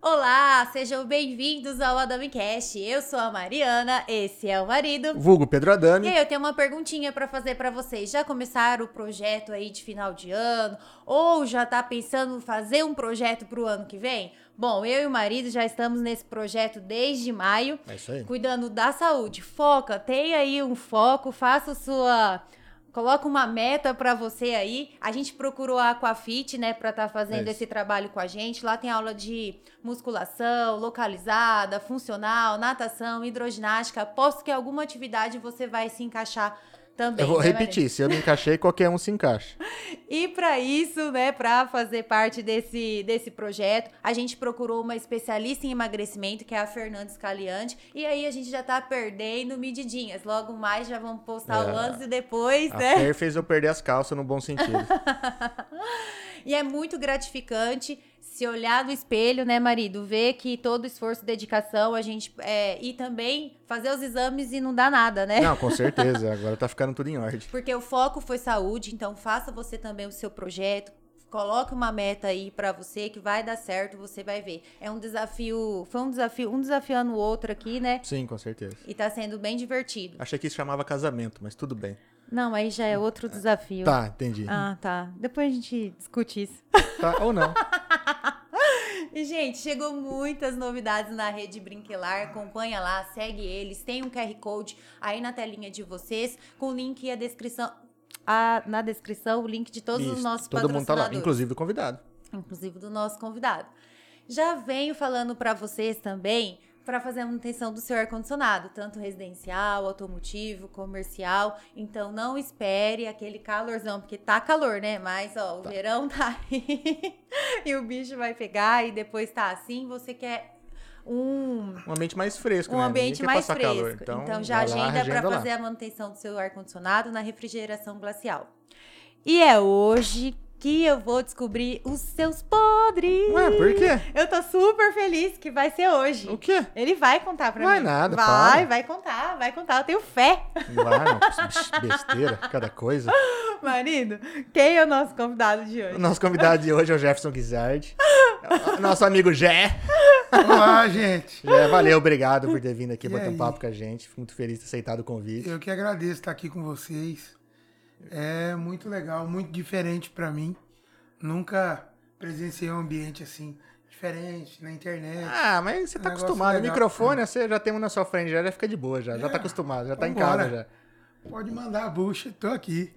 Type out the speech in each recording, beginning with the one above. Olá, sejam bem-vindos ao AdamiCast. Eu sou a Mariana, esse é o marido. Vulgo Pedro E Adami. aí, eu tenho uma perguntinha pra fazer pra vocês. Já começaram o projeto aí de final de ano? Ou já tá pensando em fazer um projeto pro ano que vem? Bom, eu e o marido já estamos nesse projeto desde maio, É isso aí. cuidando da saúde. Foca, tenha aí um foco, faça sua Coloca uma meta pra você aí. A gente procurou a Aquafit, né, pra estar É fazendo isso. esse trabalho com a gente. Lá tem aula de musculação, localizada, funcional, natação, hidroginástica. Aposto que alguma atividade você vai se encaixar também. Eu vou né, Maria? repetir, se eu não encaixei, qualquer um se encaixa. E para isso, né, para fazer parte desse, desse projeto, a gente procurou uma especialista em emagrecimento, que é a Fernanda Scaliante, e aí a gente já tá perdendo medidinhas. Logo mais já vamos postar o É. antes e depois, A né? Fer fez eu perder as calças no bom sentido. E é muito gratificante se olhar no espelho, né, marido? Ver que todo esforço, dedicação, a gente. É, e também fazer os exames e não dá nada, né? Não, com certeza. Agora tá ficando tudo em ordem. Porque o foco foi saúde, então faça você também o seu projeto. Coloque uma meta aí pra você que vai dar certo, você vai ver. É um desafio, foi um desafio, um desafiando o outro aqui, né? Sim, com certeza. E tá sendo bem divertido. Achei que isso chamava casamento, mas tudo bem. Não, aí já é outro desafio. Tá, entendi. Ah, tá. Depois a gente discute isso. Tá, ou não. E, gente, chegou muitas novidades na Rede Brinquelar. Acompanha lá, segue eles. Tem um QR Code aí na telinha de vocês, com o link e a descrição. a- na descrição, o link de todos os Isso, nossos Todo mundo tá lá, patrocinadores. inclusive o convidado. inclusive do nosso convidado. Já venho falando para vocês também para fazer a manutenção do seu ar-condicionado, tanto residencial, automotivo, comercial. Então não espere aquele calorzão, porque tá calor, né? Mas ó, o Tá. verão tá aí e o bicho vai pegar e depois tá assim, você quer um Um ambiente mais fresco, um né? Ninguém ambiente quer mais passar fresco. calor, então, então, já vai lá, agenda para lá. fazer a manutenção do seu ar-condicionado na refrigeração glacial. E é hoje que eu vou descobrir os seus podres. Ué, por quê? Eu tô super feliz que vai ser hoje. O quê? Ele vai contar pra Vai mim. nada, Vai, para. vai contar, vai contar. Eu tenho fé. Lá, não, besteira, cada coisa. Marido, quem é o nosso convidado de O hoje? nosso convidado de hoje é o Jefferson Guizard. É o Nosso amigo Jé. Olá, gente. Jé, É, valeu, obrigado por ter vindo aqui E bater um aí? papo com a gente. Fico muito feliz de ter aceitado o convite. Eu que agradeço estar aqui com vocês. É muito legal, muito diferente pra mim. Nunca presenciei um ambiente assim diferente na internet. Ah, mas você tá Negócio acostumado. O legal. microfone, você já tem um na sua frente, já, já fica de boa, já. Já tá É. acostumado, já tá em Vambora. casa já. Pode mandar a bucha, tô aqui.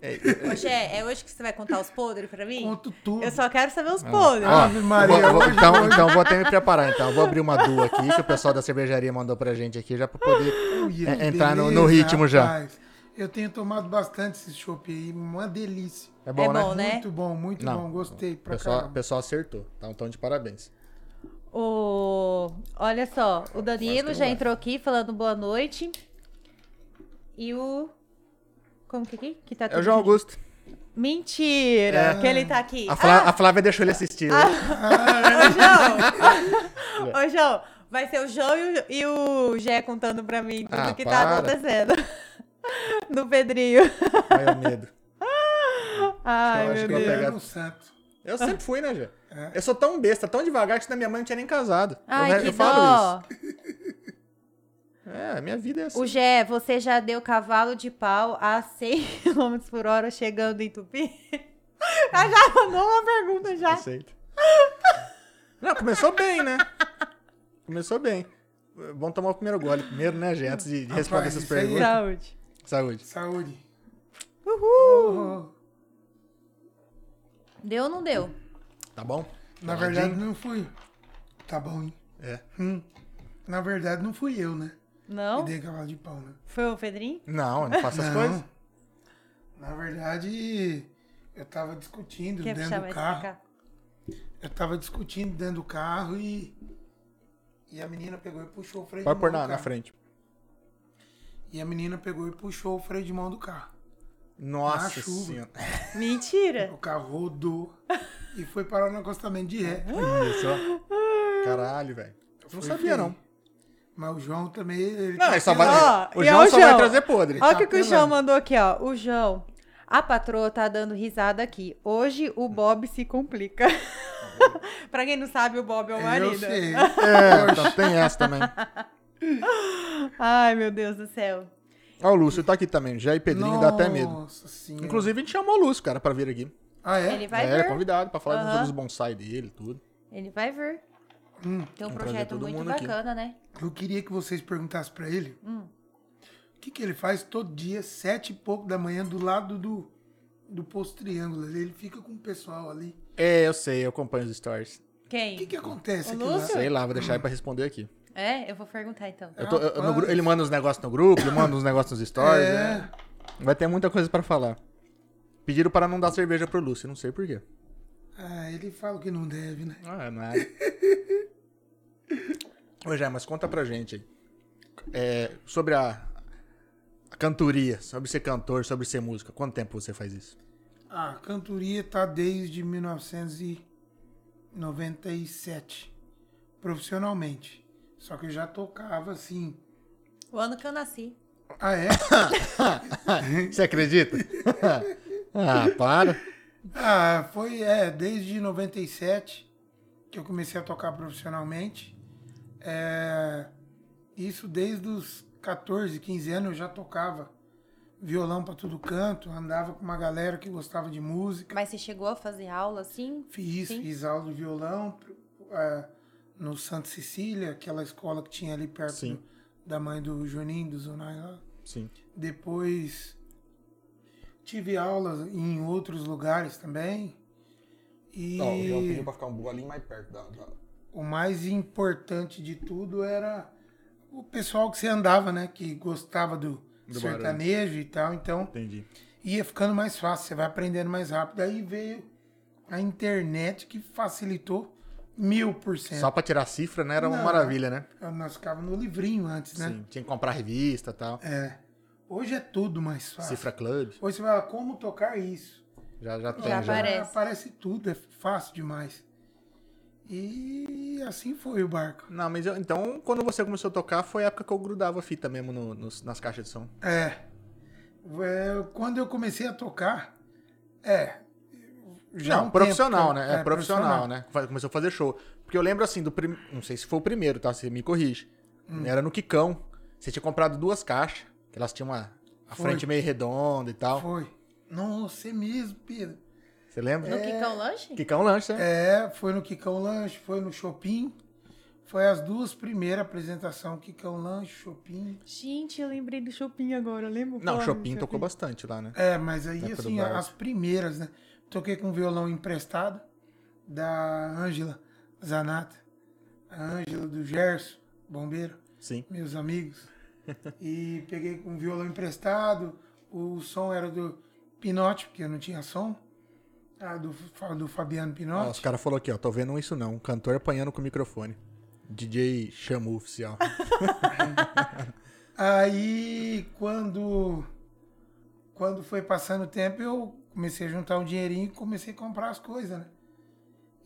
Hoje é, é hoje que você vai contar os podres pra mim? Conto tudo. Eu só quero saber os podres. Ah. Ave Maria, vou- vou- hoje- então, hoje- então vou até me preparar, então. Vou abrir uma duo aqui que o pessoal da cervejaria mandou pra gente aqui, já pra poder Ui, é, que entrar no, beleza, no ritmo já. rapaz. Eu tenho tomado bastante esse chopp aí, uma delícia. É bom, É né? bom, né? Muito bom, muito Não. bom. Gostei O pra pessoal, o caramba. pessoal acertou. Tá, então, de parabéns. O... Olha só, o Danilo já vai. entrou aqui falando boa noite. E o. Como que aqui? Que tá É o tudo João junto. Augusto. É. Mentira! Que ele tá aqui. A, Flá- a Flávia deixou ele assistir. né? Ah, ô, João! ô, João! Vai ser o João e o, e o Gé contando pra mim tudo Ah, que tá para. acontecendo. Do Pedrinho. Olha o medo. Ai, Eu meu acho que Deus. eu vou pegar- Era um santo. Eu sempre fui, né, Jé? É. Eu sou tão besta, tão devagar que da minha mãe não tinha nem casado. Ai, eu, que eu falo dó! isso. É, a minha vida é assim. O Gé, você já deu cavalo de pau a 100 km por hora chegando em Tupi? Ela já mandou uma pergunta já. Aceita. Não, começou bem, né? Começou bem. Vamos tomar o primeiro gole primeiro, né, gente? Antes de de responder Rapaz, essas isso aí é- perguntas. Saúde. Saúde. Saúde. Uhul! Oh. Deu ou não deu? Tá bom? Na Tá verdade, ladinho? não fui. Tá bom, hein? É. Hum. Na verdade, não fui eu, né? Não? Que dei cavalo de pau, né? Foi o Pedrinho? Não, eu não faço essas Não. coisas. Na verdade, eu tava discutindo Quer puxar dentro do mais carro. pra cá? Eu tava discutindo dentro do carro e. E a menina pegou e puxou o freio Pode de pôr mão. na, do na carro. frente. E a menina pegou e puxou o freio de mão do carro. Na Nossa chuva. senhora. Mentira! O carro rodou e foi É? parar no acostamento de ré. Olha só. É Caralho, velho. Eu Não Foi sabia, feio. não. Mas o João também. Ele Não, tá ele só vai. pelado. Ó, o e é João o só vai João. trazer podre. Tá Ó. Olha o que, que o pelando. João mandou aqui, ó. O João. A patroa tá dando risada aqui. Hoje o Bob se complica. pra quem não sabe, o Bob é o marido. Eu sei. É, então tem essa também. Ai, meu Deus do céu. Ó, o Lúcio tá aqui também. Já e Pedrinho dá até medo. Nossa senhora. Inclusive, a gente chamou o Lúcio, cara, pra vir aqui. Ah, é? Ele vai é, vir. convidado pra falar Aham. dos bonsai dele, tudo. Ele vai vir. Hum. Tem um Vamos trazer projeto todo muito mundo aqui. bacana, né? Eu queria que vocês perguntassem pra ele o que, que ele faz todo dia, sete e pouco da manhã, do lado do, do posto triângulo. ali. Ele fica com o pessoal ali. É, eu sei, eu acompanho os stories. O Quem? que, que acontece O aqui Lúcio? lá? Sei lá, vou deixar ele pra responder aqui. É, eu vou perguntar então. Eu tô- eu- no Rapaz. gru- ele manda os negócios no grupo, ele manda os negócios nos stories. É. né? Vai ter muita coisa pra falar. Pediram para não dar cerveja pro Lúcio, não sei porquê. Ah, ele fala que não deve, né? Ah, não é. Ô, Jé, mas conta pra gente aí. É, sobre a, a cantoria, sobre ser cantor, sobre ser música. Quanto tempo você faz isso? A cantoria tá desde 1997, profissionalmente. Só que eu já tocava assim. O ano que eu nasci. Ah, é? Você acredita? ah, para. Ah, foi é, desde 97 que eu comecei a tocar profissionalmente. É, isso desde os 14, 15 anos eu já tocava violão pra todo canto, andava com uma galera que gostava de música. Mas você chegou a fazer aula assim? Fiz, Sim. fiz aula de violão pr- ah, no Santa Cecília, aquela escola que tinha ali perto Sim. do- da mãe do Juninho, do Zunai lá. Sim. Depois tive aulas em outros lugares também. E pra ficar um bolinho mais perto da. o mais importante de tudo era o pessoal que você andava, né? Que gostava do, Do sertanejo e tal. Então Entendi. ia ficando mais fácil, você vai aprendendo mais rápido. Aí veio a internet que facilitou mil por Só cento. pra tirar cifra, né? Era uma Não. maravilha, né? Nós ficávamos no livrinho antes, né? Sim. Tinha que comprar revista e tal. É. Hoje é tudo mais fácil. Cifra Club. Hoje você fala, como tocar isso? Já, já tem. Já Já aparece. É, aparece tudo, é fácil demais. E assim foi o barco. Não, mas eu- então, quando você começou a tocar, foi a época que eu grudava fita mesmo no- nos- nas caixas de som. É. É, Quando eu comecei a tocar, é. Já Não, um profissional, tempo que eu- né? É, profissional, né? Fa- Começou a fazer show. Porque eu lembro assim, do prim... não sei se foi o primeiro, tá? Você me corrige. Era no Quicão. Você tinha comprado duas caixas, que elas tinham uma a Foi. frente meio redonda e tal. Foi. Nossa, é mesmo, Pedro. Você lembra? No Quicão Lanche? Quicão Lanche, né? É, foi no Quicão Lanche, foi no Chopin. Foi as duas primeiras apresentações, Quicão Lanche, Chopin. Gente, eu lembrei do Chopin agora, eu lembro? Não, o Chopin tocou bastante lá, né? É, mas aí Época do assim, Barco. as primeiras, né? Toquei com violão emprestado da Ângela Zanata, a Ângela do Gerson, bombeiro, Sim. meus amigos. E peguei com um violão emprestado, o som era do Pinote, porque eu não tinha som, ah, do, Fa- do Fabiano Ó, os Pinote. caras falaram aqui, ó, tô vendo isso não. Um cantor apanhando com o microfone. DJ Chamu oficial. Aí quando quando foi passando o tempo eu comecei a juntar um dinheirinho e comecei a comprar as coisas, né?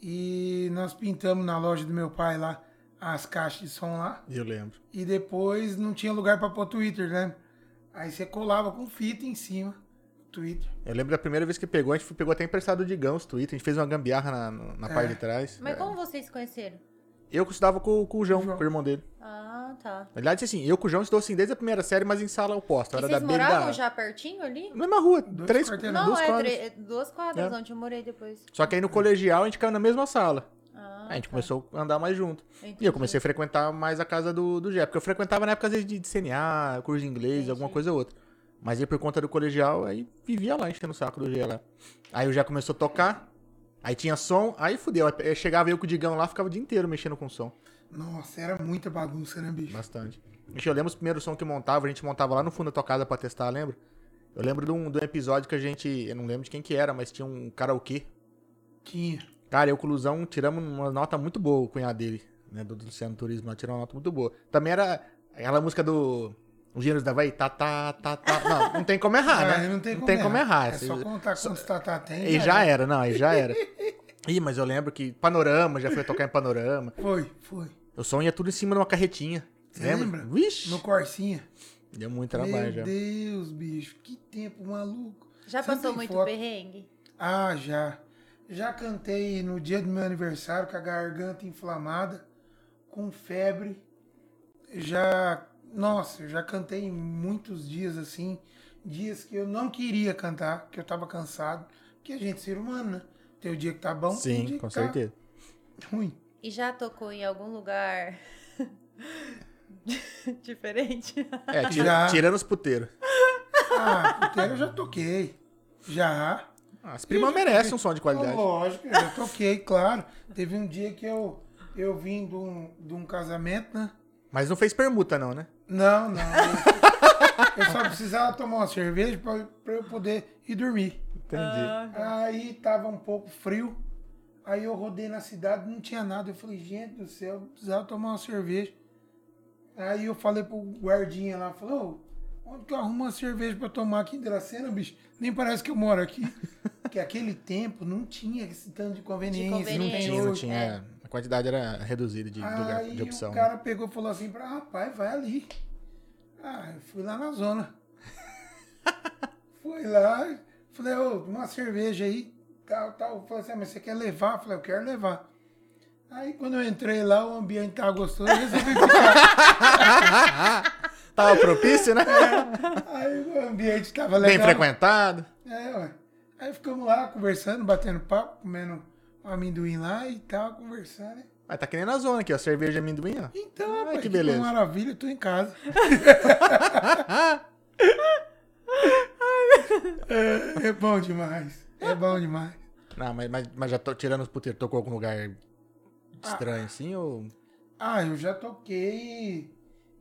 E nós pintamos na loja do meu pai lá as caixas de som lá eu lembro. e depois não tinha lugar pra pôr Twitter, né? Aí você colava com fita em cima Twitter. Eu lembro da primeira vez que pegou, a gente pegou até emprestado de Gão, os Twitter, a gente fez uma gambiarra na, na parte de trás. Mas como vocês se conheceram? Eu estudava com, com o João, João. com o irmão dele. Ah, tá. Na verdade, assim, eu com o João estou assim desde a primeira série, mas em sala oposta. Eu E Era da vocês B e moravam da. já pertinho ali? Mesma rua, Dois três quarteirões. Não, duas é quadras. tre- duas quadras É. onde eu morei depois. Só que aí no colegial a gente caiu na mesma sala. Ah, Aí a gente tá. começou a andar mais junto. E Entendi. eu comecei a frequentar mais a casa do, do Jé. Porque eu frequentava na época, às vezes, de, de CNA, curso de inglês, alguma coisa ou outra. Mas aí, por conta do colegial, aí vivia lá, enchendo o saco do Jé lá. Aí o Jé começou a tocar, aí tinha som, aí fudeu. Aí pe- chegava eu com o Digão lá, ficava o dia inteiro mexendo com som. Nossa, era muita bagunça, né, bicho? Bastante. Ixi, eu lembro os primeiros som que montava, a gente montava lá no fundo da tua casa pra testar, lembra? Eu lembro de um, de um episódio que a gente. Eu não lembro de quem que era, mas tinha um karaokê. Tinha. Cara, eu com o Luzão tiramos uma nota muito boa, o cunhado dele, né? Do do Luciano Turismo, nós tiramos uma nota muito boa. Também era aquela música do. Os gêneros da vai, tá, tá, tá, tá. Não, não tem como errar, Ah, né? não tem como né? errar. É Esse- só contar tá, quantos tatá tem. assim, E já era, não, aí já era. Ih, mas eu lembro que Panorama, já foi tocar em Panorama. Foi, foi. O som ia tudo em cima de uma carretinha. Você lembra? Vixe! No Corsinha. Deu muito trabalho Meu já. Deus, bicho, que tempo maluco. Já Você não passou tem muito foto. perrengue? Ah, já. Já cantei no dia do meu aniversário com a garganta inflamada, com febre. Já, nossa, eu já cantei muitos dias assim, dias que eu não queria cantar, que eu tava cansado, porque a gente é ser humano, né? Tem o dia que tá bom, tem o Sim, dia com que tá certeza. ruim. E já tocou em algum lugar diferente? É, tira- Já. tirando os puteiros. Ah, puteiro eu já toquei. Já. Ah, as primas merecem um som de qualidade. Lógico, eu já toquei, claro. Teve um dia que eu, eu vim de um, de um casamento, né? Mas não fez permuta, não, né? Não, não. Eu só precisava tomar uma cerveja pra, pra eu poder ir dormir. Entendi. Aí tava um pouco frio. Aí eu rodei na cidade, não tinha nada. Eu falei, gente do céu, eu precisava tomar uma cerveja. Aí eu falei pro guardinha lá, falou, onde que eu arrumo uma cerveja pra tomar aqui em Dracena, bicho? Nem parece que eu moro aqui. Porque aquele tempo não tinha esse tanto de conveniência. De não É, tinha, não hoje, tinha. A quantidade era reduzida de lugar Aí de opção. né? o cara pegou e falou assim pra rapaz, vai ali. Ah, eu fui lá na zona. fui lá, falei, ô, uma cerveja aí, tal, tal. Falei assim, "Ah, mas você quer levar? Eu falei, eu quero levar. Aí quando eu entrei lá, o ambiente tava gostoso, eu resolvi ficar. Tava propício, né? aí o ambiente tava Bem É, legal. frequentado. É, ué. Aí ficamos lá conversando, batendo papo, comendo um amendoim lá e tal, conversando. né? Mas tá que nem na zona aqui, ó. Cerveja de amendoim, ó. Então, Ai, rapaz, que que beleza. maravilha, eu tô em casa. É, é bom demais. É bom demais. Não, mas, mas, mas já tô tirando os puteiros. Tocou algum lugar estranho assim ou. Ah, eu já toquei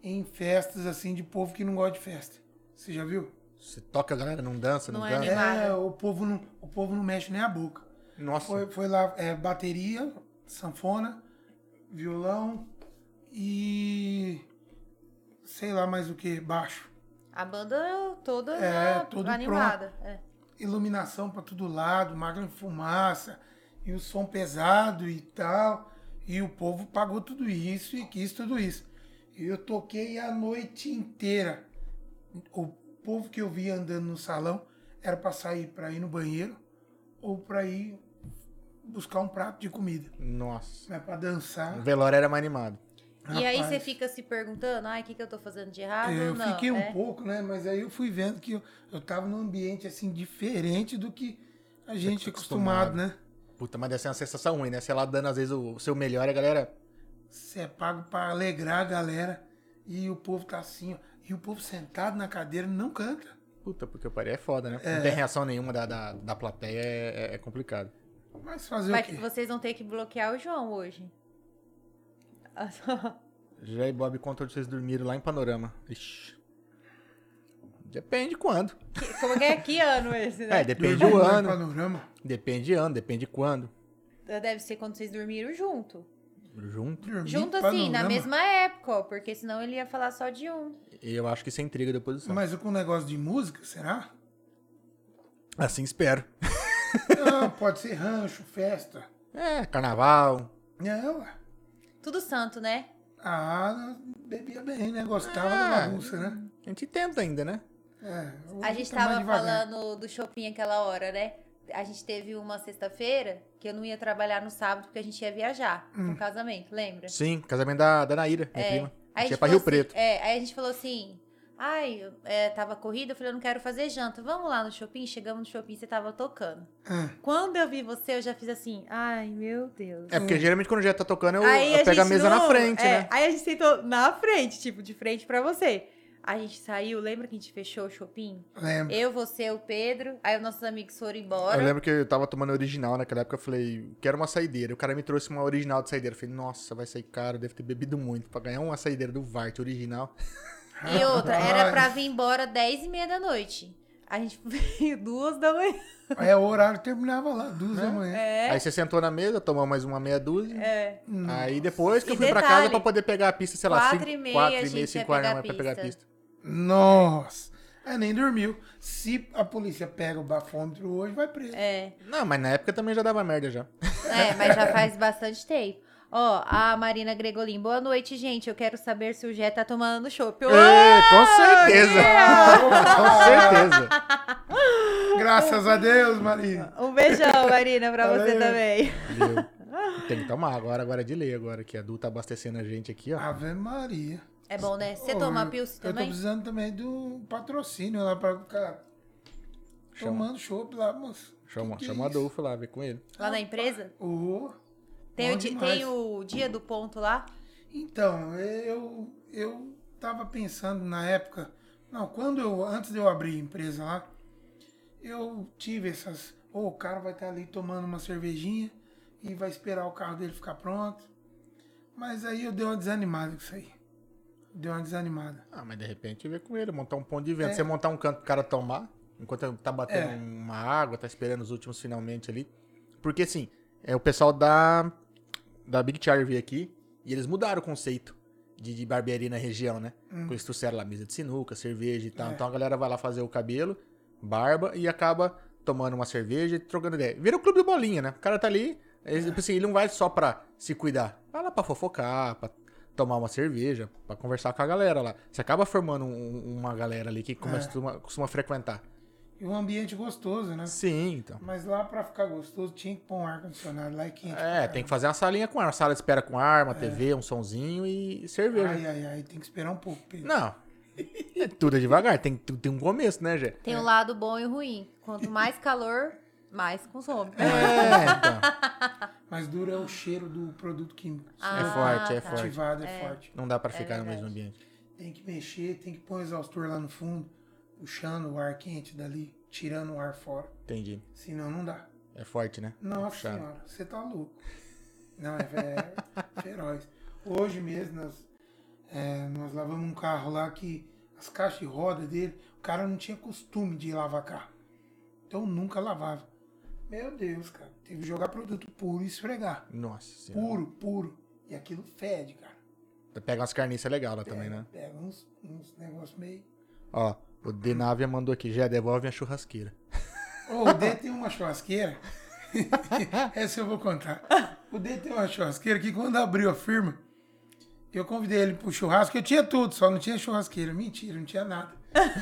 em festas assim de povo que não gosta de festa. Você já viu? Você toca, a galera não dança, não, Não é dança? animado. É, o povo não, o povo não mexe nem a boca. Nossa. Foi, foi lá é, bateria, sanfona, violão e sei lá mais o que, baixo. A banda toda É, na- tudo animada. É. iluminação pra todo lado, máquina de fumaça, e o som pesado e tal. E o povo pagou tudo isso e quis tudo isso. E eu toquei a noite inteira. O povo que eu via andando no salão era pra sair pra ir no banheiro ou pra ir buscar um prato de comida. Nossa. Mas pra O dançar. velório era mais animado. E aí rapaz, você fica se perguntando, ai, o que, que eu tô fazendo de errado? Eu não, fiquei um é. pouco, né? Mas aí eu fui vendo que eu, eu tava num ambiente assim diferente do que a gente é acostumado, né? Puta, mas deve ser uma sensação ruim, né? Sei lá, dando às vezes o seu melhor e a galera. Você é pago pra alegrar a galera e o povo tá assim, ó. E o povo sentado na cadeira não canta. Puta, porque o parei é foda, né? Não tem reação nenhuma da, da, da plateia, é, é- é complicado. Mas fazer Vai o que quê? vocês vão ter que bloquear o João hoje. Já e Bob conta onde vocês dormiram lá em Panorama. Ixi. Depende quando. Como que é que ano esse, né? É, depende Dormir o no ano. Panorama. Depende ano, depende quando. Deve ser quando vocês dormiram junto. Junto. Dormir Junto no assim, na Panorama. mesma época, ó, porque senão ele ia falar só de um. E eu acho que isso é intriga da oposição. Mas com o negócio de música, será? Assim espero. Não, pode ser rancho, festa. É, carnaval. Não, ué. Tudo santo, né? Ah, bebia bem, né? Gostava Ah. da bagunça, né? A gente tenta ainda, né? É, hoje A gente tá mais tava devagar. falando do shopping aquela hora, né? A gente teve uma sexta-feira que eu não ia trabalhar no sábado porque a gente ia viajar pro casamento, lembra? Sim, casamento da, da Naíra, minha prima. A Aí É. gente ia gente pra falou Rio assim- Preto. É, aí a gente falou assim: ai, é, tava corrida, eu falei, eu não quero fazer janta. Vamos lá no shopping? Chegamos no shopping, você tava tocando. Ah, Quando eu vi você, eu já fiz assim: ai, meu Deus. É, porque geralmente quando já tá tocando, eu, Aí eu pego a gente mesa na não- frente, é, né? Aí a gente sentou na frente, tipo, de frente pra você. A gente saiu, lembra que a gente fechou o shopping? lembro. Eu, você, o Pedro, aí os nossos amigos foram Eu embora. lembro que eu tava tomando original naquela época, eu falei, quero uma saideira. O cara me trouxe uma original de saideira. Eu falei, nossa, vai sair caro, deve ter bebido muito pra ganhar uma saideira do Vart original. E outra, era Ai. pra vir embora 10 e meia da noite. A gente veio duas da manhã. É, o horário terminava lá, duas da manhã. É. Aí você sentou na mesa, tomou mais uma meia dúzia. é. Aí depois que E eu fui pra detalhe, casa pra poder pegar a pista, sei lá, quatro 5 e meia a gente ia cinco horas da pegar manhã pra pegar a a pista. pista. Nossa. É, nem dormiu. Se a polícia pega o bafômetro hoje, vai preso. É. Não, mas na época também já dava merda já. É, mas já faz bastante tempo. Ó, a Marina Gregolin. Boa noite, gente. Eu quero saber se o Jé tá tomando chopp. É, com certeza. com certeza. Graças a Deus, Marina. Um beijão, Marina, pra você Valeu. também. Valeu. Tem que tomar agora, agora é de lei agora, que a Du tá abastecendo a gente aqui, ó. Ave Maria. É bom, né? Você Ô, toma eu- pilsen Eu tô também? precisando também do patrocínio lá pra ficar Chama. tomando chopp lá, moço. Chama, Que que é chama o isso? Adolfo lá, vê com ele. Lá na empresa? Ô, Tem o, bom di- demais. tem o dia do ponto lá? Então, eu, eu tava pensando na época. Não, quando eu. Antes de eu abrir a empresa lá, eu tive essas. Ou o cara vai estar ali tomando uma cervejinha e vai esperar o carro dele ficar pronto. Mas aí eu dei uma desanimada com isso aí. Deu uma desanimada. Ah, mas de repente vê com ele, montar um ponto de venda. Você montar um canto pro cara tomar, enquanto tá batendo É. uma água, tá esperando os últimos finalmente ali. Porque assim, é o pessoal da, da Big Charlie veio aqui e eles mudaram o conceito de, de barbearia na região, né? Eles trouxeram lá mesa de sinuca, cerveja e tal. Então a galera vai lá fazer o cabelo, barba e acaba tomando uma cerveja e trocando ideia. Vira o clube do bolinha, né? O cara tá ali, ele, tipo assim, ele não vai só pra se cuidar. Vai lá pra fofocar, pra tomar uma cerveja, pra conversar com a galera lá. Você acaba formando um- uma galera ali que começa, costuma, costuma frequentar. E um ambiente gostoso, né? Sim, então. Mas lá pra ficar gostoso tinha que pôr um ar-condicionado lá e quente. É, tem que fazer uma salinha com arma, sala de espera com arma, TV, um sonzinho e cerveja. É. Ai, ai, ai, tem que esperar um pouco. Pedro. Não. É tudo é devagar, tem, tu- tem um começo, né, Gê? É. Tem o lado bom e o ruim. Quanto mais calor, mais consome. É, então. Mas dura o cheiro do produto químico. Ah, É forte, é tá. forte. Ativado é forte. Não dá pra ficar no mesmo ambiente. Tem que mexer, tem que pôr um exaustor lá no fundo, puxando o ar quente dali, tirando o ar fora. Entendi. Senão não dá. É forte, né? Nossa Puxado. senhora, você tá louco. Não, é fe- feroz. Hoje mesmo nós, é, nós lavamos um carro lá que as caixas de roda dele, o cara não tinha costume de lavar carro. Então nunca lavava. Meu Deus, cara. Teve que jogar produto puro e esfregar. Nossa senhora. Puro, puro. E aquilo fede, cara. Pega umas carniças legal lá também, Pega- né? Pega uns, uns negócios meio. Ó, o Denávia mandou aqui, já devolve a churrasqueira. Ô, o D tem uma churrasqueira. Essa eu vou contar. O D tem uma churrasqueira que quando abriu a firma, eu convidei ele pro churrasco. Eu tinha tudo, só não tinha churrasqueira. Mentira, não tinha nada.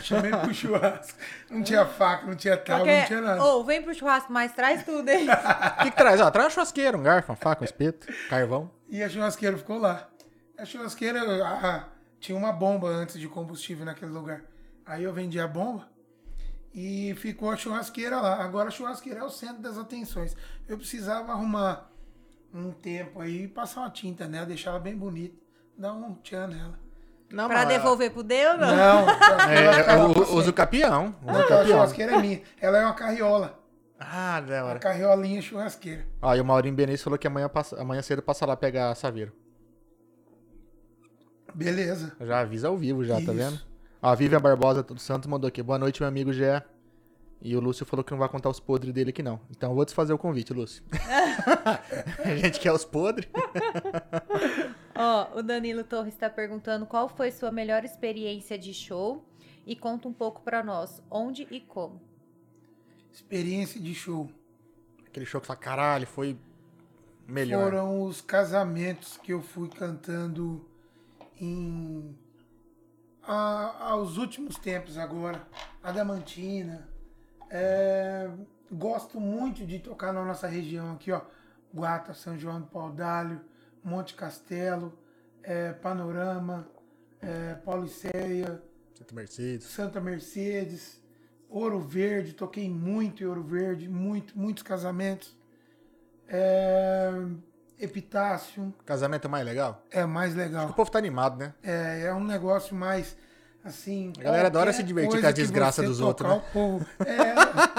Chamei pro churrasco. Não tinha faca, não tinha tal, não tinha nada. Ou vem pro churrasco, mas traz tudo, hein? O que, que traz? Ó, traz uma churrasqueira, um garfo, uma faca, um espeto, carvão. E a churrasqueira ficou lá. A churrasqueira a- a- tinha uma bomba antes de combustível naquele lugar. Aí eu vendi a bomba e ficou a churrasqueira lá. Agora a churrasqueira é o centro das atenções. Eu precisava arrumar um tempo aí, passar uma tinta nela, deixar ela bem bonita, dar um tchan nela. Não, pra mas- devolver pro Deus, não? Não, a É, churrasqueira vai ficar é, lá o- pra o- usa o sempre. capião. Usa Não, o a capião. churrasqueira é minha. Ela é uma carriola. Ah, da Uma hora. carriolinha churrasqueira. Ó, e o Maurinho Benício falou que amanhã, passa, amanhã cedo passa lá pegar saveiro. Beleza. Já avisa ao vivo, já, tá Isso. vendo? Ó, a Vivian Barbosa do Santos mandou aqui. Boa noite, meu amigo Gé. E o Lúcio falou que não vai contar os podres dele aqui, não. Então eu vou desfazer o convite, Lúcio. a gente quer os podres. Ó, o Danilo Torres está perguntando qual foi sua melhor experiência de show e conta um pouco pra nós, onde e como. Experiência de show. Aquele show que fala, caralho, foi melhor. Foram os casamentos que eu fui cantando em a- aos últimos tempos agora. Adamantina. É, gosto muito de tocar na nossa região aqui, ó. Guata, São João do Paudalho, Monte Castelo, é, Panorama, é, Pauliceia, Santo Mercedes. Santa Mercedes, Ouro Verde, toquei muito em Ouro Verde, muito, muitos casamentos. É, Epitácio Casamento é mais legal? é mais O legal. povo tá animado, né? É, é um negócio mais assim. A galera adora qualquer se divertir com coisa as que desgraças você dos outros, né? tocar, o povo-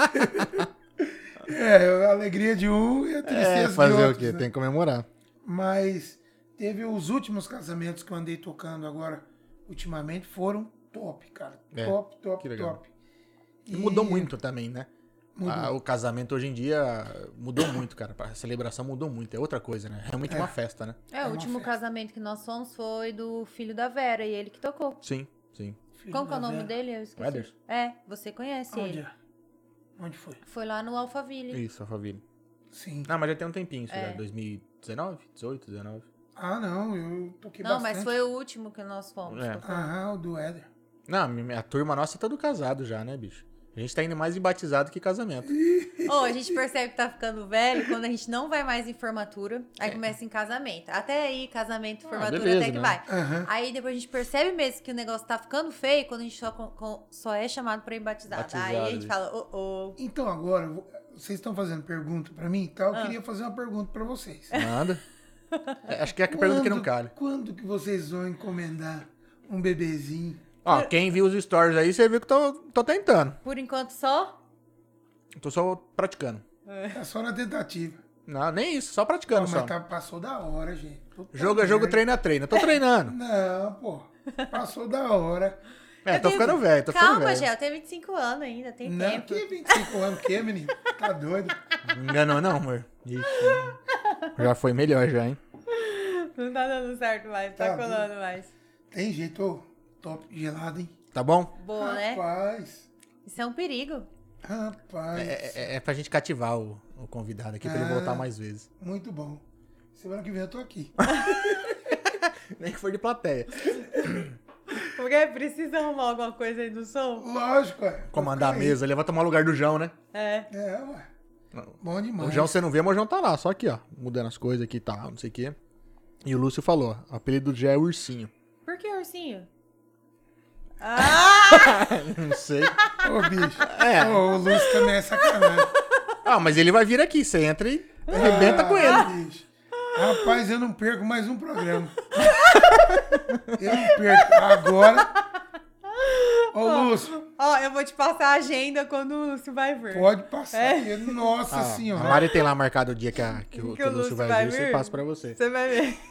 É, é, a alegria de um e a tristeza É, de fazer o outros, quê? né? Tem que comemorar. Mas teve os últimos casamentos que eu andei tocando agora, ultimamente, foram top, cara. É, top, top, que legal. top. E Mudou muito também, né? Mudou. Ah, o casamento hoje em dia mudou muito, cara. A celebração mudou muito. É outra coisa, né? Realmente é uma festa, né? É, É o uma último festa. casamento que nós fomos foi do filho da Vera e ele que tocou. Sim, sim. Filho Como que é o da nome Vera. dele? Eu esqueci. Wethers? É, você conhece Onde ele. é? Onde foi? Foi lá no Alphaville. Isso, a família. Sim. Ah, mas já tem um tempinho isso, É. já. 2000, 19? 18, 19. Ah, não, eu toquei Não, bastante. mas foi o último que nós fomos. É. tocar. Aham, o do Éder. Não, a a turma nossa tá do casado já, né, bicho? A gente tá indo mais em batizado que casamento. Ou a gente percebe que tá ficando velho quando a gente não vai mais em formatura, aí começa em casamento. Até aí, casamento, formatura, É. beleza, até que né? vai. Aham. Aí depois a gente percebe mesmo que o negócio tá ficando feio quando a gente só, com- com- só é chamado pra ir batizado. aí a Batizado, gente isso. fala, ô, ô. Então agora, eu vou- vocês estão fazendo pergunta pra mim, tá? Eu Ah. queria fazer uma pergunta pra vocês. Manda. É, Acho que é a pergunta que não calha. Quando que vocês vão encomendar um bebezinho? É. Ó, quem viu os stories aí, você viu que eu tô, tô tentando. Por enquanto só? Tô só praticando. Tá só na tentativa. Não, nem isso, só Pô, praticando só. mas tá- passou da hora, gente. Puta Jogo é merda. jogo, treino é treino. Eu Tô treinando. Não, pô. Passou da hora. Eu É, tô tenho- ficando velho, tô ficando Calma, velho. Gel, eu tenho 25 anos ainda, tem Não, tempo. que 25 anos que, menino? Tá doido? Não enganou não, amor. Ixi, já foi melhor já, hein? Não tá dando certo mais, tá, Tá colando mais. Tem jeito, ô, top gelado, hein? Tá bom? Boa, né? Rapaz, Isso é um perigo. rapaz. É, é, é pra gente cativar o, o convidado aqui, pra ele Ah. voltar mais vezes. Muito bom. Semana que vem eu tô aqui. Nem que for de plateia. Porque precisa arrumar alguma coisa aí no som? Lógico, é. Comandar a Toca aí. mesa, ele vai tomar o lugar do João, né? É. É, ué. Bom demais. O João você não vê, mas o João tá lá, só aqui, ó. Mudando as coisas aqui e tal, não sei o quê. E o Lúcio falou, ó, o apelido do Jé é Ursinho. Por que ursinho? Ah! Não sei. Ô, bicho. É. Ô, o Lúcio também é sacanagem. Ah, mas ele vai vir aqui, você entra e arrebenta com ele. Ah, bicho. Rapaz, eu não perco mais um programa. eu não perco. Agora. Ô, Lúcio, Ó, eu vou te passar a agenda quando o Lúcio vai ver. pode passar. É. Nossa Ah, senhora. a Mari tem lá marcado o dia que, a- que o, que o Lúcio vai, vir, você passa pra você. Você vai ver.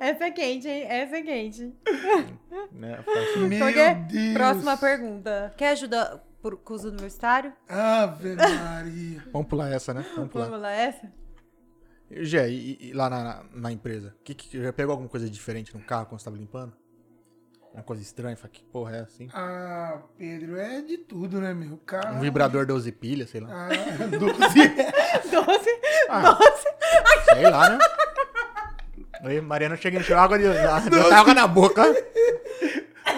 Essa é quente, hein? Essa é quente. Né? Faz- Meu Porque- Deus. Então, Próxima pergunta. Quer ajuda por curso universitário? Ave Maria. Vamos pular essa, né? Vamos pular. Vamos lá, essa? Gé, e, e lá na, na- na empresa, que, que- já pegou alguma coisa diferente no carro quando você tava limpando? Uma coisa estranha, fala, que porra é assim? Ah, Pedro, é de tudo, né, meu? Carro. Um vibrador 12 pilhas, sei lá. Ah, 12. Doze. Ah. Doze. Sei lá, né? Aí, Mariana chega e encheu água, de, deu água na boca.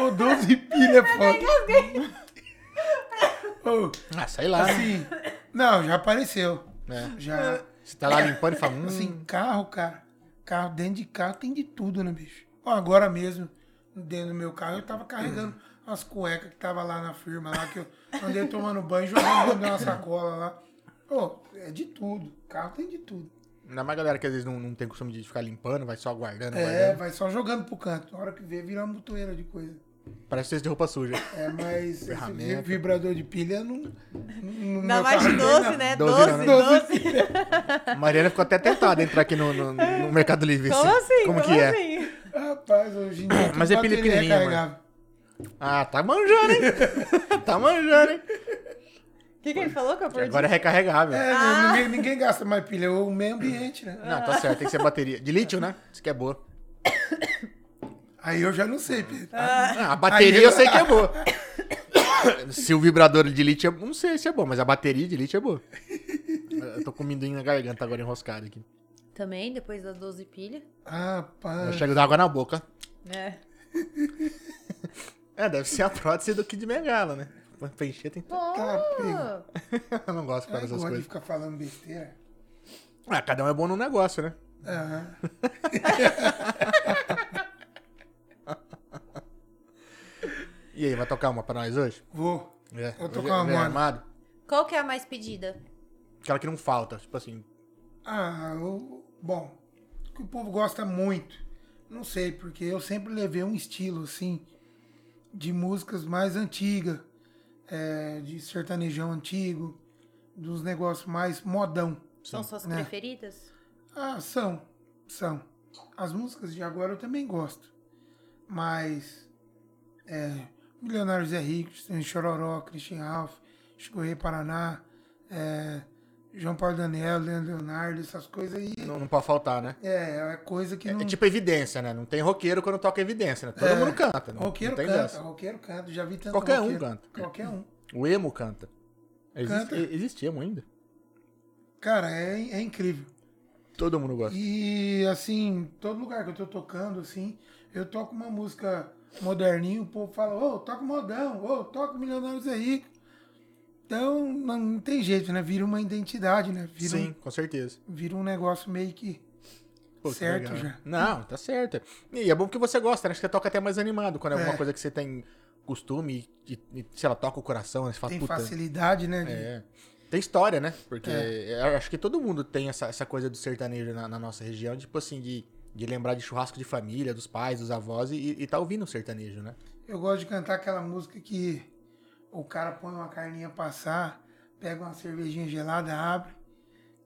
Ô, 12 pilha é foda. Ô, Ah, sei lá, né? assim, não, já apareceu. né? É. Já. Você tá lá limpando e fala, hum, Assim, carro, cara. Carro, dentro de carro tem de tudo, né, bicho? Ó, agora mesmo, dentro do meu carro, eu tava carregando as cuecas que tava lá na firma, lá que eu andei tomando banho, jogando dentro de uma sacola lá. Pô, é de tudo. Carro tem de tudo. Ainda mais galera que às vezes não, não tem costume de ficar limpando, vai só guardando, É, guardando. vai só jogando pro canto. Na hora que vê, vira uma botoeira de coisa. Parece vocês de roupa suja. É, mas esse Ferramenta. vi- vibrador de pilha não. não Dá meu mais de carro não doze, tem, né? Doze Doze, não, né? doze. A Mariana ficou até tentada a entrar aqui no, no- no Mercado Livre. Como assim? Como que é? assim? não. Rapaz, hoje em dia. Mas tudo é pilha bateria pequenininha, amor. carregável. Ah, tá manjando, hein? tá manjando, hein? O que, que ele falou que eu perdi? Agora é recarregável. É, né, ninguém, ninguém gasta mais pilha, é o meio ambiente, né? Ah. Não, tá certo, tem que ser bateria. De lítio, né? Isso que é boa. Aí eu já não sei, Pedro. Ah, a bateria Aí eu eu- sei que é boa. se o vibrador de lítio é Não sei se é bom, mas a bateria de lítio é boa. Eu tô com amendoim na garganta agora enroscado aqui. Também, depois das 12 pilhas. Eu Rapaz. chego da água na boca. É. É, deve ser a prótese do Kid Bengala, né? Pra encher tem... Pô! pega. Eu não gosto de Ai, falar essas gosto de coisas. ficar falando besteira. Ah, cada um é bom num negócio, né? Aham. E aí, vai tocar uma pra nós hoje? Vou. É. Vou Hoje tocar é- uma, hoje é mano. armado? Qual que é a mais pedida? Aquela que não falta. Tipo assim, Ah, eu- bom. O que o povo gosta muito. Não sei, porque eu sempre levei um estilo, assim, de músicas mais antigas, é, de sertanejão antigo, dos negócios mais modão. São suas né? preferidas? Ah, são. São. As músicas de agora eu também gosto. Mas. É, Milionários é Rico, Cristiano Chororó, Christian Ralph, Chico Rei Paraná, é, João Paulo Daniel, Leandro Leonardo, essas coisas aí. não, não pode faltar, né? É, é coisa que não. É. É tipo evidência, né? Não tem roqueiro quando toca evidência, né? Todo mundo canta. Não, roqueiro não tem canta, é dessa. roqueiro canta. Já vi tanto Qualquer um roqueiro. canta. Qualquer um. O emo canta. Existe, Canta. e- existe emo ainda? Cara, é, é incrível. Todo mundo gosta. E assim, todo lugar que eu tô tocando, assim, eu toco uma música moderninho, o povo fala, ô, toca modão, ô, toca Milionários é Rico. Então, não, não tem jeito, né? Vira uma identidade, né? Vira, Sim, com certeza. Um, vira um negócio meio que Pô, que certo legal. já. Não, tá certo. E é bom que você gosta, né? Acho que você toca até mais animado quando é alguma É. coisa que você tem costume e, e, e, sei lá, toca o coração, né? Você fala, Tem puta. facilidade, É. né? de- É. Tem história, né? Porque eu acho que todo mundo tem essa, essa coisa do sertanejo na, na nossa região, tipo assim, de, de lembrar de churrasco de família, dos pais, dos avós e, e tá ouvindo o sertanejo, né? Eu gosto de cantar aquela música que o cara põe uma carninha passar, pega uma cervejinha gelada, abre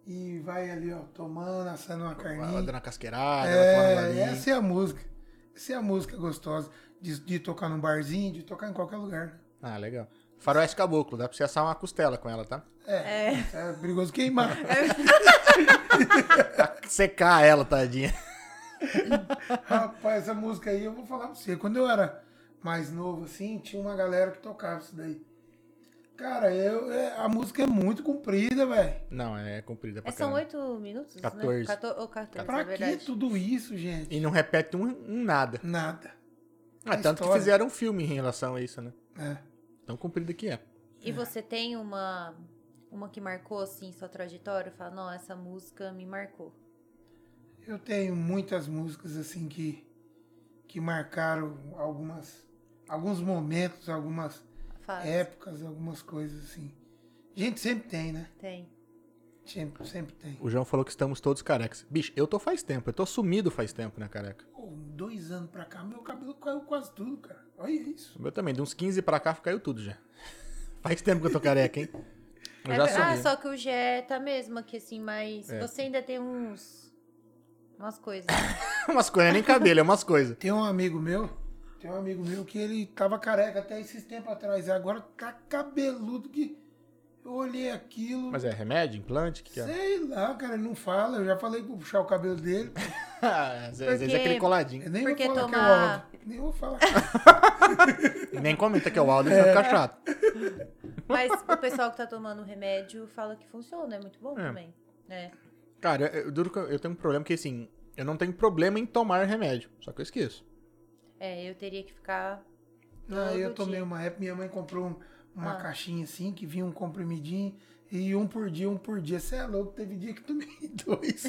e vai ali, ó, tomando, assando uma Ela carninha. dando a casqueirada, ela tomando É, ali. essa é a música. Essa é a música gostosa de, de tocar num barzinho, de tocar em qualquer lugar. né? Ah, legal. Faroeste Caboclo, dá pra você assar uma costela com ela, tá? É, é. perigoso queimar. Secar ela, tadinha. Rapaz, essa música aí eu vou falar pra você. Quando eu era mais novo, assim, tinha uma galera que tocava isso daí. Cara, eu, é- a música é muito comprida, velho. Não, é comprida pra É, são caramba. oito minutos, né? 14. 14. Ou 14, Pra é que verdade. tudo isso, gente? E não repete um, um nada. Nada. Ah, A É tanto que história. fizeram um filme em relação a isso, né? É. Tão comprida que é. E você tem uma uma que marcou assim sua trajetória? Fala, não, essa música me marcou. Eu tenho muitas músicas assim que, que marcaram algumas, alguns momentos, algumas Fala. É. épocas, algumas coisas assim. Gente sempre tem, né? Tem. Sempre, sempre tem. O João falou que estamos todos carecas. Bicho, eu tô faz tempo, eu tô sumido faz tempo, né, careca? Pô, dois anos pra cá, meu cabelo caiu quase tudo, cara. Olha isso. O meu também, de uns 15 pra cá caiu tudo já. Faz tempo que eu tô careca, hein? Eu É já ver- ah, sumi. só que o Gé tá mesmo aqui, assim, mas É. você ainda tem uns. umas coisas. umas coisas, nem cabelo, é umas coisas. Tem um amigo meu, tem um amigo meu que ele tava careca até esses tempos atrás. E agora tá cabeludo que eu olhei aquilo. Mas é remédio, implante, o que, que é? Sei lá, cara, ele não fala. Eu já falei pra puxar o cabelo dele. Às vezes Porque- é aquele Eu coladinho. nem Porque vou falar tomar- que é o Aldo. Nem vou falar. Nem comenta que é o áudio, senão fica chato. mas o pessoal que tá tomando remédio fala que funciona, é muito bom É. também. né? Cara, eu, eu duro que eu eu tenho um problema que, assim, eu não tenho problema em tomar remédio. Só que eu esqueço. É, eu teria que ficar. Não, Todo Ah, eu tomei dia. uma época, minha mãe comprou um- uma Ah. caixinha assim, que vinha um comprimidinho. E um por dia, um por dia. Você é louco, teve dia que tomei dois.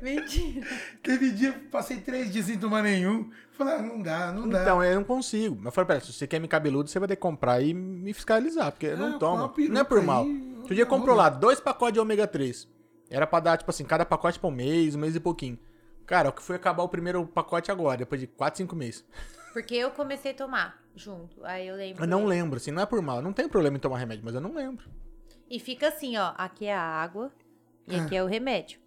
Mentira. teve dia, que passei três dias sem tomar nenhum. Falei, ah, não dá, não dá. Então, eu não consigo. Mas eu falei, pera, se você quer me cabeludo, você vai ter que comprar e me fiscalizar, porque eu Ah, não com uma tomo. peruca Não é por aí, mal. eu Outro dia não né? comprou vou lá dois pacotes de ômega 3. Era pra dar, tipo assim, cada pacote pra um mês, um mês e pouquinho. Cara, o que foi acabar o primeiro pacote agora, depois de 4, 5 meses. Porque eu comecei a tomar junto. Aí eu lembro. Eu não lembro, assim, não é por mal. Não tem problema em tomar remédio, mas eu não lembro. E fica assim, ó. Aqui é a água e Ah. aqui é o remédio.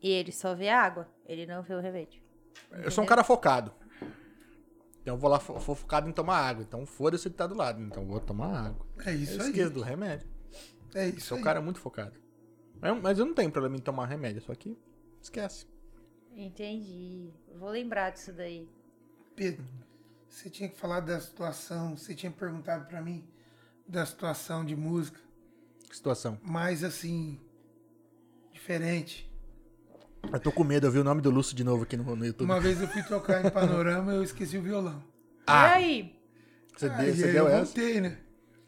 E ele só vê a água, ele não vê o remédio. Eu sou um cara focado. Então eu vou lá fo- fo- focado em tomar água. Então foda-se o que tá do lado. Então eu vou tomar água. É isso Então, Eu aí. esqueço do remédio. É isso Sou um aí. cara muito focado. Eu- mas eu não tenho problema em tomar remédio, só que esquece. Entendi. Vou lembrar disso daí. Pedro, você tinha que falar da situação, você tinha perguntado pra mim da situação de música, Que situação. mas assim, diferente. Eu tô com medo, eu vi o nome do Lúcio de novo aqui no, no YouTube. Uma vez eu fui tocar em Panorama e eu esqueci o violão. Ah. E aí? É Você, é, Aí deu, você eu deu essa? voltei, né?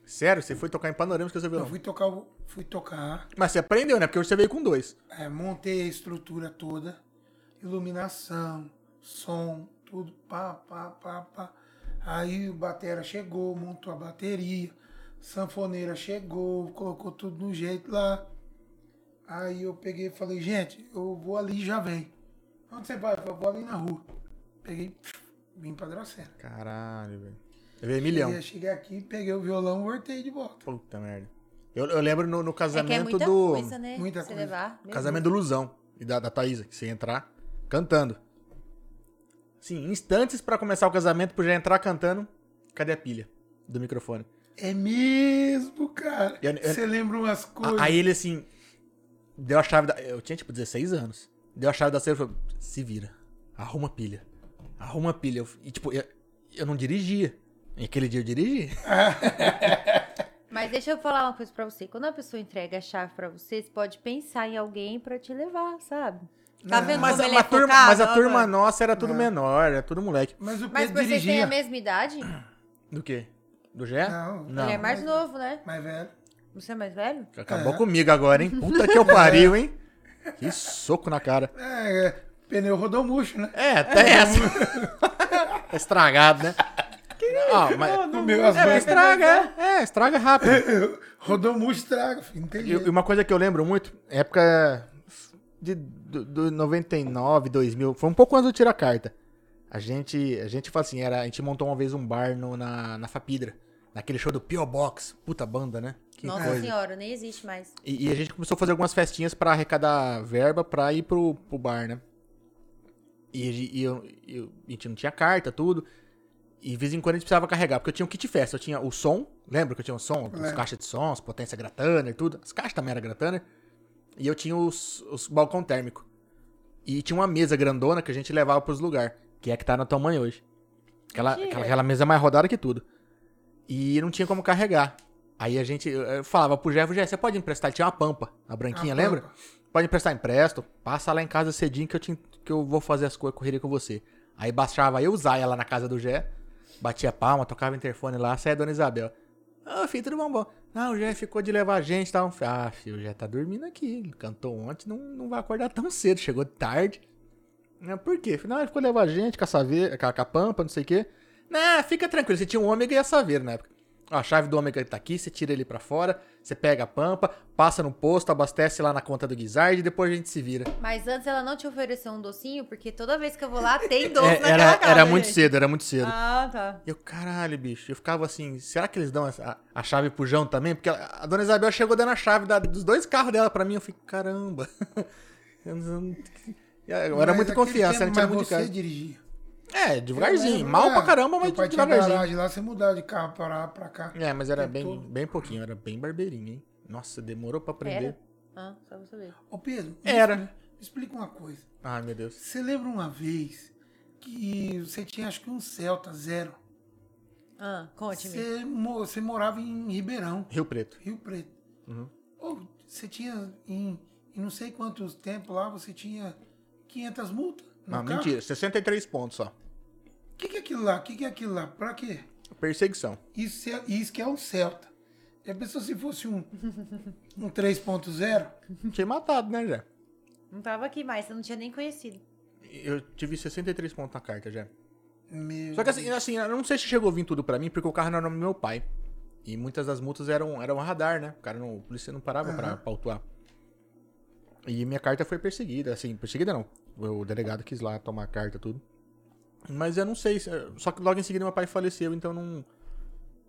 Sério, você foi tocar em panorama que você viu? Eu fui tocar, o- fui tocar, Mas você aprendeu, né? Porque hoje você veio com dois. é, montei a estrutura toda, iluminação, som, tudo, pá, pá, pá, pá. Aí o batera chegou, montou a bateria, sanfoneira chegou, colocou tudo no jeito lá. Aí eu peguei e falei, gente, eu vou ali e já vem. Onde você vai? Eu vou ali na rua. Peguei, vim pra Dracena. Caralho, velho. Eu vi milhão. Cheguei, cheguei aqui, peguei o violão, voltei de volta. Puta merda. Eu, eu lembro no, no É que é casamento muita do. coisa, né? Muita Você coisa. levar. Meu Casamento do Luzão e da, da Thaísa, que você ia entrar cantando. Sim, instantes pra começar o casamento, por já entrar cantando. Cadê a pilha do microfone? É mesmo, cara. Eu- eu- Você lembra umas A- coisas. Aí ele assim. Deu a chave da. Eu tinha tipo 16 anos. Deu a chave da cena e falou: se vira. Arruma a pilha. Arruma a pilha. Eu f- e tipo, eu, eu não dirigia. E aquele dia eu dirigi. Deus. Mas deixa eu falar uma coisa pra você. Quando a pessoa entrega a chave pra você, você pode pensar em alguém pra te levar, sabe? Tá vendo Mas como a, ele é a turma, focado, mas a ó, turma mano? nossa era tudo menor, era tudo moleque. Mas o Pedro Mas vocês têm dirigia. a mesma idade? Ele Do quê? Do Gé? Não. Ele é mais novo, né? Mais velho. Você é mais velho? Acabou comigo agora, hein? Puta que eu pariu, hein? Que soco na cara. É, é, pneu rodou murcho, né? É, até essa. tá estragado, né? Ó, mas... O meu, as É, mas marcas- estraga, é. É, estraga rápido. Rodou murcho, estraga, filho. E Entendi. e uma coisa que eu lembro muito, época de do, do 99, 2000, foi um pouco antes do Tira Carta. A gente, a gente fala assim, era, a gente montou uma vez um bar no- na, na Fapidra, naquele show do P.O. Box, puta banda, né? Que Nossa coisa. senhora, nem existe mais. E, e a gente começou a fazer algumas festinhas pra arrecadar verba pra ir pro, pro bar, né? E, a gente- e eu, eu- a gente não tinha carta, tudo. E de vez em quando a gente precisava carregar, porque eu tinha um kit festa. Eu tinha o som, lembra que eu tinha o som? As Lembro. caixas de som, as potência grataner, tudo. As caixas também eram grataner. E eu tinha os, os balcão térmico. E tinha uma mesa grandona que a gente levava pros lugares, que é a que tá na tua mãe hoje. Aquela, Mentira. aquela, aquela mesa é mais rodada que tudo. E não tinha como carregar. Aí a gente eu- eu falava pro Jeff, Jeff, você pode emprestar? Ele tinha uma pampa, a branquinha, A lembra? pampa. Pode emprestar, empresto. Passa lá em casa cedinho que eu, te en- que eu vou fazer as coisas, correria com você. Aí baixava eu, Zaya, lá na casa do Jé. Batia palma, tocava interfone lá, saia a dona Isabel. Ô, filho, tudo bom, bom? Não, o Jé ficou de levar a gente e tal. Ah, filho, o Jé tá dormindo aqui. Ele cantou ontem, não, não vai acordar tão cedo. Chegou tarde. Não, Né, por quê? Afinal, ele ficou levar a gente com a, saveira, com a, com a pampa, não sei o quê. Não, fica tranquilo, você tinha um ômega e a saveira na época. Ó, a chave do ômega tá aqui, você tira ele pra fora, você pega a pampa, passa no posto, abastece lá na conta do Guizard e depois a gente se vira. Mas antes ela não te ofereceu um docinho, porque toda vez que eu vou lá tem doce É, naquela era, casa, era muito gente. cedo, era muito cedo. Ah, tá. Eu, caralho, bicho, eu ficava assim, será que eles dão essa- a, a chave pro João também? Porque a, a dona Isabel chegou dando a chave da- dos dois carros dela pra mim, eu fiquei, caramba. Eu, não- eu era Mas muito aquele confiança, tempo, não tinha mas muito de você casa. dirigia. É, devagarzinho, Eu mal lembro, pra é, caramba, teu mas pai tinha devagarzinho. garagem lá, você mudava de carro pra lá, pra cá. É, mas era Tempo bem, todo. bem pouquinho, era bem barbeirinho, hein? Nossa, demorou pra aprender. Era? Ah, só pra saber. Ô Pedro, me Era. expli- Me explica uma coisa. Ai, meu Deus. Você lembra uma vez que você tinha acho que um Celta zero? Ah, conte-me. Você, mo- você morava em Ribeirão, Rio Preto. Rio Preto. Ou você tinha em, em não sei quantos tempos lá, você tinha 500 multas? no Ah, carro? mentira, 63 pontos só. O que, que é aquilo lá? O que, que é aquilo lá? Pra quê? Perseguição. Isso, é- isso que é um Celta. Já pensou se fosse um, um 3.0? Tinha matado, né, Jé? Não tava aqui mais, você não tinha nem conhecido. Eu tive 63 pontos na carta, Jé. Meu Só que assim, assim, eu não sei se chegou a vir tudo pra mim, porque o carro não era do meu pai. E muitas das multas eram, eram radar, né? O cara não, o polícia não parava pra pautuar. E minha carta foi perseguida, assim, perseguida não. O delegado quis lá tomar a carta tudo. Mas eu não sei, se- só que logo em seguida meu pai faleceu, então não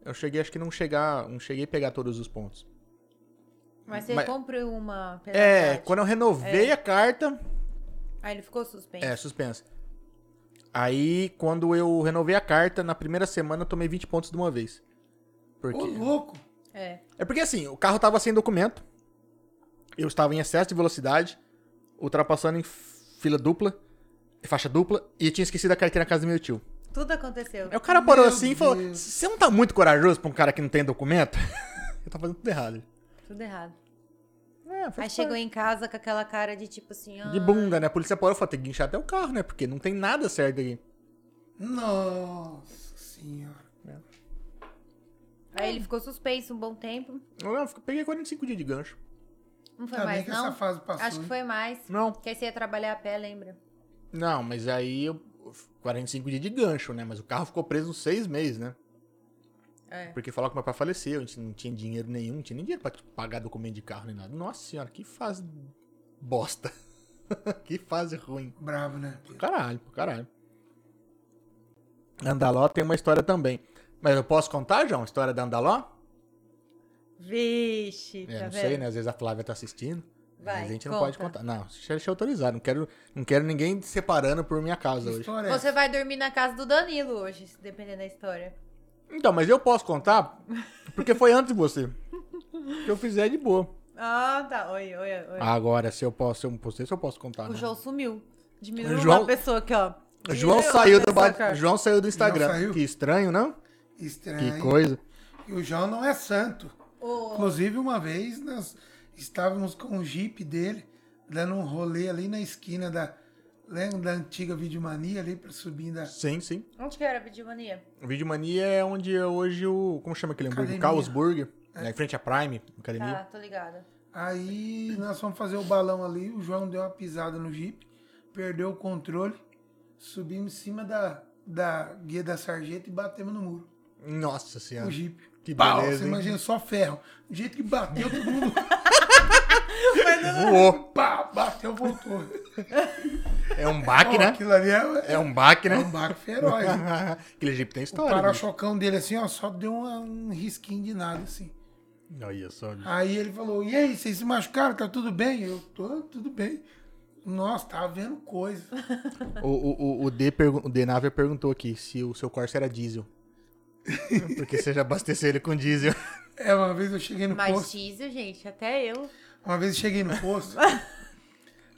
eu cheguei, acho que não chegar, não cheguei a pegar todos os pontos. Mas você Mas- comprou uma É, penalidade. quando eu renovei a carta, Aí ele ficou suspenso. é, suspensa. Aí, quando eu renovei a carta, na primeira semana eu tomei 20 pontos de uma vez. Porque... Ô, louco! É. É porque assim, o carro tava sem documento. Eu estava em excesso de velocidade, ultrapassando em fila dupla, faixa dupla, e eu tinha esquecido a carteira na casa do meu tio. Tudo aconteceu. Aí o cara parou Meu assim e falou: Deus. Você não tá muito corajoso pra um cara que não tem documento? eu tava fazendo tudo errado. Tudo errado. É, foi Aí chegou em casa com aquela cara de tipo assim... Ah, De bunda, né? A polícia parou e falou: tem que guinchar até o carro, né? Porque não tem nada certo aqui. Nossa senhora. "Ah." Aí ele ficou suspenso um bom tempo. Eu, eu fico- peguei 45 dias de gancho. Não foi Ah, Ainda bem mais, que não? essa fase passou, Acho que hein? foi mais. Não. Porque aí você ia trabalhar a pé, lembra? Não, mas aí eu. 45 dias de gancho, né? Mas o carro ficou preso uns seis meses, né? É. Porque falou que meu pai faleceu, a gente não tinha dinheiro nenhum, não tinha nem dinheiro pra pagar documento de carro nem nada. Nossa senhora, que fase bosta. que fase ruim. Bravo, né? Pedro? Caralho, pô, caralho. Andaló tem uma história também. Mas eu posso contar, João, a história da Andaló? Vixe, É, tá não vendo? sei, né? Às vezes a Flávia tá assistindo. Vai, mas a gente não conta. pode contar. Não, deixa deixa eu autorizar. Não quero, não quero ninguém separando por minha Que casa hoje. história é Você essa? vai dormir na casa do Danilo hoje, se dependendo da história. Então, mas eu posso contar porque foi antes de você. Se eu fizer é de boa. Ah, tá. Oi, oi, oi. Agora, se eu posso, se eu, não sei se eu posso contar. o né? João sumiu. Diminuiu O João- uma pessoa aqui, ó. João Diminuiu uma saiu, do pessoa ba- aqui, ó. João saiu do Instagram. João saiu? É, Que estranho, não? Estranho. Que coisa. E o João não é santo. Ô, Inclusive, uma vez nós estávamos com o jipe dele dando um rolê ali na esquina da, lembra da antiga videomania ali, pra subir da Sim, sim. Onde que era a videomania? O Videomania é onde é hoje o. Como chama aquele hambúrguer? Academia. É. Caos Burger. né, em frente à Prime, academia. Tá, tô ligada. Aí nós fomos fazer o balão ali, o João deu uma pisada no Jeep, perdeu o controle, subimos em cima da, da guia da sarjeta e batemos no muro. Nossa senhora. O Jeep. Que Pau, beleza, Você hein? imagina só ferro. Do jeito que bateu, todo mundo Voou. pá, bateu, voltou. É um baque, Ó, né? Aquilo ali é, É um baque, né? é um barco feroz. né? Aquele Jeep tem O história. bicho. para-chocão dele assim, ó, só deu uma- um risquinho de nada, assim. Olha só. bicho. Aí ele falou, e aí, vocês se machucaram? Tá tudo bem? Eu tô, tudo bem. Nossa, tava vendo coisa. O, o, o, o, D pergun- o D Navia perguntou aqui se o seu Corsa era diesel. Porque você já abasteceu ele com diesel. É, uma vez eu cheguei no Mas posto. diesel, gente, até eu. Uma vez eu cheguei no posto,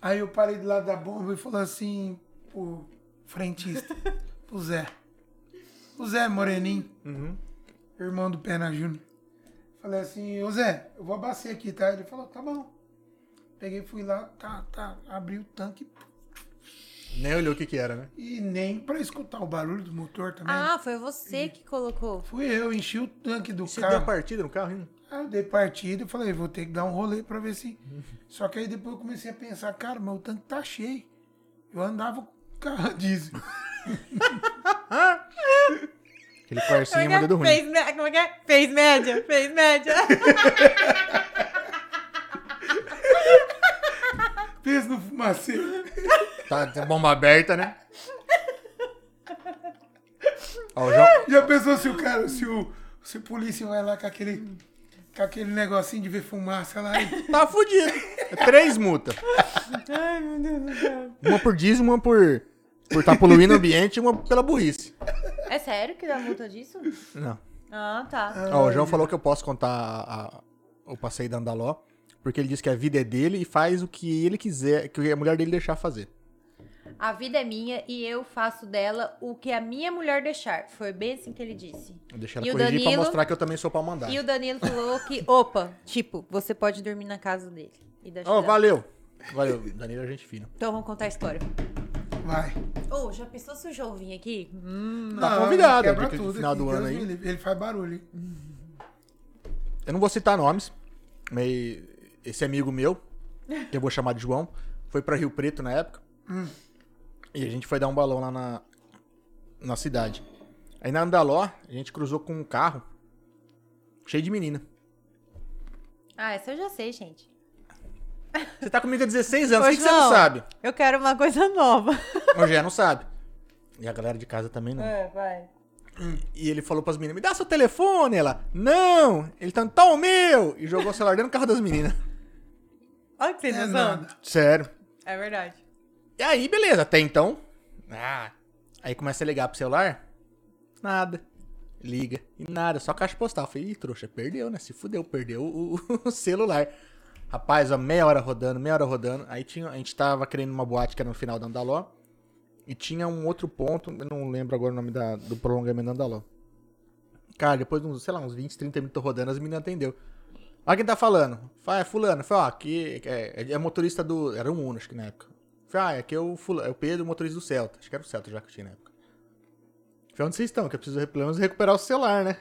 aí eu parei do lado da bomba e falou assim pro frentista, pro Zé. O Zé Moreninho, irmão do Pena Júnior. Falei assim, ô Zé, eu vou abastecer aqui, tá? Ele falou, tá bom. Peguei, fui lá, tá, tá, abri o tanque Nem olhou o que que era, né? e nem pra escutar o barulho do motor também. Ah, foi você que colocou. Fui eu, enchi o tanque do Você deu carro. partida no carro, hein? Aí eu dei partida e falei, vou ter que dar um rolê pra ver se. Só que aí depois eu comecei a pensar, cara, mas o tanque tá cheio. Eu andava com carro a diesel. Aquele Corsinha é mandando ruim. Fez, mé- como é que é? Fez média, fez média. Pensa no fumaceiro. Tá, tá bomba aberta, né? Ó, o João, Já pensou se o cara, se o, se o polícia vai lá com aquele. Com aquele negocinho de ver fumaça lá. e- tá fudido. É três multas. Ai, meu Deus do céu. Uma por diesel, uma por por tá poluindo o ambiente e uma pela burrice. É sério que dá multa disso? Não. Ah, tá. Ó, o João falou que eu posso contar a- a- o passeio da Andaló, porque ele disse que a vida é dele e faz o que ele quiser, que a mulher dele deixar fazer. A vida é minha e eu faço dela o que a minha mulher deixar. Foi bem assim que ele disse. Eu deixei ela E o corrigir pra Danilo? mostrar que eu também sou pra mandar. E o Danilo falou que, opa, tipo, você pode dormir na casa dele. E da Ó, Gisela. valeu. Valeu, Danilo é gente fina. Então vamos contar a história. Vai. Ô, já pensou se o João vir aqui? Tá Não, convidado, quebra porque no tudo final aqui, do Deus ano me aí. livre. Ele faz barulho. hein? Eu não vou citar nomes, mas esse amigo meu, que eu vou chamar de João, foi pra Rio Preto na época. E a gente foi dar um balão lá na, na cidade. Aí na Andaló, a gente cruzou com um carro cheio de menina. Ah, essa eu já sei, gente. Você tá comigo há 16 anos, o Ô, que, que você não João. sabe? Eu quero uma coisa nova. O Gé não sabe. E a galera de casa também não. É, vai. E ele falou pras meninas, me dá seu telefone. Ela, não, ele tá, tá o meu. E jogou o celular dentro do carro das meninas. Olha que É vocês nada. Sério. É verdade. E aí, beleza, até então. Ah. Aí começa a ligar pro celular. Nada. Liga. E nada, só caixa postal. Eu Falei, ih, trouxa, perdeu, né? Se fudeu, perdeu o, o- o celular. Rapaz, ó, meia hora rodando, meia hora rodando. Aí tinha, a gente tava querendo uma boate que era no final da Andaló. E tinha um outro ponto, eu não lembro agora o nome da- do prolongamento da Andaló. Cara, depois de uns, sei lá, uns 20, 30 minutos rodando, as meninas atendeu. Olha quem tá falando. Fala, é fulano. Fala, ó, aqui é, é motorista do... Era um Uno, acho que na época. Fala, ah, aqui é o, fula- é o Pedro, motorista do Celta. Acho que era o Celta já que eu tinha na época. Falei, onde vocês estão? Que eu preciso pelo menos recuperar o celular, né?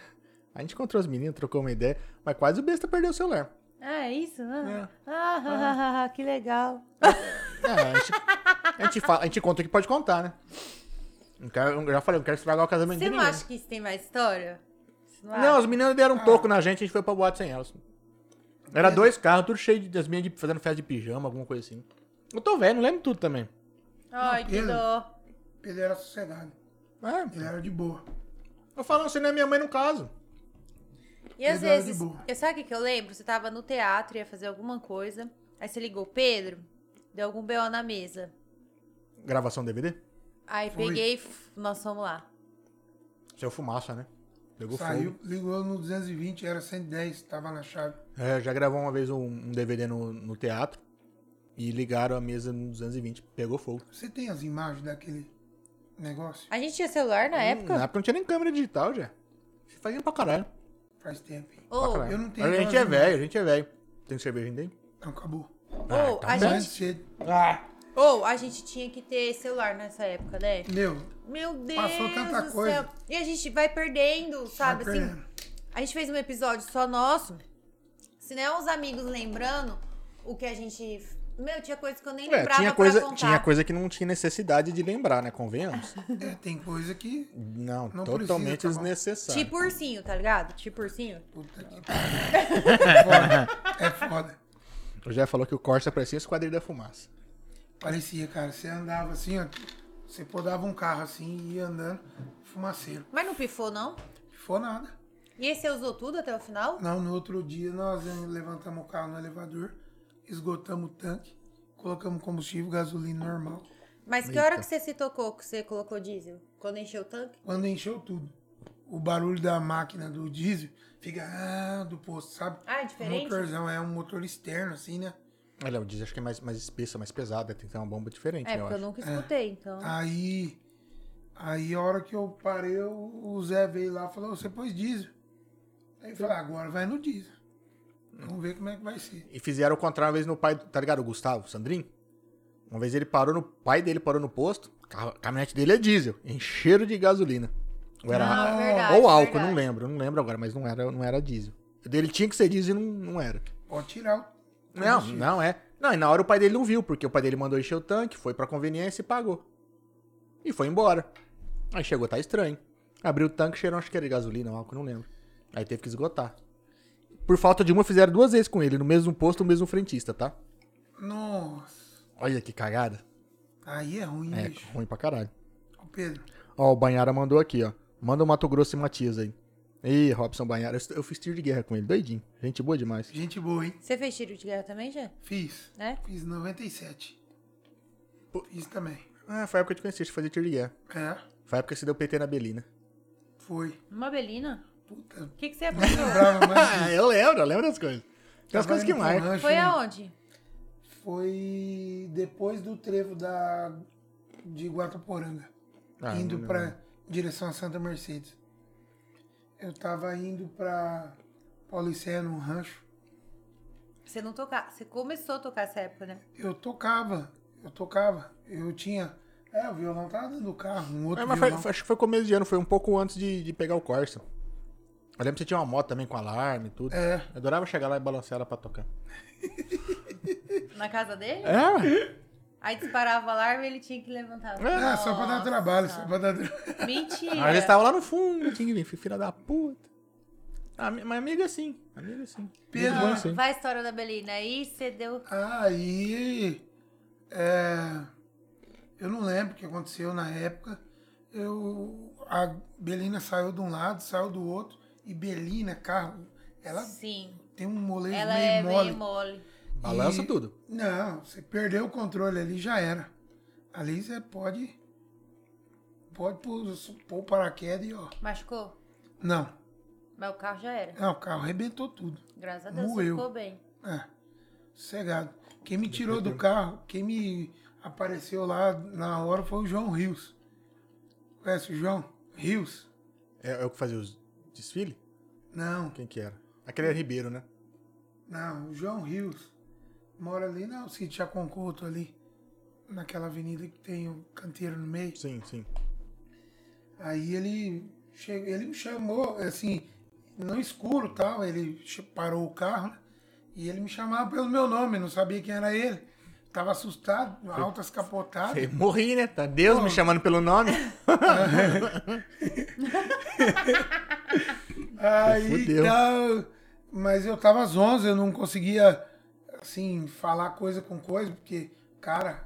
A gente encontrou as meninas, trocou uma ideia, mas quase o besta perdeu o celular. Ah, é isso? Ah, ah, ah, ah, ah, que legal. É, a gente, a gente fala, a gente conta o que pode contar, né? Não quero, eu já falei, eu não quero estragar o casamento Você de não ninguém. acha que isso tem mais história? Você Não, acha? as meninas deram Ah. um toco na gente, a gente foi pra boate sem elas. Era dois carros, tudo cheio de, das meninas de- fazendo festa de pijama, alguma coisa assim. Eu tô velho, não lembro tudo também. Ai, que Pedro. dó. Ele era sossegado. Ele É, era de boa. eu falando, você não é minha mãe no caso. E às Pedro era de vezes, boa. eu, sabe o que que eu lembro? Você tava no teatro, ia fazer alguma coisa, aí você ligou, Pedro, deu algum BO na mesa. Gravação DVD? Aí Foi. peguei e f- nós fomos lá. Seu fumaça, né? Pegou Saiu, fogo. ligou no 220, era 110, tava na chave. É, já gravou uma vez um, um DVD no, no teatro. E ligaram a mesa no 220. Pegou fogo. Você tem as imagens daquele negócio? A gente tinha celular Hum, na época? Na época não tinha nem câmera digital, já. Você fazia pra caralho. Faz tempo. hein? Ô, Pra caralho. eu não tenho Mas a gente nada, é não. velho, a gente é velho. Tem cerveja ainda aí? Não, acabou. Ah, Ou tá a, bom. gente, cedo. Ah, ou a gente tinha que ter celular nessa época, né? Meu, Meu Deus Passou tanta do coisa. céu. E a gente vai perdendo, sabe? vai assim, perdendo. a gente fez um episódio só nosso. Se não é os amigos lembrando o que a gente. Meu, tinha coisa que eu nem é, lembrava tinha, pra coisa, contar. tinha coisa que não tinha necessidade de lembrar, né? Convenhamos. é, tem coisa que. Não, Não totalmente precisa, tá bom. desnecessário. Tipo ursinho, tá ligado? Tipo ursinho. Puta que pariu. É foda. É foda. Tipo, O Jé falou que o é Corsa parecia os quadrilhos da fumaça. Parecia, cara. Você andava assim, ó. Você podava um carro assim e ia andando, fumaceiro. Mas não pifou, não? Foi nada. E esse você usou tudo até o final? Não, no outro dia nós eh, levantamos o carro no elevador, esgotamos o tanque, colocamos combustível, gasolina normal. Mas que hora que você se tocou que você colocou diesel? Quando encheu o tanque? Quando encheu tudo, o barulho da máquina do diesel fica ah, do posto, sabe? Ah, é diferente? Um motorzão, é um motor externo, assim, né? Olha, o diesel acho que é mais, mais espessa, mais pesada, tem que ter uma bomba diferente, É, eu porque eu acho. Ah, nunca escutei, então. Aí, aí a hora que eu parei, o o Zé veio lá e falou, você pôs diesel. Aí eu falei, "Ah, agora vai no diesel. Vamos ver como é que vai ser. E fizeram o contrário uma vez no pai, tá ligado? O Gustavo, o Sandrinho. Uma vez ele parou no. O pai dele parou no posto. carro- A caminhonete dele é diesel. Encheiro de gasolina. Ou, era, Ah, verdade, ou álcool, verdade. não lembro. Não lembro agora, mas não era, não era diesel. O dele tinha que ser diesel e não, não era. Pode tirar o Não, combustível. não é. Não, e na hora o pai dele não viu, porque o pai dele mandou encher o tanque, foi pra conveniência e pagou. E foi embora. Aí chegou, tá estranho. Abriu o tanque, cheirou, acho que era de gasolina ou álcool, não lembro. Aí teve que esgotar. Por falta de uma, fizeram duas vezes com ele, no mesmo posto, no mesmo frentista, tá? Nossa, Olha que cagada. aí é ruim, É, bicho. ruim pra caralho. Ô, Pedro, Ó, o Banhara mandou aqui, ó. Manda o Mato Grosso e Matias aí. Ih, Robson Banhara, eu- eu fiz tiro de guerra com ele, doidinho. Gente boa demais. gente boa, hein? Você fez tiro de guerra também, já? Fiz. Né? Fiz em 97. Fiz também. Ah, foi a época que eu te conheci, de fazer tiro de guerra. É, Foi a época que você deu PT na Belina. foi. Uma belina? Puta, O que, que você aprontou? brava, mas Ah, eu lembro, eu lembro das coisas. Tem as tava coisas que indo pra um marcam. rancho Foi aí. aonde? Foi depois do trevo da de Guataporanga, Ah, indo não para direção a Santa Mercedes. Eu tava indo pra Paulicéia num rancho. Você não tocava. Você começou a tocar essa época, né? Eu tocava, eu tocava. Eu tinha, é, o violão tava dentro do carro, um outro É, mas foi- violão. foi- acho que foi começo de ano, foi um pouco antes de, de pegar o Corsa. Eu lembro que você tinha uma moto também com alarme e tudo. É. Eu adorava chegar lá e balançar ela pra tocar. Na casa dele? É? Aí disparava o alarme e ele tinha que levantar. Ah, só pra dar trabalho, só pra dar trabalho. Mentira. É. Às vezes tava lá no fundo, tinha que vir, filha da puta. Ah, mi- mas amiga sim, amiga sim. Pedro, Amiga boa, sim. Vai a história da Belina. Aí você deu. Aí, é, eu não lembro o que aconteceu na época. Eu, a Belina saiu de um lado, saiu do outro. E Belina, carro, ela Sim. tem um molejo Ela meio é mole. meio mole. Balança E- tudo. Não, você perdeu o controle ali, já era. Ali você pode, pode pôr, pôr o paraquedas e ó. Machucou? Não, Mas o carro já era. não, o carro arrebentou tudo. Graças a Deus, você Moeu. ficou bem. É, sossegado. Quem me tirou do carro, quem me apareceu lá na hora foi o João Rios. Conhece o João? Rios? É, é o que fazia os desfile? Não, Quem que era? Aquele era Ribeiro, né? não, o João Rios. Mora ali na Sítio Chaconcoto, ali. Naquela avenida que tem o canteiro no meio. Sim, sim. Aí ele, che- ele me chamou, assim, no escuro tal, ele che- parou o carro, né? E ele me chamava pelo meu nome, não sabia quem era ele. Tava assustado, altas capotadas. Falei, Morri, né? Tá Deus me chamando pelo nome. Aí Fudeu. tal, mas eu tava às 11, eu não conseguia, assim, falar coisa com coisa, porque, cara,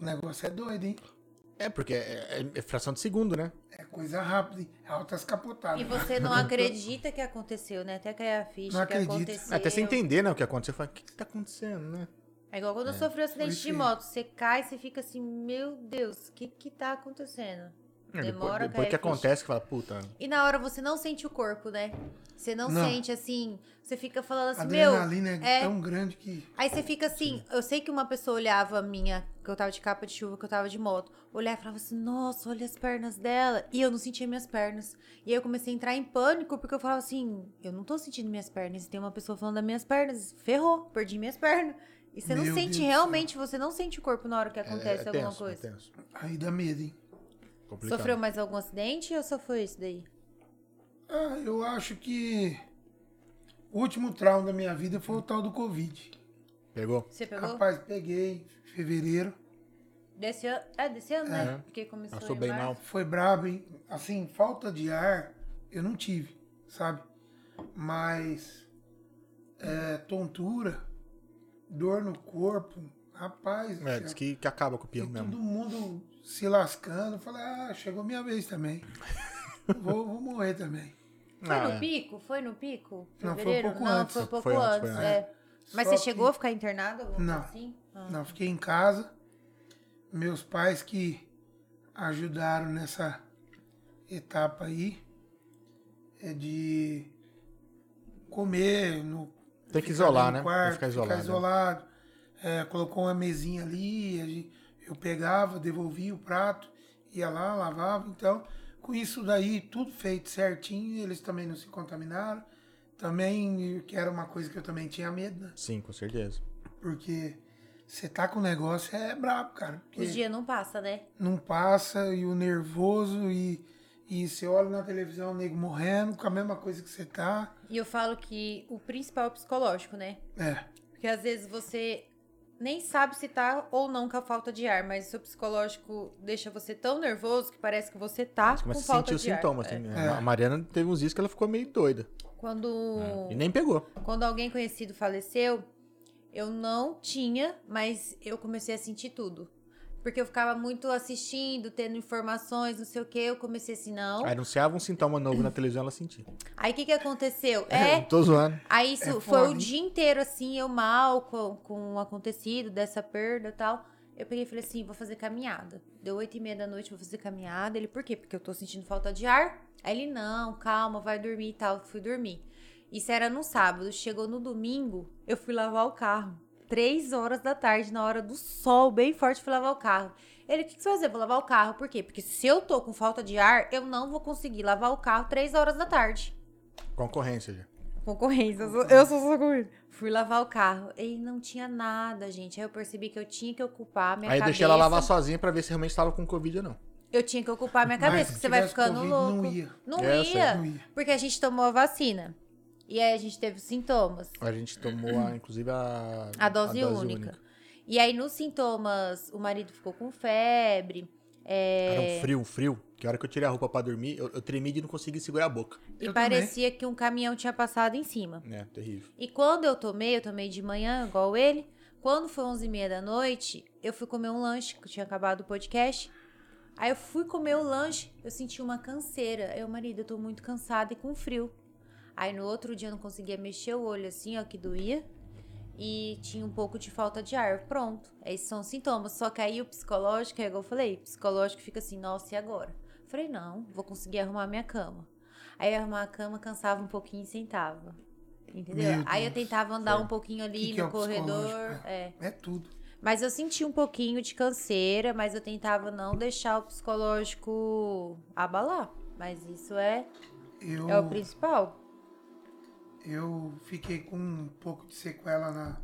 o negócio é doido, hein? É, porque é, é- é fração de segundo, né? É coisa rápida, hein? Altas capotadas. E você não acredita que aconteceu, né? Até cair a ficha Não que acredito. aconteceu. Até você entender, né, o que aconteceu. Fala, o que, que tá acontecendo, né? É igual quando eu sofri um acidente de Foi sim. moto. Você cai, você fica assim, meu Deus, o que que tá acontecendo? É, depois- Demora a depois cair que a ficha. acontece, que fala, puta. é, E na hora você não sente o corpo, né? Você não, Não. sente assim, você fica falando A assim, meu. adrenalina é. é, tão grande que... Aí você fica assim, eu sei que uma pessoa olhava a minha, que eu tava de capa de chuva, que eu tava de moto, olhava e falava assim, nossa, olha as pernas dela. E eu não sentia minhas pernas. E aí eu comecei a entrar em pânico, porque eu falava assim, eu não tô sentindo minhas pernas. E tem uma pessoa falando das minhas pernas, ferrou, perdi minhas pernas. E você não Meu sente Deus do realmente, você não sente o corpo na hora que acontece alguma tenso, coisa. É tenso. Aí dá medo, hein? Complicado. Sofreu mais algum acidente ou só foi isso daí? Ah, eu acho que o último trauma da minha vida foi o tal do Covid. Pegou? Você pegou? Rapaz, peguei em fevereiro. Desse ano? É, desse ano, né? É. Porque começou Passou em bem março. mal. Foi brabo, hein? Assim, falta de ar eu não tive, sabe? Mas é, tontura, dor no corpo, rapaz, do É, céu. diz que, que acaba com o E peão mesmo. todo mundo se lascando. Eu falei, ah, chegou minha vez também. vou, vou morrer também. Foi Ah, no é. pico? Foi no pico? Não, foi um Fevereiro? pouco Não, antes. foi um pouco Foi antes, antes, foi antes. é. Mas Só você chegou que- a ficar internado? alguma Não. coisa Assim? Ah. Não, fiquei em casa. Meus pais que ajudaram nessa etapa aí é de comer no Tem que ficar isolar, no né? quarto, Tem que ficar isolado. né? isolado. É, colocou uma mesinha ali, a gente- eu pegava, devolvia o prato, ia lá, lavava. Então, com isso daí, tudo feito certinho, eles também não se contaminaram. Também, que era uma coisa que eu também tinha medo, né? Sim, com certeza. Porque você tá com o negócio, é brabo, cara. Porque Os dias não passa, né? não passa, e o nervoso, e, e você olha na televisão o nego morrendo com a mesma coisa que você tá. E eu falo que o principal é o psicológico, né? É, Porque às vezes você nem sabe se tá ou não com a falta de ar, mas o seu psicológico deixa você tão nervoso que parece que você tá Você com começa a falta sentir os de ar. sintomas. É. assim, É. né? A Mariana teve uns dias que ela ficou meio doida. Quando E nem pegou. Quando alguém conhecido faleceu, eu não tinha, mas eu comecei a sentir tudo. Porque eu ficava muito assistindo, tendo informações, não sei o quê. Eu comecei assim, não. Aí anunciava um sintoma novo na televisão, ela sentia. Aí o que, que aconteceu? É. Tô zoando. Aí isso É foi o foda, dia inteiro, assim, eu mal com, com o acontecido, dessa perda e tal. Eu peguei e falei assim: vou fazer caminhada. Deu oito e meia da noite, vou fazer caminhada. Ele, por quê? Porque eu tô sentindo falta de ar. Aí ele, não, calma, vai dormir e tal. Fui dormir. Isso era no sábado. Chegou no domingo, eu fui lavar o carro. Três horas da tarde, na hora do sol, bem forte, fui lavar o carro. Ele, o que, que você vai fazer? Vou lavar o carro. Por quê? Porque se eu tô com falta de ar, eu não vou conseguir lavar o carro três horas da tarde. Concorrência já. Concorrência, eu sou, eu sou socorrida. Fui lavar o carro e não tinha nada, gente. Aí eu percebi que eu tinha que ocupar a minha Aí cabeça. deixei ela lavar sozinha pra ver se realmente estava com Covid ou não. Eu tinha que ocupar a minha Mas cabeça, porque se você vai tivesse ficando Covid, louco. Não não ia. É, eu sei. ia, Não ia. porque a gente tomou a vacina. E aí a gente teve os sintomas. A gente tomou, a, inclusive, a, A dose, única. E aí nos sintomas, o marido ficou com febre. é, Era um frio, um frio. Que a hora que eu tirei a roupa pra dormir, eu, eu tremi de não conseguir segurar a boca. e Eu também. parecia que um caminhão tinha passado em cima. É, terrível. E quando eu tomei, eu tomei de manhã, igual ele. Quando foi 11 e meia da noite, eu fui comer um lanche, que eu tinha acabado o podcast. Aí eu fui comer o lanche, eu senti uma canseira. Eu, marido, eu tô muito cansada e com frio. Aí no outro dia eu não conseguia mexer o olho assim, ó, que doía. E tinha um pouco de falta de ar. Pronto. Esses são os sintomas. Só que aí o psicológico, é igual eu falei, o psicológico fica assim, nossa, e agora? Falei, não, vou conseguir arrumar minha cama. Aí eu arrumava a cama, cansava um pouquinho e sentava. Entendeu? Meu aí eu Deus. tentava andar um pouquinho Que ali que no é o corredor. psicológico, É. é tudo. Mas eu senti um pouquinho de canseira, mas eu tentava não deixar o psicológico abalar. Mas isso é, Eu, é o principal. eu fiquei com um pouco de sequela na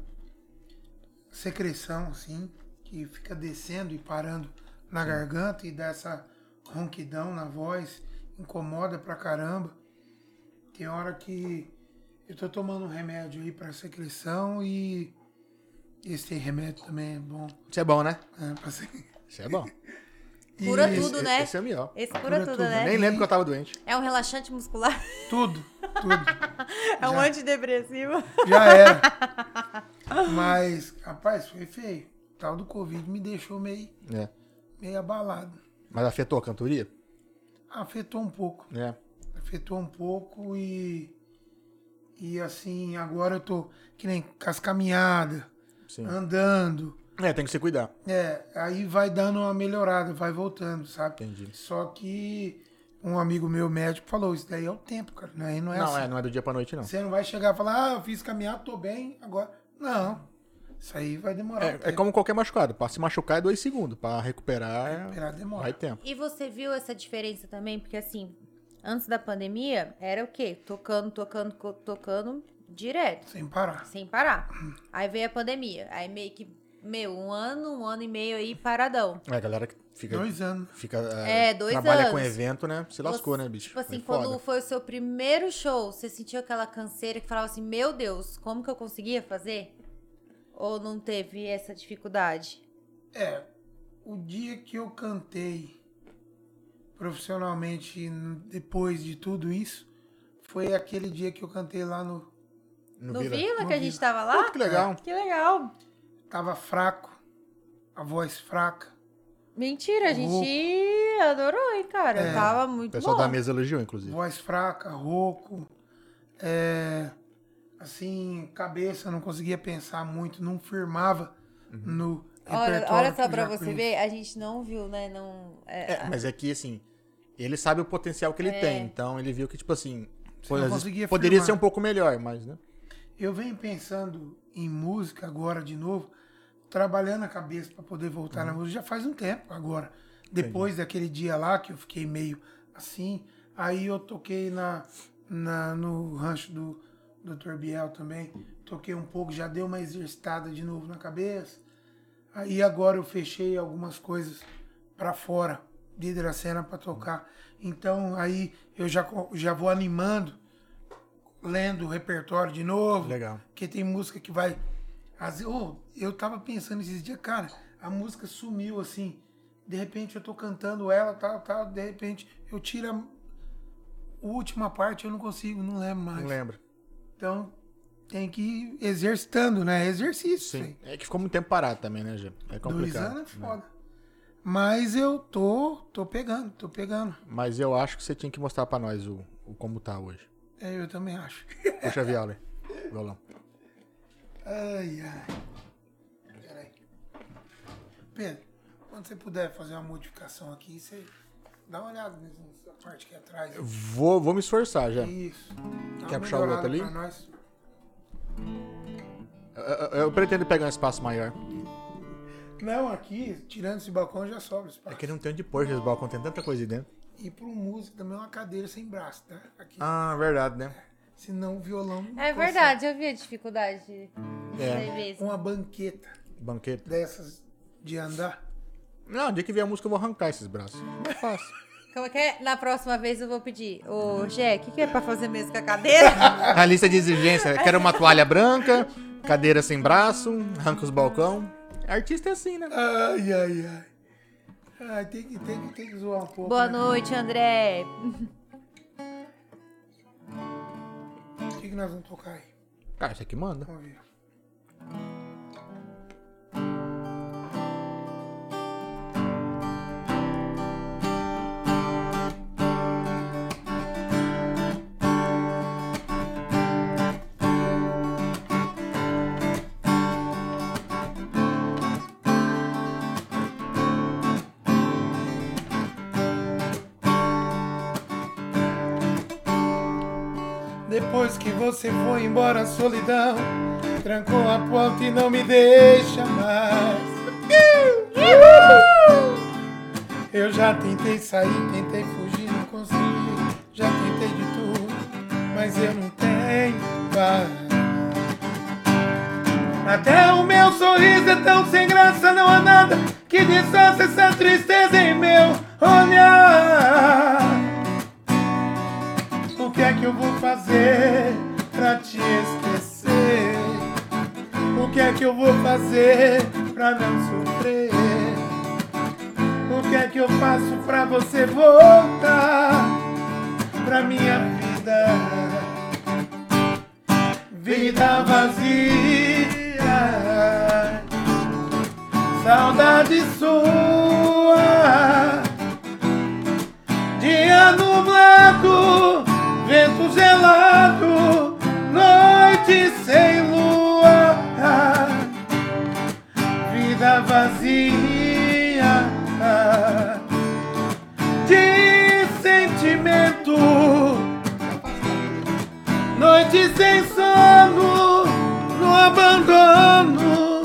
secreção, assim, que fica descendo e parando na garganta e dá essa ronquidão na voz, incomoda pra caramba. Tem hora que eu tô tomando um remédio aí pra secreção e esse remédio também é bom. Isso é bom, né? É, pra se- Isso é bom. Cura E tudo, esse, né? Esse é o melhor. Esse cura, Cura tudo, tudo, né? Nem lembro que eu tava doente. É um relaxante muscular, Tudo, tudo. é um Já. antidepressivo. Já era. Mas, rapaz, foi feio. O tal do Covid me deixou meio, É. meio abalado. Mas afetou a cantoria? Afetou um pouco. É. Afetou um pouco e. E assim, agora eu tô que nem com as caminhadas, Sim. andando. É, tem que se cuidar. É, aí vai dando uma melhorada, vai voltando, sabe? Entendi. Só que um amigo meu médico falou: Isso daí é o tempo, cara. Né? E Não é não, assim. é, não é do dia pra noite, não. Você não vai chegar e falar: Ah, eu fiz caminhada, tô bem, agora. Não. Isso aí vai demorar. um É, é tempo. como qualquer machucado. Pra se machucar é dois segundos. Pra recuperar, é... Recuperar demora. vai tempo. E você viu essa diferença também? Porque assim, antes da pandemia, era o quê? Tocando, tocando, co- tocando. Direto. sem parar. Sem parar. Aí veio a pandemia. Aí meio que, meu, um ano, um ano e meio aí paradão. É, a galera que fica. Dois anos. fica É, dois trabalha com anos. evento, né? Se lascou, Você- né, bicho? Tipo assim, Foi foda. quando foi o seu primeiro show, você sentiu aquela canseira que falava assim, meu Deus, como que eu conseguia fazer? Ou não teve essa dificuldade? É, o dia que eu cantei profissionalmente n- depois de tudo isso foi aquele dia que eu cantei lá no No, No, Vila, Vila. que a No gente Vila. tava lá? Pô, que legal. Que legal. tava fraco, a voz fraca. Mentira, a gente adorou, hein, cara? É. Tava O muito pessoal bom. da mesa elogiou, inclusive. Voz fraca, rouco, é, assim, cabeça, não conseguia pensar muito, não firmava no Olha, repertório olha que só eu pra já você conheço. ver, a gente não viu, né? Não, é, É, mas é que, assim, ele sabe o potencial que ele tem. Então, ele viu que, tipo assim, pô, não às vezes conseguia poderia firmar. ser um pouco melhor, mas, né? Eu venho pensando em música agora de novo, trabalhando a cabeça para poder voltar na música já faz um tempo agora. Depois daquele dia lá que eu fiquei meio assim, aí eu toquei na, na- no rancho do Dr. Biel também, toquei um pouco, já deu uma exercitada de novo na cabeça. Aí agora eu fechei algumas coisas para fora de Hidracena para tocar. Então aí eu já, co- já vou animando, lendo o repertório de novo. Legal. Porque tem música que vai. Às vezes- ô, eu tava pensando esses dias, cara, a música sumiu assim. De repente eu tô cantando ela, tal, tal, de repente eu tiro a a última parte, eu não consigo, não lembro mais. Não lembro. Então tem que ir exercitando, né? Exercício. Sim. Sim. É que ficou muito tempo parado também, né, Gê? É Dois complicado. anos é foda. Mas eu tô, tô pegando, tô pegando. Mas eu acho que você tinha que mostrar pra nós o, o como tá hoje. É, Eu também acho. Puxa a viola aí. Violão. Ai, ai. Peraí. Pedro, quando você puder fazer uma modificação aqui, você dá uma olhada nessa nessa parte aqui atrás. Vou, vou me esforçar, já. Isso. Dá Quer uma puxar o outro melhorada ali? pra nós. Eu, eu- eu pretendo pegar um espaço maior. Não, aqui, tirando esse balcão, já sobra É espaço. que não tem onde pôr esse balcão, tem tanta coisa aí dentro. E pro músico também é uma cadeira sem braço, tá? Aqui. Ah, verdade, né? Senão o violão. não é consegue. verdade, eu vi a dificuldade. É. É. Mesmo. Uma banqueta Banquete. dessas de andar. Não, o dia que vier a música eu vou arrancar esses braços. Não é fácil. Como é que é? Na próxima vez eu vou pedir. Ô, Gé, o que, que é pra fazer mesmo com a cadeira? A lista de exigência, né? quero uma toalha branca, cadeira sem braço, arranca os balcão. Artista é assim, né? Ai, ai, ai. Ai, tem que, tem que, tem que zoar um pouco. Boa né? noite, André. O que, que nós vamos tocar aí? Cara, isso aqui manda. Vamos ver. Depois que você foi embora, a solidão trancou a porta e não me deixa mais. Eu já tentei sair, tentei fugir, não consegui. Já tentei de tudo, mas eu não tenho paz. Até o meu sorriso é tão sem graça, não há nada que desfaça essa tristeza em meu olhar. O que é que eu vou fazer pra te esquecer? O que é que eu vou fazer pra não sofrer? O que é que eu faço pra você voltar pra minha vida? Vida vazia, saudade sua. Dia nublado, vento gelado, noite sem lua, vida vazia de sentimento, noite sem sono, no abandono.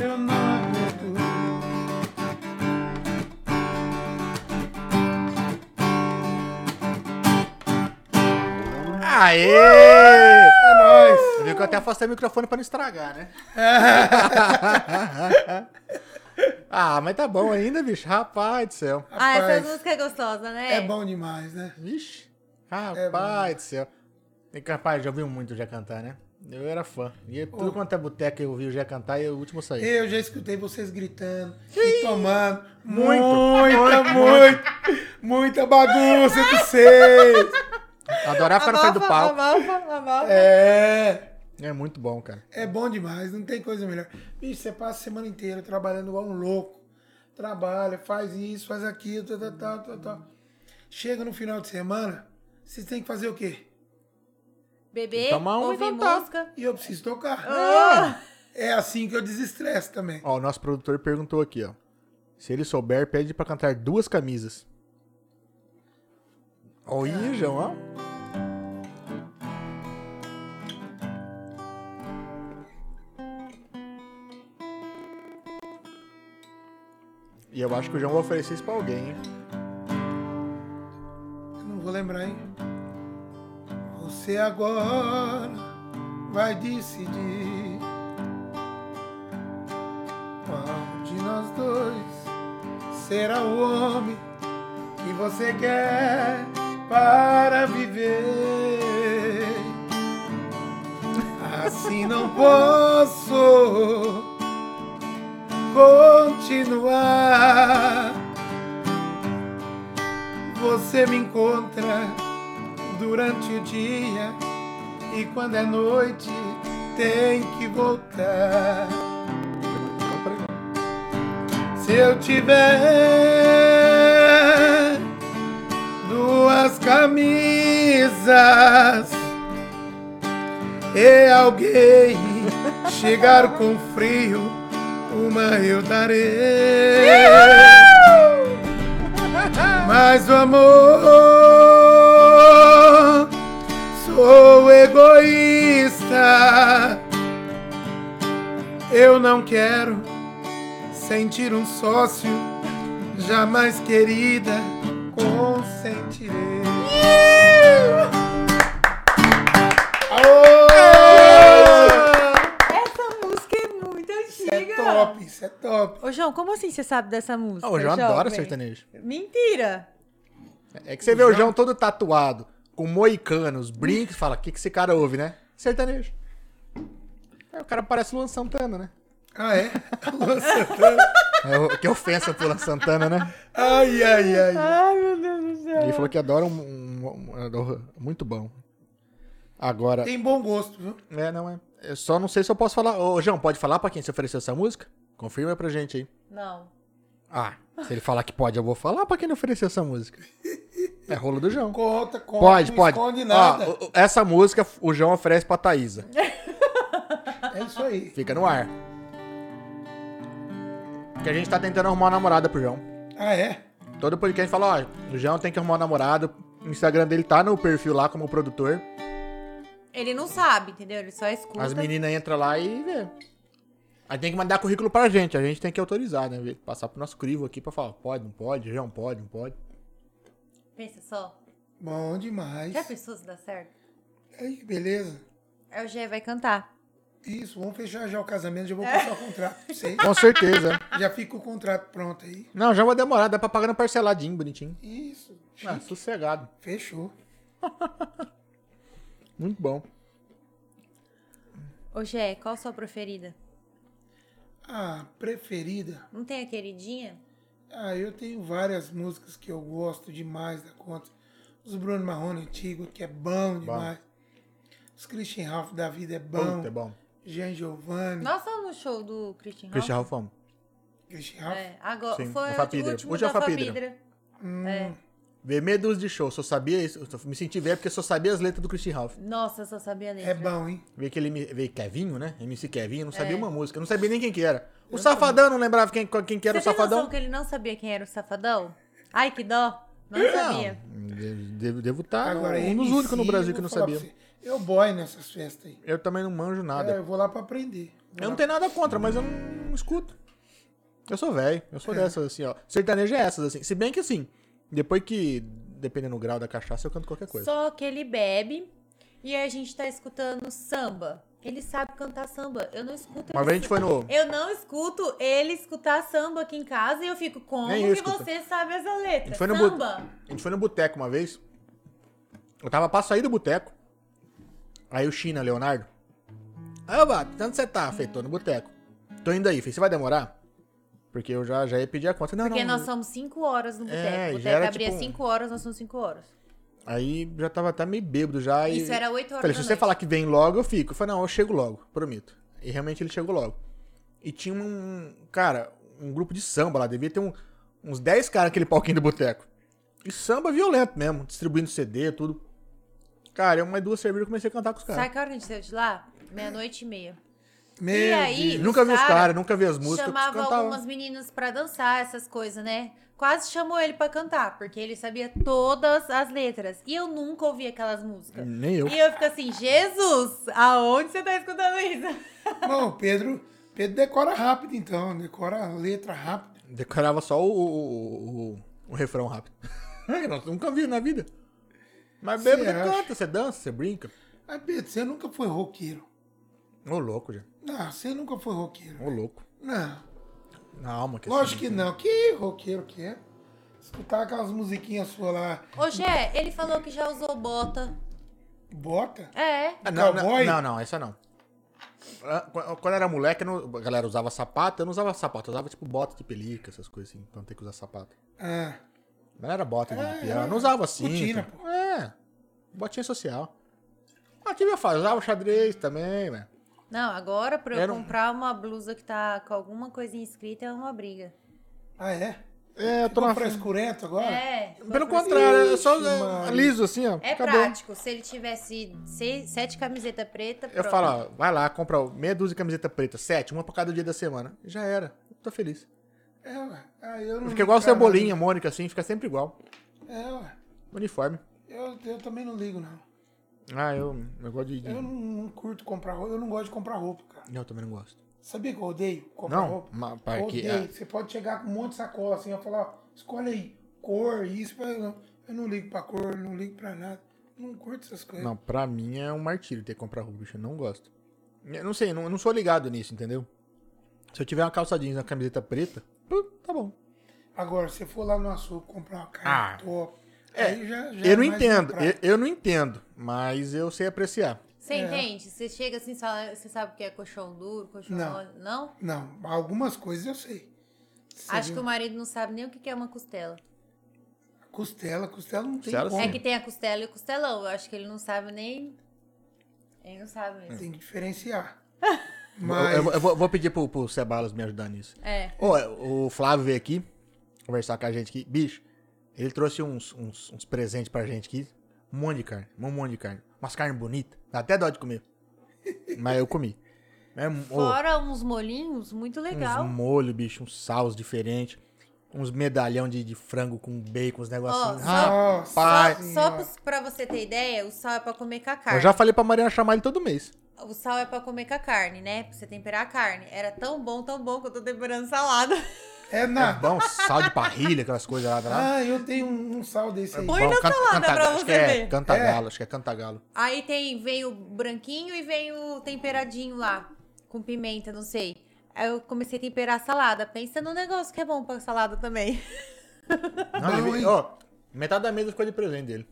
Eu não aguento. Aê! É eu até afastei o microfone pra não estragar, né? ah, mas tá bom ainda, bicho. Rapaz do céu. Ah, Rapaz. essa música é gostosa, né? É bom demais, né? Vixe. Rapaz do céu. E, rapaz, já ouviu muito o Jé cantar, né? Eu era fã. E tudo quanto é boteca eu ouvi o Jé cantar e o último saiu. Eu já escutei vocês gritando e tomando Muito. muita, muito, muita bagunça de vocês. Adorar ficar no frente do Abafa, palco. abafa, abafa. É, É muito bom, cara. é bom demais, não tem coisa melhor. Bicho, você passa a semana inteira trabalhando igual um louco. Trabalha, faz isso, faz aquilo, tá, tal, tal, tal, tal, tal. Chega no final de semana, vocês têm que fazer o quê? Beber, Toma um e ouvir cantar. música. E eu preciso tocar. Ah! É assim que eu desestresso também. Ó, o nosso produtor perguntou aqui, ó. Se ele souber, pede pra cantar duas camisas. Olha, João, ó. E eu acho que o João vai oferecer isso pra alguém, hein? Eu não vou lembrar, hein? Você agora vai decidir qual de nós dois será o homem que você quer para viver. Assim não posso continuar. Você me encontra durante o dia e quando é noite tem que voltar. Se eu tiver duas camisas e alguém chegar com frio, uma eu darei. Mas o amor sou egoísta. Eu não quero sentir um sócio jamais querida. Consentirei. Aô! Essa música é muito antiga. É top, isso é top. Ô, João, como assim você sabe dessa música? Ó, Ah, o João jovem? adora sertanejo. Mentira. É que você vê o João todo tatuado, com moicanos, brincos, fala, o que, que esse cara ouve, né? Sertanejo. Aí o cara parece Luan Santana, né? Ah, é? Luan Santana. É, o- que ofensa pro Luan Santana, né? Ai, ai, ai. Ai, meu Deus do céu. Ele falou que adora um, um- um- adora- muito bom. Agora, Tem bom gosto, viu? é, não é. Eu só não sei se eu posso falar. Ô, João, pode falar pra quem se ofereceu essa música? Confirma pra gente aí. Não. Ah, se ele falar que pode, eu vou falar pra quem não ofereceu essa música. É rolo do João. Conta, conta. Pode, não pode. esconde Ó, nada. o- o- essa música o João oferece pra Thaísa. É isso aí. Fica no ar. Que a gente tá tentando arrumar uma namorada pro João. Ah, é? Todo podcast fala, ó, o João tem que arrumar uma namorada. O Instagram dele tá no perfil lá como produtor. Ele não sabe, entendeu? Ele só escuta. As meninas entram lá e vê. Aí tem que mandar currículo pra gente, a gente tem que autorizar, né? Vê, Passar pro nosso crivo aqui pra falar, pode, não pode, João, pode, não pode. Pensa só. Bom demais. Já pensou se dá certo? Ai, que beleza. Aí o G vai cantar. Isso, vamos fechar já o casamento, já vou passar o contrato pra vocês. Com certeza. Já fica o contrato pronto aí. Não, já vai demorar, dá pra pagar no parceladinho, bonitinho. Isso. Ah, sossegado. Fechou. Muito bom. Ô, Gé, qual a sua preferida? Ah, preferida. Não tem a queridinha? Ah, eu tenho várias músicas que eu gosto demais da conta. Os Bruno Marrone antigo, que é bom demais. Os Christian Ralph da vida é bom. Muito bom. Jean Giovanni. Nós fomos no show do Christian Ralph? Cristian Ralfão. Christian Ralph. É, agora Sim, foi o o Fapidra. último Hoje é da o Fapidra. Fapidra. Hum, Vê meia dúzia de show, só sabia isso. eu Me senti velho porque só sabia as letras do Christian Ralph. Nossa, eu só sabia a letra. é bom, hein? Vê que ele me. Vê Kevinho, né? MC Kevinho, não É. sabia uma música, não sabia nem quem que era. O Safadão não lembrava quem, quem que era Você o tem noção Safadão. que ele não sabia quem era o Safadão? Ai, que dó. Não sabia. Não, devo- devo estar Agora, um dos MC, únicos no Brasil eu que não vou falar sabia. pra você, Eu boy nessas festas aí. Eu também não manjo É, nada. eu vou lá pra aprender. Vou Eu lá não tenho nada contra, mas eu não, não escuto. Eu sou velho, eu sou dessas assim, ó. Sertanejo é essas assim. Se bem que assim, depois que, dependendo do grau da cachaça, eu canto qualquer coisa. Só que ele bebe e a gente tá escutando samba. Ele sabe cantar samba. Eu não escuto Uma ele. vez a gente foi no. Eu não escuto ele escutar samba aqui em casa e eu fico, como Nem que eu escuto. você sabe essa A letra? gente foi no, bu- Samba? a gente foi no boteco uma vez. Eu tava pra sair do boteco. Aí o China, Leonardo. Ah, Bato, onde você tá? Falei, tô no boteco. Tô indo aí. Falei, você vai demorar? Porque eu já, já ia pedir a conta. Não, Porque não. nós somos 5 horas no boteco. o É, já boteco era abria tipo um- 5 horas, nós somos 5 horas. Aí já tava até meio bêbado já. e- Isso era oito horas Falei, da se você noite. falar que vem logo, eu fico. Eu falei, não, eu chego logo, prometo. E realmente ele chegou logo. E tinha um. Cara, um grupo de samba lá. Devia ter um- uns 10 caras naquele palquinho do boteco. E samba violento mesmo, distribuindo CD, tudo. Cara, eu mais duas cervejas eu comecei a cantar com os caras. Sabe que hora que a gente saiu de lá? Meia-noite e meia. Meu E aí, Deus. Nunca vi os cara caras, nunca vi as músicas. eu Chamava cantava. algumas meninas pra dançar, essas coisas, né? Quase chamou ele pra cantar, porque ele sabia todas as letras. E eu nunca ouvi aquelas músicas. Nem eu. E eu fico assim, Jesus, aonde você tá escutando isso? Bom, o Pedro, Pedro decora rápido, então. Decora a letra rápido. Decorava só o, o, o, o refrão rápido. Eu nunca vi na vida. Mas Cê bêbado você acha? canta, você dança, você brinca. Mas, Pedro, você nunca foi roqueiro. Ô, louco, já. Não, você nunca foi roqueiro. Ô, louco. Não. Na alma que Lógico que não. Que roqueiro que é? Escutar aquelas musiquinhas suas lá, Ô, Gé, ele falou que já usou bota. bota. É. Ah, não, não, Cowboy? não, não, essa não. Ah, qu- Quando eu era moleque, eu não- a galera usava sapato, eu não usava sapato, eu usava tipo bota de pelica, essas coisas assim, pra não ter que usar sapato. Ah, Mas era bota É, de piano, eu não é. usava assim. Botina, pô. É, botinha social. Ah, tive a fase, usava xadrez também, velho. Não, agora pra eu Era um- comprar uma blusa que tá com alguma coisinha escrita é uma briga. ah é? É, eu tô Ficou na frente. frescurento agora? É. Pelo contrário, eu só Ixi, mano. é, liso assim, ó. É acabou. prático. Se ele tivesse seis, sete camisetas preta, Eu pronto. falo, ó, vai lá, compra meia dúzia de camiseta preta, sete, uma pra cada dia da semana. Já era, tô feliz. É, ué. Ah, eu não... Fica igual cara, Cebolinha, Mônica, assim, fica sempre igual. É, ué. Uniforme. Eu, eu também não ligo, não. Ah, eu, eu gosto de. de- Eu não, não curto comprar roupa. Eu não gosto de comprar roupa, cara. Não, eu também não gosto. Sabia que eu odeio comprar Não, roupa? mas para que. é. odeio. Você pode chegar com um monte de sacola assim, eu falar, ó, escolhe aí, cor, isso. Eu não, eu não ligo pra cor, não ligo pra nada. Não curto essas ah, coisas. Não, pra mim é um martírio ter que comprar roupa, bicho. Eu não gosto. Eu não sei, eu não, eu não sou ligado nisso, entendeu? Se eu tiver uma calça jeans e uma camiseta preta, pô, tá bom. Agora, se for lá no açougue comprar uma Ah. carne top, É, aí já, já eu não é mais entendo, comprar. eu, eu não entendo, mas eu sei apreciar. Você entende? Você chega assim, fala, você sabe o que é colchão duro, colchão Não. mole? Não? Não, algumas coisas eu sei. Você Acho viu? que o marido não sabe nem o que que é uma costela. Costela, costela não tem Costela, como. É que tem a costela e o costelão. Eu acho que ele não sabe nem. Ele não sabe mesmo. Tem que diferenciar. Eu- Mas... Eu, eu vou- eu vou pedir pro, pro Cebalos me ajudar nisso. É. Ô, o Flávio veio aqui conversar com a gente aqui. Bicho, ele trouxe uns, uns, uns presentes pra gente aqui. Um monte de carne, um monte de carne. Umas carnes bonitas. Dá até dó de comer. Mas eu comi. É, um- ô, Fora uns molhinhos, muito legal. uns molhos, bicho, uns sals diferentes. Uns medalhão de, de frango com bacon, uns assim. Ah, negocinhos. Ó, Nossa, Rapaz. Só, só senhora. pros- pra você ter ideia, o sal é pra comer com a eu carne. já falei pra Mariana chamar ele todo mês. O sal é pra comer com a carne, né? Pra você temperar a carne. Era tão bom, tão bom que eu tô temperando salada. É É Ah. nada. bom, sal de parrilha, aquelas coisas lá. tá lá. Ah, eu tenho um, um sal desse aí. É bom. Põe na salada pra acho que você é ver. Cantagalo, acho que é cantagalo. Aí tem, vem o branquinho e vem o temperadinho lá, com pimenta, não sei. Aí eu comecei a temperar a salada. Pensa num negócio que é bom pra salada também. Não, ele Bom, veio- hein? ó, metade da mesa ficou de presente dele.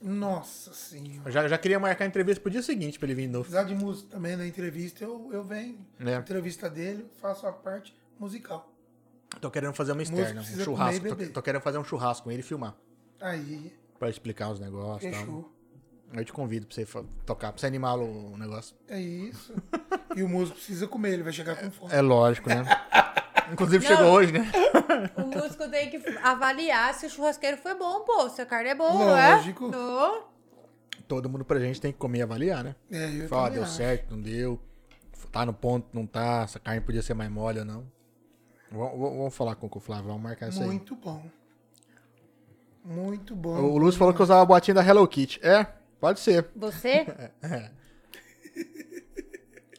Nossa senhora. Eu já, já queria marcar a entrevista pro dia seguinte pra ele vir de novo. Apesar de música também na entrevista, eu, eu venho. É. Na entrevista dele, faço a parte musical. Tô querendo fazer uma externa, um precisa churrasco. comer e Tô, beber. tô querendo fazer um churrasco com ele e filmar. Aí, Pra explicar os negócios e tal. fechou. Eu te convido pra você fa- tocar, pra você animar o o negócio. É isso. e o músico precisa comer, ele vai chegar com fome. É lógico, né? Inclusive Não. chegou hoje, né? O músico tem que avaliar se o churrasqueiro foi bom, pô. Se a carne é boa, Lógico. não é? Não. Todo mundo pra gente tem que comer e avaliar, né? É, eu Fala, também deu acho. certo, não deu. Tá no ponto, não tá. Essa carne podia ser mais mole ou não. Vamos, vamos- vamos falar com com o Flávio, vamos marcar isso aí. Muito bom. Muito bom. O Lúcio falou que eu usava a botinha da Hello Kitty. É, pode ser. Você?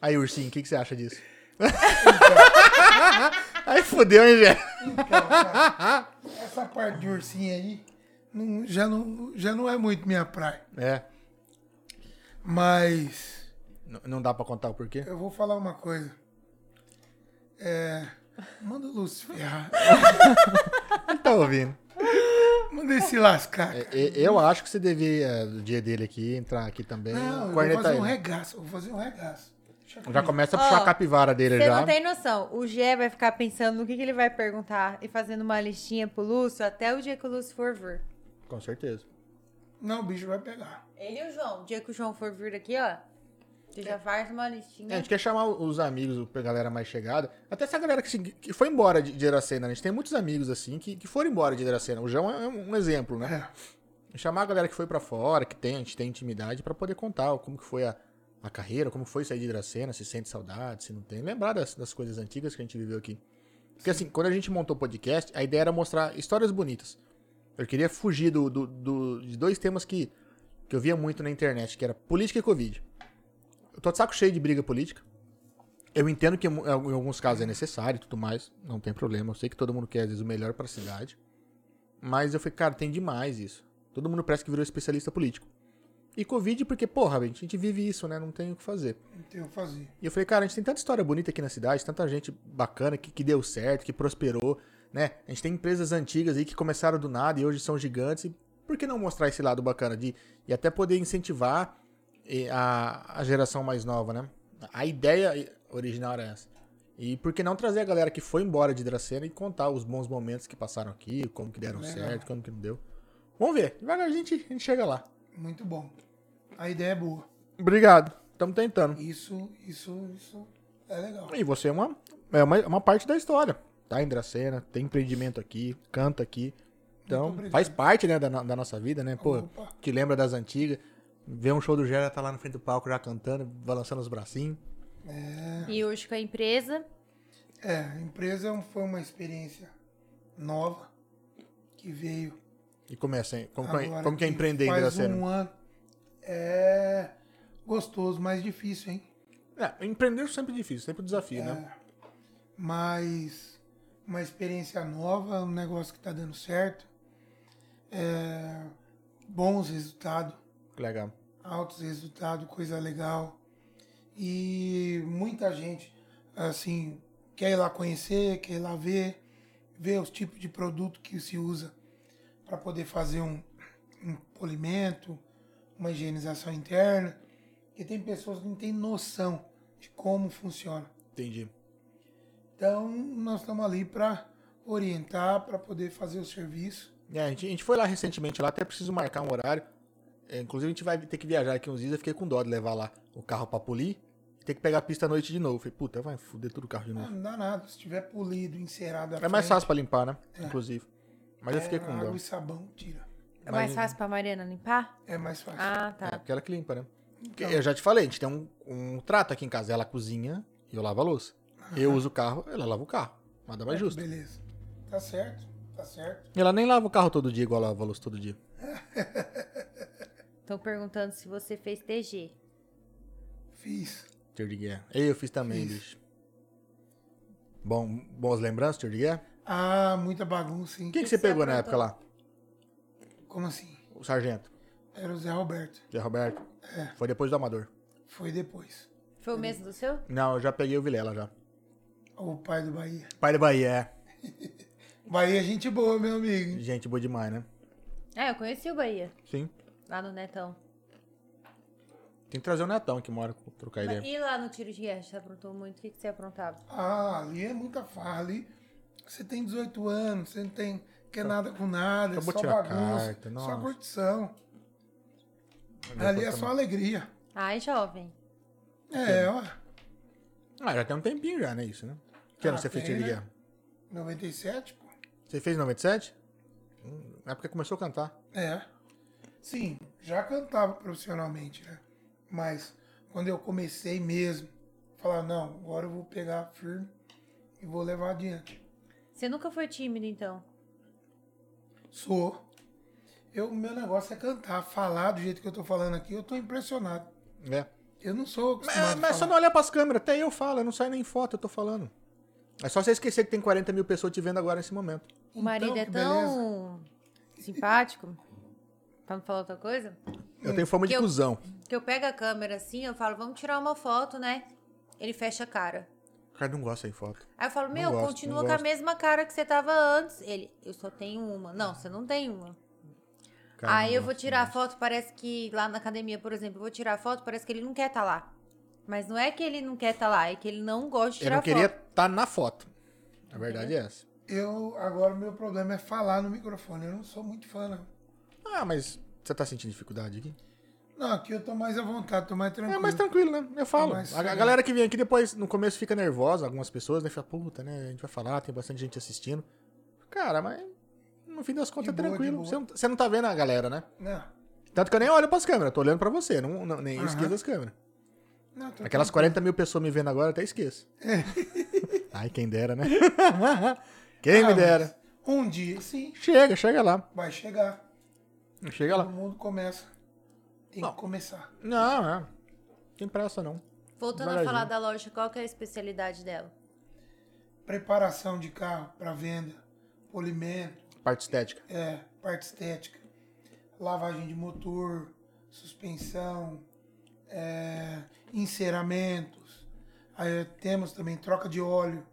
Aí, ursinho, o que, que você acha disso? Aí fudeu, hein, Gé? Essa parte de ursinho aí não- já, não, já não é muito minha praia. É. Mas N- Não dá pra contar o porquê? Eu vou falar uma coisa. É. Manda o Lúcio ferrar. Ele tá ouvindo. Manda ele se lascar. É, é, eu acho que você devia, no dia dele aqui, entrar aqui também. Não, eu vou cornetar fazer um ele. regaço. eu Vou fazer um regaço. Deixa eu né? Já comer. começa a Ó, puxar a capivara dele Você já. não tem noção. O Gé vai ficar pensando no que, que ele vai perguntar e fazendo uma listinha pro Lúcio até o dia que o Lúcio for vir. Com certeza. Não, o bicho vai pegar. Ele e o João. O dia que o João for vir aqui, ó. Você já faz uma listinha. É, a gente quer chamar os amigos, a galera mais chegada. Até essa galera que, se- que foi embora de, de Iracema, né? A gente tem muitos amigos, assim, que, que foram embora de Iracema. O João é um, um exemplo, né? É. Chamar a galera que foi pra fora, que tem, a gente tem intimidade, pra poder contar como que foi a, a carreira, como foi sair de Iracema, se sente saudade, se não tem. Lembrar das, das coisas antigas que a gente viveu aqui. Porque assim, quando a gente montou o podcast, a ideia era mostrar histórias bonitas. Eu queria fugir do, do- do- de dois temas que, que eu via muito na internet, que era política e Covid. Eu tô de saco cheio de briga política. Eu entendo que em mu- em alguns casos é necessário e tudo mais, não tem problema. Eu sei que todo mundo quer, às vezes, o melhor pra cidade. Mas eu falei, cara, tem demais isso. Todo mundo parece que virou especialista político. E Covid, porque, porra, gente, a gente vive isso, né? Não tem o que fazer. Não tem o que Então, fazer. E eu falei, cara, a gente tem tanta história bonita aqui na cidade, tanta gente bacana que, que deu certo, que prosperou, né? A gente tem empresas antigas aí que começaram do nada e hoje são gigantes. E por que não mostrar esse lado bacana de e até poder incentivar eh, a, a geração mais nova, né? A ideia original era essa. E por que não trazer a galera que foi embora de Dracena e contar os bons momentos que passaram aqui, como que deram Legal. certo, como que não deu. Vamos ver, devagar a gente, a gente chega lá. Muito bom. A ideia é boa. Obrigado, estamos tentando. Isso, isso, isso é legal. E você é uma, é uma, é uma parte da história. Tá em Dracena, tem empreendimento aqui, canta aqui. Então, Muito obrigado. faz parte, né, da, no- da nossa vida, né? Pô, Opa. te lembra das antigas. Vê um show do Gera, tá lá na frente do palco já cantando, balançando os bracinhos. E hoje com a empresa. É, a empresa foi uma experiência nova que veio. E começa, hein? Como, que- agora como que é empreender em faz Dracena? um ano. É gostoso, mas difícil, hein? É, empreender é sempre difícil, sempre um desafio, né? mas uma experiência nova, um negócio que tá dando certo, é, bons resultados, Legal. altos resultados, coisa legal. E muita gente, assim, quer ir lá conhecer, quer ir lá ver, ver os tipos de produto que se usa para poder fazer um, um polimento, uma higienização interna. E tem pessoas que não têm noção de como funciona. Entendi. Então, nós estamos ali para orientar, para poder fazer o serviço. É, a, gente, a gente foi lá recentemente, lá até preciso marcar um horário. É, inclusive, a gente vai ter que viajar aqui uns dias. Eu fiquei com dó de levar lá o carro pra polir e ter que pegar a pista à noite de novo. Falei, puta, vai fuder tudo o carro de Ah, novo. Não dá nada, se tiver polido, encerado. à É mais frente, fácil pra limpar, né? Inclusive. Mas eu fiquei é com água dó. e sabão, tira. É mais fácil pra Mariana limpar? É mais fácil. Ah, É tá. porque ela que limpa, né? Porque Então. Eu já te falei, a gente tem um, um trato aqui em casa. Ela cozinha e eu lavo a louça. Eu uso o carro, ela lava o carro. Nada mais justo. É, Beleza. Tá certo, tá certo. Ela nem lava o carro todo dia igual ela lava a louça todo dia. Estão perguntando se você fez TG. Fiz. Tiro de guerra. Ei, eu fiz também, bicho. Bom, boas lembranças, tiro de guerra? Ah, muita bagunça, hein? O que, que você Você pegou na época aprontou. lá? Como assim? O sargento. Era o Zé Roberto. Zé Roberto. Foi depois do Amador. Foi depois. Foi o mesmo do seu? Não, eu já peguei o Vilela já. O pai do Bahia. Pai do Bahia, Bahia, é gente boa, meu é. amigo. Gente boa demais, né? Ah, eu conheci o Bahia. Sim. Lá no Netão. Tem que trazer o Netão que mora com trocar Mas ideia. E lá no tiro de guerra, você aprontou muito? O que, que você aprontava? Ah, ali é muita farra. Ali você tem 18 anos, você não tem. Quer nada com nada, é Tá. Acabou só de tirar a bagunça, carta, nossa. só curtição. Ali é só alegria. Ai, jovem. É, ó. Ah, já tem um tempinho já, né? Isso, né? Que ano Ah, você fez tem, tiro de né? guerra? 97, pô. Você fez em 97? Hum, Na época que começou a cantar. É. Sim, já cantava profissionalmente, né? Mas quando eu comecei mesmo, falar, não, agora eu vou pegar firme e vou levar adiante. Você nunca foi tímido, então? Sou. Eu, o meu negócio é cantar, falar do jeito que eu tô falando aqui, eu tô impressionado. É. Eu não sou Mas, acostumado mas a só falar. não olhar pras câmeras, até eu falo, eu não saio nem foto, eu tô falando. É só você esquecer que tem 40 mil pessoas te vendo agora nesse momento. O marido Então, é que tão simpático. Pra não falar outra coisa? Eu tenho fama de Que eu- cuzão. que que eu pego a câmera assim, eu falo, vamos tirar uma foto, né? Ele fecha a cara. O cara não gosta de foto. Aí eu falo, meu, gosto, continua não com a gosto. mesma cara que você tava antes. Ele, eu só tenho uma. Não, você não tem uma. O cara Aí não eu vou gosta, tirar a não foto, parece que lá na academia, por exemplo, eu vou tirar a foto, parece que ele não quer estar lá. Mas não é que ele não quer estar lá, é que ele não gosta de gosta. Eu tirar não queria foto. estar na foto. A verdade é essa. Eu, agora, o meu problema é falar no microfone. Eu não sou muito fã, não. Ah, mas você tá sentindo dificuldade aqui? Não, aqui eu tô mais à vontade, tô mais tranquilo. É mais tranquilo, né? Eu falo. É mais a, a sério. galera que vem aqui depois, no começo, fica nervosa, algumas pessoas, né? Fica, puta, né? A gente vai falar, tem bastante gente assistindo. Cara, mas no fim das contas De é boa, de tranquilo. boa. Você não, você não tá vendo a galera, né? Não, Tanto que eu nem olho pras câmeras, tô olhando pra você, não, não- nem Aham. Uhum. esqueço as câmeras. não, tô Aquelas 40 mil pessoas me vendo agora, eu até esqueço. Ai, quem dera, né? quem tranquilo. me É. Ah, dera. mas Um dia, sim, Chega, chega lá. vai chegar. Chega Todo lá. mundo começa. Tem Não. que começar. Não, é. Não tem pressa, não. Voltando a Devagarzinho. falar da loja, qual que é a especialidade dela? Preparação de carro para venda, polimento, Parte estética. é, parte estética, lavagem de motor, suspensão, é, enceramentos. Aí temos também troca de óleo,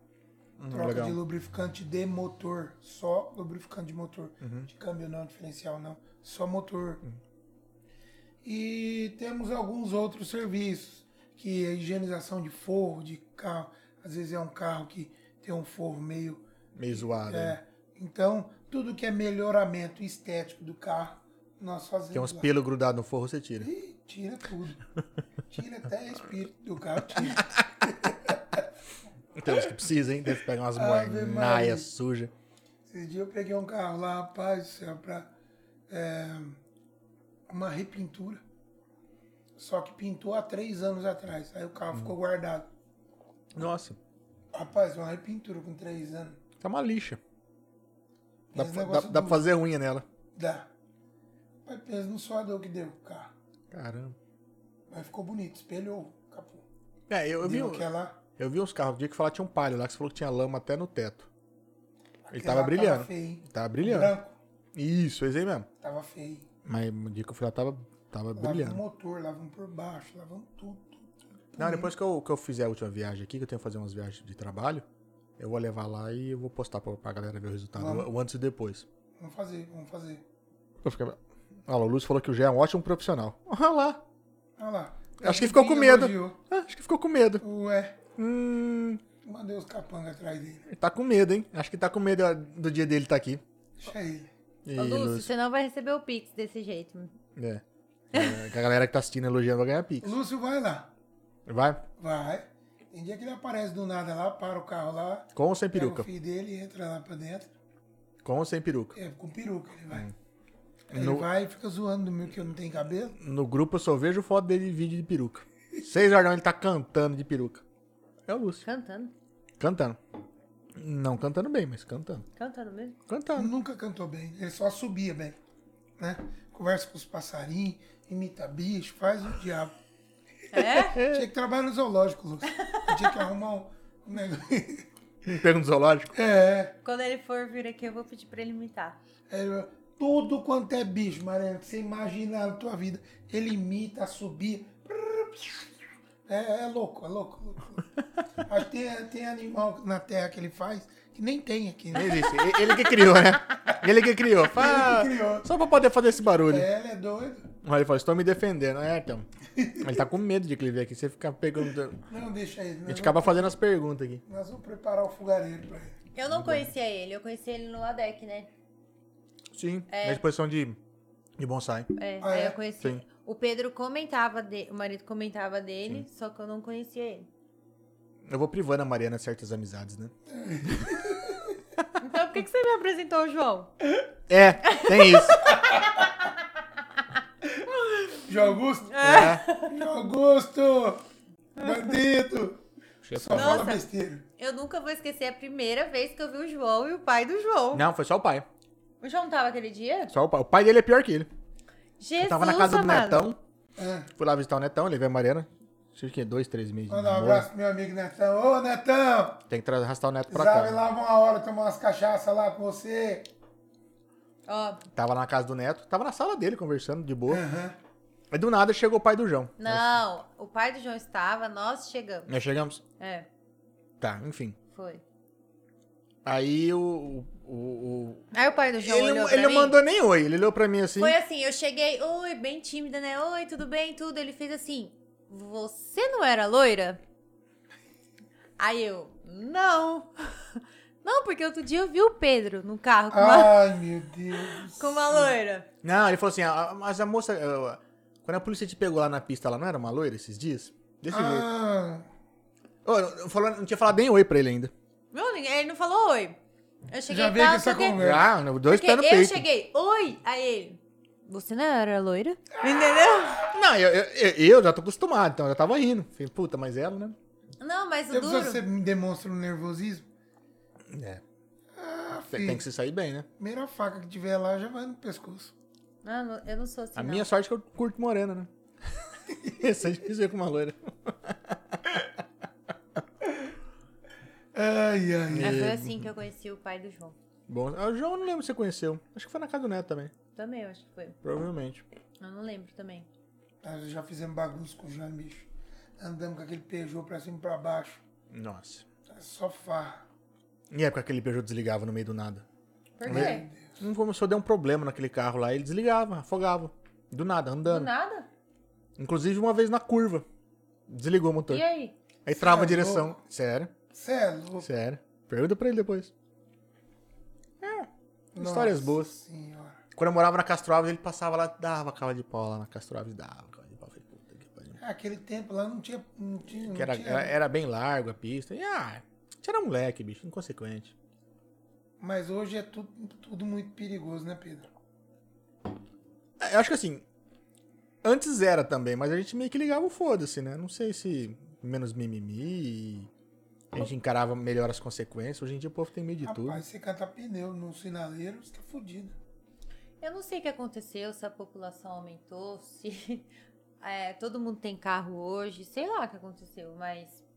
troca legal. de lubrificante de motor, só lubrificante de motor, de câmbio não, diferencial não, só motor. E temos alguns outros serviços, que é higienização de forro, de carro. Às vezes é um carro que tem um forro meio Meio zoada. né? é. Então, tudo que é melhoramento estético do carro, nós fazemos. Tem um uns lá. pelos grudados no forro, você tira. Ih, tira tudo. Tira até espírito do carro, tira. Tem uns que precisa, hein? Deve pegar umas Ave Maria. moernaias sujas. Esses dias eu peguei um carro lá, rapaz do céu, pra é, uma repintura. Só que pintou há três anos atrás. Aí o carro Hum. ficou guardado. Nossa, Rapaz, uma repintura com três anos. tá uma lixa. Dá, Esse pra- dá, negócio dá do- pra fazer unha nela. Dá. Mas pensa no suador que deu o carro. Caramba. Mas ficou bonito, espelhou, capô. É, eu, eu vi, Deu um- aquela. eu vi uns carros. O dia que falar tinha um palho lá que você falou que tinha lama até no teto. Ele Aquele tava lá brilhando. feio, hein? Tava brilhando. Branco, Isso, esse aí mesmo. tava feio. Mas no dia que eu fui lá, tava, tava Lavamos o brilhando. motor, lavamos por baixo, lavamos tudo, tudo, tudo. Não, depois que eu, que eu fizer a última viagem aqui, que eu tenho que fazer umas viagens de trabalho, eu vou levar lá e eu vou postar pra, pra galera ver o resultado. Vamos. O, o antes e depois. Vamos fazer, vamos fazer. Eu fiquei- Olha lá, o Lúcio falou que o Gé é um ótimo profissional. Olha lá. Olha lá. Acho que ficou com medo. Ah, acho que ficou com medo. Ué, Hum, mandei os capangas atrás dele. ele tá com medo, hein? Acho que tá com medo do dia dele tá aqui. Deixa ele. E, Ô, Lúcio, você não vai receber o Pix desse jeito. É. É, que a galera que tá assistindo elogiando vai ganhar O pix. Lúcio vai lá. Vai? Vai. Tem dia que ele aparece do nada lá, para o carro lá. Com ou sem pega peruca? o filho dele e entra lá pra dentro. Com ou sem peruca? É, com peruca ele vai. Ele Hum. No- vai e fica zoando do meu que eu não tenho cabelo. No grupo eu só vejo foto dele e vídeo de peruca. Seis horas da manhã ele tá cantando de peruca. É o Lúcio. Cantando? Cantando. Não cantando bem, mas cantando. Cantando mesmo? Cantando. Nunca cantou bem, ele só subia bem. Né? Conversa com os passarinhos, imita bicho, faz o diabo. É? Tinha que trabalhar no zoológico, Lúcio. Tinha que arrumar um, um negócio. Pega no zoológico. É, Quando ele for vir aqui, eu vou pedir pra ele imitar. é, tudo quanto é bicho, Mariana, que você imaginar na tua vida. Ele imita, subia. É, é louco, é louco, louco. louco. Acho que tem, tem animal na terra que ele faz que nem tem aqui, Não né? existe. E- Ele que criou, né? Ele que criou. Fala- criou. Só pra poder fazer esse barulho. É, ele é doido. Aí ele falou, estou me defendendo. É, então. Ele tá com medo de que ele vier aqui. Você fica pegando. Não, deixa ele. A Nós, gente vamos, acaba fazendo as perguntas aqui. nós vamos preparar o fogareiro pra ele. Eu não conhecia ele, eu conhecia ele no ADEC, né? Sim. Na exposição Né, de, de bonsai. É, Ah, aí é? eu conheci. Sim. O Pedro comentava dele, o marido comentava dele, só que eu não conhecia ele. Eu vou privando a Mariana de certas amizades, né? Então por que, que você me apresentou, João? É, tem isso. João Augusto? É. João Augusto! Bandido! Só Nossa. fala besteira. Eu nunca vou esquecer a primeira vez que eu vi o João e o pai do João. Não, foi só o pai. O João tava aquele dia? Só o pai. O pai dele é pior que ele. Jesus, Eu tava na casa do amado. Netão. É. Fui lá visitar o Netão, levei a Mariana. Acho que é dois, três meses de Mandar um namoro. abraço pro meu amigo Netão. Ô, Netão! Tem que tra- arrastar o Neto pra Precisava ir cá. lá uma hora tomar umas cachaças lá com você. Ó, É. Tava lá na casa do Neto. Tava na sala dele conversando, de boa. Aham. Aí do nada chegou o pai do João. Não, o pai do João estava, nós chegamos. Nós chegamos? É, Tá, enfim. foi. Aí o. o- o- o- Aí o pai do João Ele, olhou não- pra ele não mim. mandou nem oi, ele olhou pra mim assim. Foi assim, eu cheguei, oi, bem tímida, né? Oi, tudo bem, tudo. Ele fez assim, você não era loira? Aí eu, não. Não, porque outro dia eu vi o Pedro no carro com uma, Ah, Ai, meu Deus. com uma loira. Não, ele falou assim: "Ah, mas a moça. ah, Quando a polícia te pegou lá na pista, ela não era uma loira esses dias? Desse jeito. Ah, Ô, não- não falou- não tinha falado nem oi pra ele ainda. Não, ninguém- ele não falou oi. Eu cheguei Já e veio tal, com essa porque- conversa. É. Ah, dois Porque pés eu no peito. cheguei, oi, aí ele, você não era loira? Entendeu? Não, eu, eu, eu- eu já tô acostumado, então eu já tava rindo. Falei, puta, mas ela, né? Não, mas o se duro... você me demonstra um nervosismo, É. ah, Tem, tem filho, que se sair bem, né? primeira faca que tiver lá já vai no pescoço. Não, não, eu não sou assim, A não. minha sorte é que eu curto morena, né? Isso é difícil ver com uma loira. Ai, ai, ai. Mas foi assim que eu conheci o pai do João. Bom, ah, o João eu não lembro se você conheceu. Acho que foi na casa do Neto também, Também, eu acho que foi. provavelmente. Eu não lembro também. Nós já fizemos bagunça com o Jean, bicho. Andamos com aquele Peugeot pra cima e pra baixo. Nossa. É Só farra. E época aquele Peugeot desligava no meio do nada. Por Eu quê? Não começou a dar um problema naquele carro lá, ele desligava, afogava. Do nada, Do andando. nada? Inclusive uma vez na curva. Desligou o motor. E aí? Aí trava a Cê é direção. Sério, Cê é louco. sério. Pergunta pra ele depois. É, histórias Nossa boas. Senhora. Quando eu morava na Castro Alves, ele passava lá, dava cava de pau lá na Castro Alves, dava cava de pau. Eu Falei, puta que pariu. Aquele tempo lá não tinha. Não tinha, não Que era, é, tinha- era, né? era bem largo a pista. E, ah, você era moleque, bicho, inconsequente. Mas hoje é tudo, tudo muito perigoso, né, Pedro? É, Eu acho que assim, antes era também, mas a gente meio que ligava o foda-se, né? Não sei se menos mimimi, a gente encarava melhor as consequências. Hoje em dia o povo tem medo de tudo. Rapaz, você canta pneu num sinaleiro, você tá fudido. Eu não sei o que aconteceu, se a população aumentou, se é, todo mundo tem carro hoje, sei lá o que aconteceu, mas.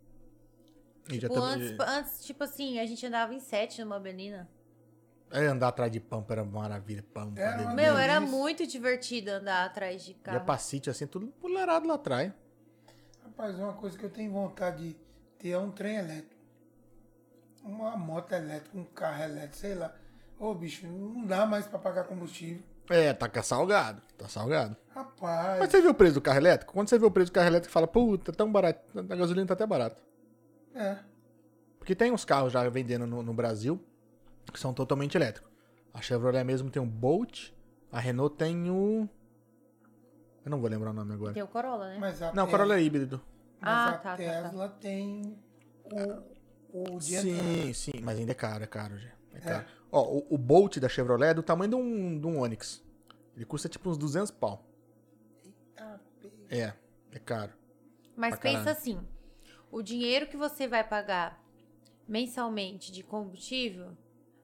E já tá- Tipo, tamo- antes, antes, tipo assim, a gente andava em sete numa menina. é, andar atrás de pampa era uma maravilha, pampa. Era uma delícia. Meu, era delícia. muito divertido andar atrás de Ia carro. pra sítio assim, tudo pulerado lá atrás. Rapaz, uma coisa que eu tenho vontade de ter é um trem elétrico. Uma moto elétrica, um carro elétrico, sei lá. Ô, bicho, não dá mais pra pagar combustível. É, tá ca- salgado, tá salgado. Rapaz. Mas você viu o preço do carro elétrico? Quando você vê o preço do carro elétrico, fala, puta, tão barato. A gasolina tá até barata. É. Porque tem uns carros já vendendo no, no Brasil que são totalmente elétricos. A Chevrolet mesmo tem um Bolt, a Renault tem o. Eu não vou lembrar o nome agora. Tem o Corolla, né? Mas a Não, Tesla, Corolla é híbrido. mas Ah, a tá, tá, tá. Tesla tem o, o dianteiro. Sim, sim, mas ainda é caro, é caro, já. É caro. Ó, o, o Bolt da Chevrolet é do tamanho de um, de um Onix. Ele custa tipo uns 200 pau. Tá, pe- É, é caro. Mas pra caralho. pensa assim: o dinheiro que você vai pagar mensalmente de combustível,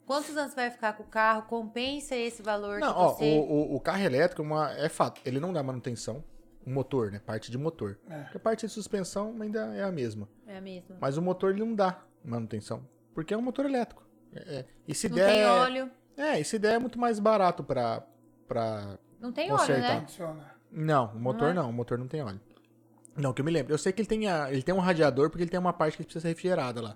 quantos anos vai ficar com o carro? Compensa esse valor Não, que ó, você. o, o- o carro elétrico é, uma- é fato. Ele não dá manutenção. O motor, né? Parte de motor. É. Porque a parte de suspensão ainda é a mesma. É a mesma. Mas o motor ele não dá manutenção. Porque é um motor elétrico. É, é. E se Não der. tem óleo. É, e se der é muito mais barato pra. pra... Não tem Consertar. óleo, né? Funciona. Não, o motor é? não, o motor não tem óleo. Não, que eu me lembro. Eu sei que ele tem, a- ele tem um radiador porque ele tem uma parte que precisa ser refrigerada lá.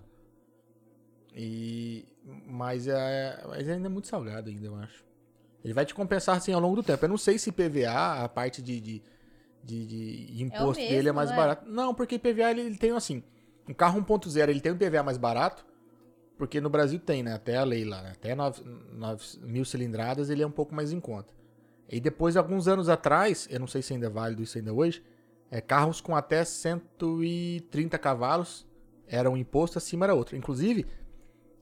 E. Mas, é, mas ainda é muito salgado, ainda, eu acho. Ele vai te compensar assim ao longo do tempo. Eu não sei se PVA, a parte de, de, de- de imposto dele é mesmo, mais né? barato. Não, porque PVA ele, ele tem assim. Um carro 1.0 ele tem um PVA mais barato. Porque no Brasil tem, né? Até a lei lá, né? Até 9, mil cilindradas ele é um pouco mais em conta. E depois, alguns anos atrás, eu não sei se ainda é válido isso ainda hoje, é, carros com até 130 cavalos era um imposto, acima era outro. Inclusive,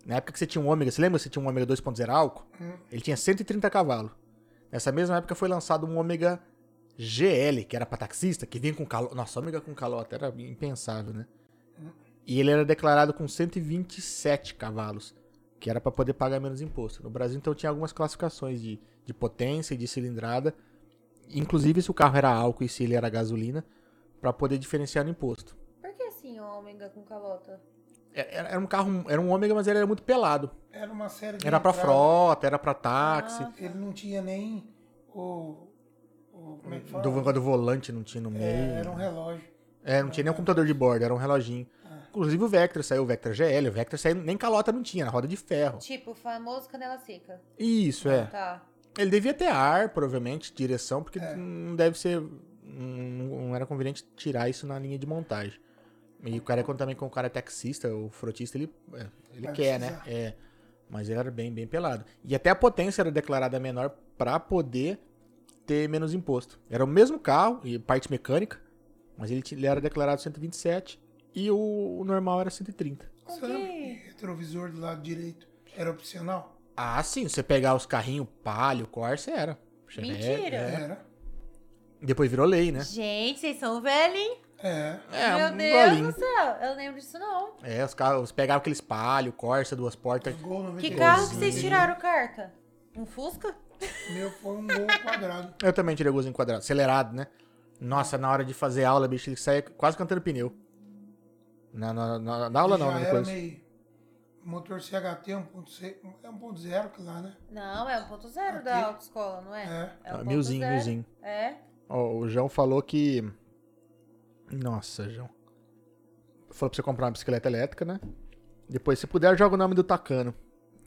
na época que você tinha um ômega, você lembra que você tinha um ômega 2.0 álcool? Hum. Ele tinha 130 cavalos. Nessa mesma época foi lançado um ômega GL, que era pra taxista, que vinha com calota. Nossa, ômega com calota era impensável, né? E ele era declarado com 127 cavalos, que era pra poder pagar menos imposto. No Brasil, então, tinha algumas classificações de, de potência e de cilindrada, inclusive se o carro era álcool e se ele era gasolina, pra poder diferenciar no imposto. Por que assim o ômega com calota? Era- Era, era um carro, era um ômega, mas ele era muito pelado. Era uma série de. Era pra entradas. frota, era pra táxi. Ah. Ele não tinha nem o. o o. Como é que fala? Do negócio do volante não tinha no meio. É, É, era um relógio. não tinha nem um computador de bordo, era um reloginho. Ah. Inclusive o Vectra saiu, o Vectra GL, o Vectra saiu, nem calota não tinha, na roda de ferro. Tipo, o famoso canela seca. Isso, é. Tá. Ele devia ter ar, provavelmente, direção, porque É. não deve ser. Não, não era conveniente tirar isso na linha de montagem. E o cara, quando também com o cara é taxista, o frotista, ele, é, ele Vai quer, né? precisar. É. Mas ele era bem, bem pelado. E até a potência era declarada menor pra poder ter menos imposto. Era o mesmo carro, e parte mecânica, mas ele, tinha- ele era declarado 127 e o, o normal era 130. Com Sabe? quem? Retrovisor do lado direito era opcional? Ah, sim, você pegar os carrinhos palio, Corsa, era. Chevette, Mentira. é. Era. Depois virou lei, né? Gente, vocês são velhinhos. É. É, Meu um Deus golinho. do céu. Eu não lembro disso, não. É, os carros pegavam aqueles palio, Corsa, duas portas. Gol Que 98. carro que vocês tiraram carta? Um Fusca? Meu foi um gol quadrado. Eu também tirei golzinho quadrado, acelerado, né? Nossa, na hora de fazer aula, bicho, ele saia quase cantando pneu. Na, na, na- na aula Ele não, já né? era Depois. meio. Motor CHT 1.6. É 1.0 que lá, né? Não, é 1.0 Aqui. da autoescola, não é? É. É 1.0. Ah, milzinho, milzinho. É. Ó, o João falou que. Nossa, João. Falou pra você comprar uma bicicleta elétrica, né? Depois, se puder, joga o nome do Tacano.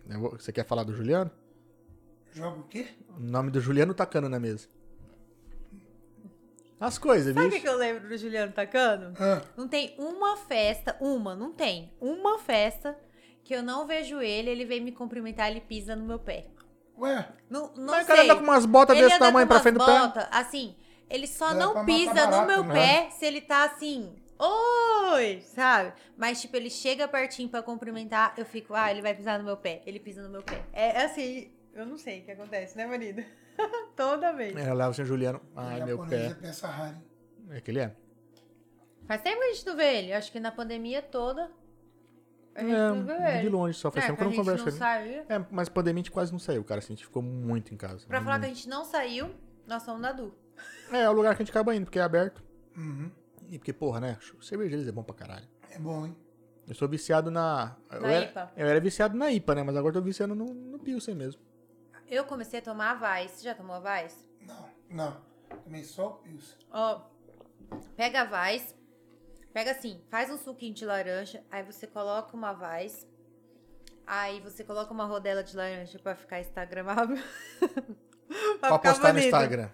Eu vou- Você quer falar do Juliano? Joga o quê? O nome do Juliano Tacano na mesa. As coisas, Sabe o bicho. que que eu lembro do Juliano Tacano? Ah, Não tem uma festa, uma, não tem. Uma festa que eu não vejo ele, ele vem me cumprimentar, ele pisa no meu pé. ué, Não, não Mas o sei. cara tá com umas botas ele desse anda tamanho com pra umas frente do pé. bota, Assim, ele só Dá pra não matar pisa no barato, meu né? pé se ele tá assim. Oi, sabe? Mas, tipo, ele chega pertinho pra cumprimentar, eu fico, ah, ele vai pisar no meu pé. Ele pisa no meu pé. É assim, eu não sei o que acontece, né, marido? Toda vez. Ela leva o seu Juliano. Ai, o meu japonês é pé. peça rara. hein? É que ele é. Faz tempo que a gente não vê ele. Acho que na pandemia toda. A gente não viu É, ele. de longe só. Faz É, tempo que que eu a não gente não converso com ele. saiu. É, mas pandemia a gente quase não saiu, cara. Assim, a gente ficou muito em casa. Pra Muito. falar que a gente não saiu, nós somos da Du. É, é o lugar que a gente acaba indo, porque é aberto. Uhum. E porque, porra, né? O cerveja deles é bom pra caralho. É bom, hein? Eu sou viciado na. eu Na era, IPA. Eu era viciado na IPA, né? Mas agora eu tô viciando no, no Pilsen mesmo. Eu comecei a tomar a Vice. Você já tomou a Vice? Não, não. Também só o Pilsen. Ó, pega a Vice, pega assim, faz um suquinho de laranja, aí você coloca uma Vice, aí você coloca uma rodela de laranja pra ficar instagramável. Pra ficar postar no bonito. Instagram.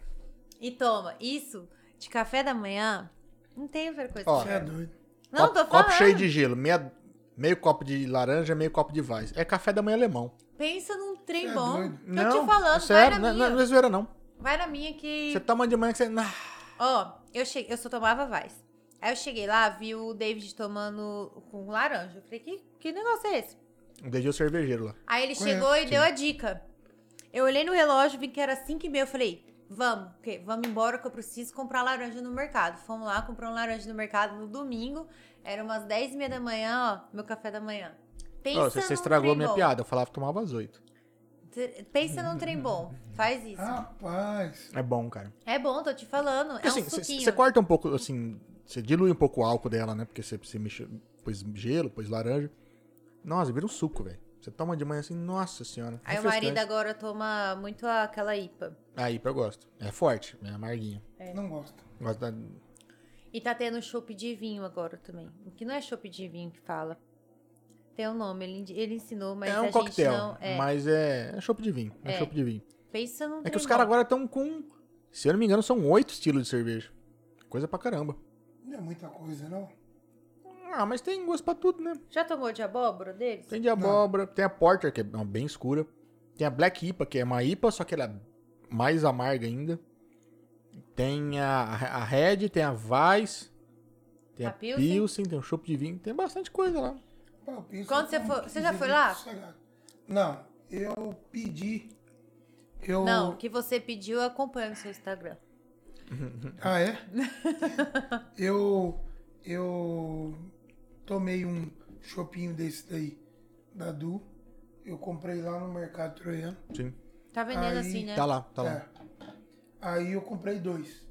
E toma, isso de café da manhã, não tem outra coisa. Ó, Você é doido. não, copo, tô falando. copo cheio de gelo. meia- meio copo de laranja, meio copo de Weiss. É café da manhã alemão. Pensa num trem Você é bom. doido. Tô te falando, sério, vai não, na não, minha. não é zoeira, não. Vai na minha que. Você toma de manhã que você. Ah, Ó, eu cheguei, eu só tomava Vice. Aí eu cheguei lá, vi o David tomando com laranja. Eu falei, que, que negócio é esse? Desde o cervejeiro lá. Aí ele Conheço, chegou e deu a dica. Eu olhei no relógio, vi que era 5 e meia, eu falei, vamos, que- vamos embora que eu preciso comprar laranja no mercado. Fomos lá, compramos laranja no mercado no domingo, era umas 10 e meia da manhã, ó, meu café da manhã. Pensa Ó, você, você num estragou trem a minha bom. piada. Eu falava que tomava às oito. T- Pensa num trem bom, faz isso. Rapaz. É bom, cara. É bom, tô te falando, Porque é um assim, você- suquinho. você corta um pouco, assim, você dilui um pouco o álcool dela, né? Porque você, você mexe, pôs gelo, pôs laranja. Nossa, vira um suco, velho. Você toma de manhã assim, nossa senhora. Aí o marido agora toma muito aquela IPA. Aí, eu gosto. É forte, é amarguinha. Não gosto. Gosto da... E tá tendo chopp de vinho agora também. O que não é chopp de vinho que fala. Tem o nome, ele, indi- ele ensinou, mas é a um gente coquetel, não... É, mas é, é chopp de vinho. É, É. chopp de vinho. pensa num É que trem os caras bom. agora estão com, se eu não me engano, são oito estilos de cerveja. Coisa pra caramba. Não é muita coisa, não. Ah, mas tem gosto pra tudo, né? Já tomou de abóbora deles? Tem de abóbora, tem a Porter, que é uma bem escura. Tem a Black IPA, que é uma IPA, só que ela é mais amarga ainda. Tem a, a Red, tem a Vice, tem a, A Pilsen. Pilsen. tem o Chopp de Vinho, tem bastante coisa lá. Pô, eu penso Quando que você eu foi- não você já pedi foi muito lá? sossegado. Não, eu pedi. Eu... Não, o que você pediu eu acompanho no seu Instagram. Ah, é? eu. Eu tomei um chopinho desse daí, da Du. Eu comprei lá no mercado troiano. Sim. Tá vendendo Aí, assim, né? Tá lá, tá lá. É. Aí eu comprei dois.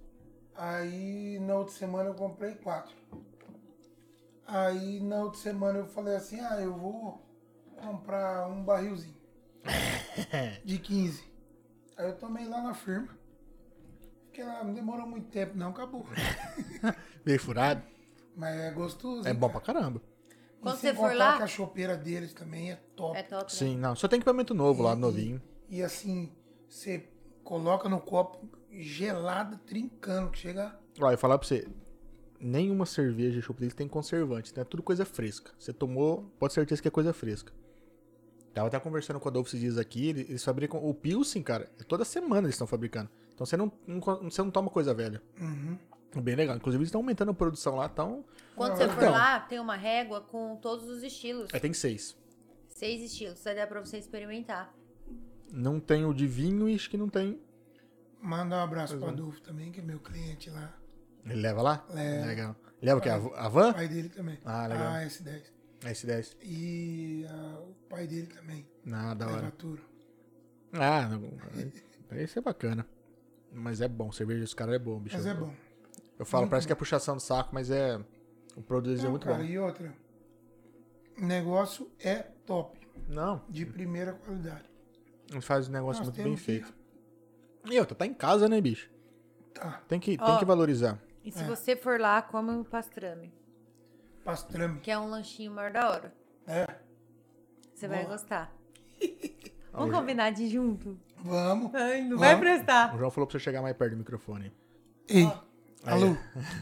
Aí na outra semana eu comprei quatro. Aí na outra semana eu falei assim, ah, eu vou comprar um barrilzinho de 15. Aí eu tomei lá na firma. Fiquei Porque ela não demorou muito tempo, não, acabou. Meio furado. Mas é gostoso. É hein? bom pra caramba. E Quando sem você for contar lá- que a chopeira deles também é top. É top. né? Sim, não. Só tem equipamento novo lá, novinho. E assim, você coloca no copo gelado, trincando, que chega. Ó, eu falar pra você. Nenhuma cerveja de chopp deles tem conservante, né? Tudo coisa fresca. Você tomou, pode ter certeza que é coisa fresca. Tava até conversando com o Adolfo esses dias aqui, ele- eles fabricam o Pilsen, cara, é toda semana eles estão fabricando. Então você não, não co- você não toma coisa velha. É Bem legal. Inclusive eles estão aumentando a produção lá, então... Quando você for Então. lá, tem uma régua com todos os estilos. Aí tem seis. Seis estilos. Aí dá pra você experimentar. Não tem o de vinho e acho que não tem... Manda um abraço pro Adolfo também, que é meu cliente lá. Ele leva lá? Leva. Legal. Leva o quê? A, a van? É pai dele também. Ah, legal. A S10. S10. E ah, o pai dele também. Ah, É, da hora. Levatura. Ah, não- aí- isso é bacana. Mas é bom, cerveja dos caras é bom, bicho. Mas é Eu- bom. Eu falo, parece que é puxação de saco, mas é. O produto deles é Não, muito cara, bom. E outra. O negócio é top. Não, De primeira qualidade. não faz um negócio Nós muito bem temos que- feito. E outra, tá em casa, né, bicho? Tá. Tem que, tem Ó. que valorizar. E se você for lá, come um pastrame. Pastrame. Que é um lanchinho maior da hora. É. Você vai Boa. gostar. Ó, o Vamos Jo- combinar de ir junto? Vamos. Ai, não Vamos. vai prestar. O João falou pra você chegar mais perto do microfone. Ei. Aí. Alô.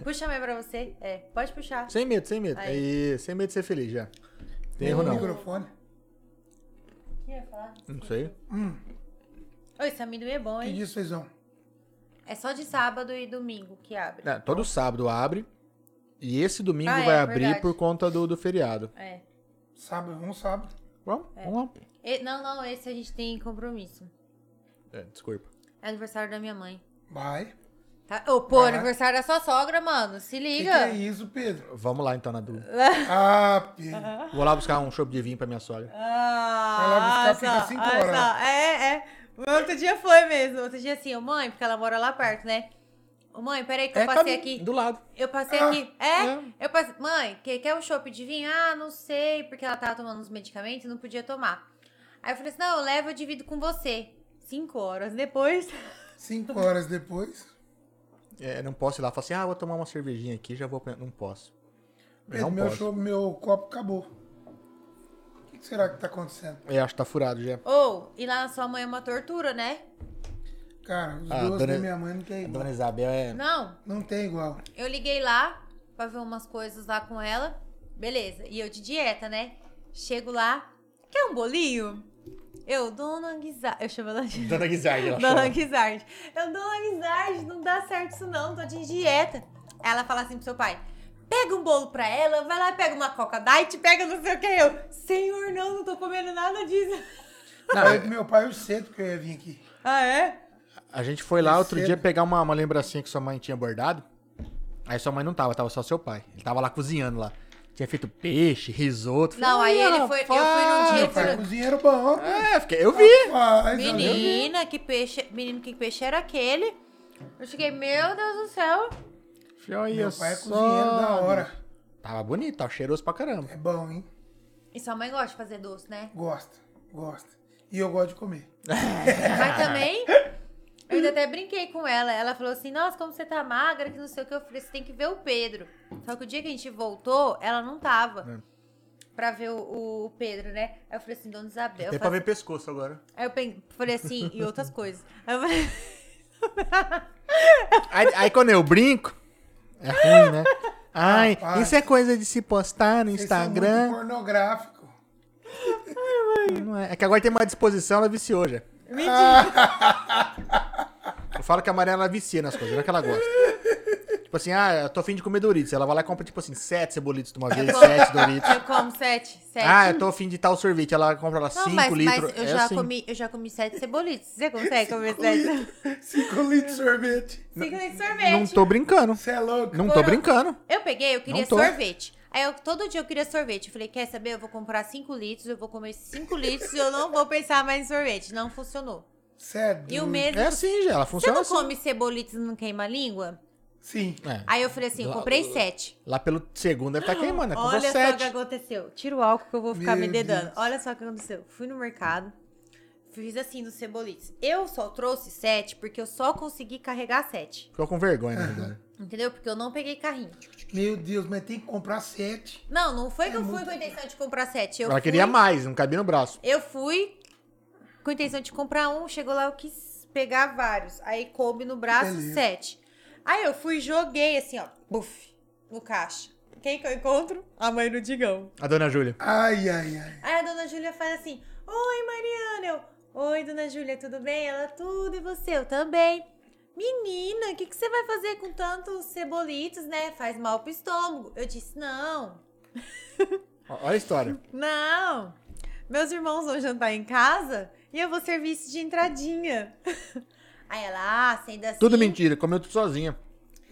Puxa mais pra você. É, pode puxar. Sem medo, sem medo. Aí. Aí, sem medo de ser feliz já. Tem Tem erro um não. microfone. O que eu ia falar? Não sei. Oi, esse amendoim é bom, Que hein? dia vocês vão? É só de sábado e domingo que abre. É, todo sábado abre. E esse domingo Ah, é, vai abrir verdade. por conta do, do feriado. É. Sábado, vamos sábado. Vamos, vamos lá. E- não, não, esse a gente tem compromisso. É, desculpa. É aniversário da minha mãe. Vai. Tá? Ô, pô, Ah. aniversário da sua sogra, mano. Se Que que liga. é isso, Pedro? Vamos lá então na dúvida. Ah, Pedro. Vou lá buscar um chopp de vinho pra minha sogra. Ah, Vai lá buscar, fica cinco horas. É, é. O outro dia foi mesmo. Outro dia assim, ô mãe, porque ela mora lá perto, né? Ô mãe, peraí que É, eu passei caminho, aqui. É, Do lado. Eu passei É, Ah, aqui. É? Eu passei. Mãe, que- quer um chopp de vinho? Ah, não sei, porque ela tava tomando uns medicamentos e não podia tomar. Aí eu falei assim: não, eu levo, eu divido com você. Cinco horas depois. Cinco horas depois. É, não posso ir lá e falar assim, ah, vou tomar uma cervejinha aqui, já vou. pra- Não posso. Pedro, não É, meu, posso. show- meu copo acabou. O que que será que tá acontecendo? Eu acho que tá furado já. Ou, e lá na sua mãe é uma tortura, né? Cara, os Ah, doces dona- da minha mãe não tem A igual. dona Isabel é. Não, Não tem igual. eu liguei lá pra ver umas coisas lá com ela. Beleza. E eu de dieta, né? Chego lá. Quer um bolinho? Eu, dona Guizar. Eu chamo ela de. Dona Guizard, ela Dona chama. Guizard. Eu, Dona Guizard, não dá certo isso não, tô de dieta. Ela fala assim pro seu pai, pega um bolo pra ela, vai lá, pega uma coca diet, pega não sei o que. Eu, senhor, não, não tô comendo nada disso. Ah, é- Falei pro meu pai eu cedo que eu ia vir aqui. Ah, é? A gente foi lá outro cedo. dia pegar uma, uma lembrancinha que sua mãe tinha bordado. Aí sua mãe não tava, tava só seu pai. Ele tava lá cozinhando lá. Tinha feito peixe, risoto. "Ah, Não, aí ele foi- eu fui num dia- Meu pai é Pedro. cozinheiro bom, cara. É, fiquei- eu vi. Rapaz, olha. Menina, que peixe, menino, que peixe era aquele? Eu cheguei, meu Deus do céu. Olha Meu pai é só, cozinheiro da hora. Tava bonito, tava cheiroso pra caramba. É bom, hein? E sua mãe gosta de fazer doce, né? Gosta, gosta. E eu gosto de comer. Mas também, eu ainda até brinquei com ela. Ela falou assim: Nossa, como você tá magra, que não sei o que. Eu falei: Você tem que ver o Pedro. Só que o dia que a gente voltou, ela não tava. É. Pra ver o, o Pedro, né? Aí eu falei assim: Dona Isabel. Tem pra ver pescoço agora. Aí eu pe- falei assim: E outras coisas. Aí eu falei. Aí, aí quando eu brinco, é ruim, né? Ai, Rapaz. isso é coisa de se postar no Vocês são muito Instagram. pornográfico. Não é. É que agora tem uma disposição, ela viciou já. Eu falo que a Maria ela vicia nas coisas, não é que ela gosta. Tipo assim, ah, eu tô afim de comer Doritos. Ela vai lá e compra, tipo assim, sete cebolitos de uma vez, sete Doritos. Eu como sete. Sete. Ah, eu tô afim de tal sorvete. Ela compra lá não, cinco mas, litros. mas eu, é já assim. comi, eu já comi sete cebolitas. Você consegue comer sete? Cinco litros de sorvete. Cinco litros de sorvete. Não tô brincando. Você é louco. Não tô Foram- brincando. Eu peguei, eu queria Não tô. sorvete. Aí eu, todo dia eu queria sorvete. Eu falei, quer saber? Eu vou comprar 5 litros, eu vou comer 5 litros e eu não vou pensar mais em sorvete. Não funcionou. Você E é o doido. mesmo. É assim, já. Ela Você funciona não assim. come cebolitas e não queima a língua? Sim. É. Aí eu falei assim, eu Lá- comprei 7. Lá pelo segundo deve tá queimando, né? Comprou Olha só o que sete. aconteceu. Tira o álcool que eu vou ficar Meu me dedando. Deus. Olha só o que aconteceu. Fui no mercado, fiz assim nos cebolites. Eu só trouxe sete porque eu só consegui carregar sete. Ficou com vergonha, né, Dona? Entendeu? Porque eu não peguei carrinho. Meu Deus, mas tem que comprar sete. Não, não foi que eu fui com a intenção de comprar sete. Eu É Ela fui, queria mais, não cabia no braço. Eu fui com a intenção de comprar um, chegou lá, eu quis pegar vários. Aí coube no braço Beleza. sete. Aí eu fui e joguei assim, ó, buf, no caixa. Quem que eu encontro? A mãe do Digão. A dona Júlia. Ai, ai, ai. Aí a dona Júlia faz assim: Oi, Mariana. Eu, Oi, dona Júlia, tudo bem? Ela, tudo. E você? Eu também. Menina, o que, que você vai fazer com tantos cebolitos, né? Faz mal pro estômago. Eu disse: Não, Ó- Olha a história. não. Meus irmãos vão jantar em casa e eu vou servir isso de entradinha. Aí ela, ah, sendo assim. Tudo mentira, comeu tudo sozinha.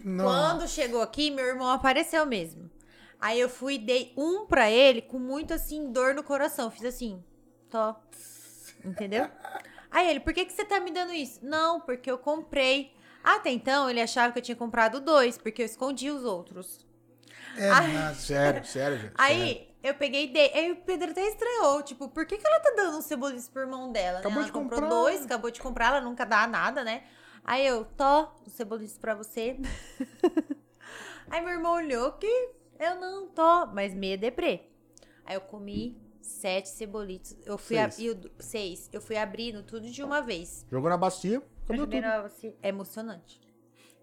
Não. Quando chegou aqui, meu irmão apareceu mesmo. Aí eu fui e dei um pra ele com muito assim dor no coração. Fiz assim, tó. Entendeu? Aí ele, por que, que você tá me dando isso? Não, porque eu comprei. Até então ele achava que eu tinha comprado dois, porque eu escondi os outros. É Ai. nada. Sério, sério, gente. sério. Ah, Aí eu peguei e dei. Aí o Pedro até estranhou, tipo, por que, que ela tá dando um cebolinho pro irmão dela? né? Acabou ela de comprou comprar. dois, acabou de comprar, ela nunca dá nada, né? Aí eu, tô, um cebolinho pra você. Aí meu irmão olhou que eu não tô, mas meia deprê. Aí eu comi sete cebolitos. Eu fui Seis. abrindo seis. Eu fui abrindo tudo de uma vez. Jogou na bacia, Eu comeu também tudo. não- assim, É emocionante.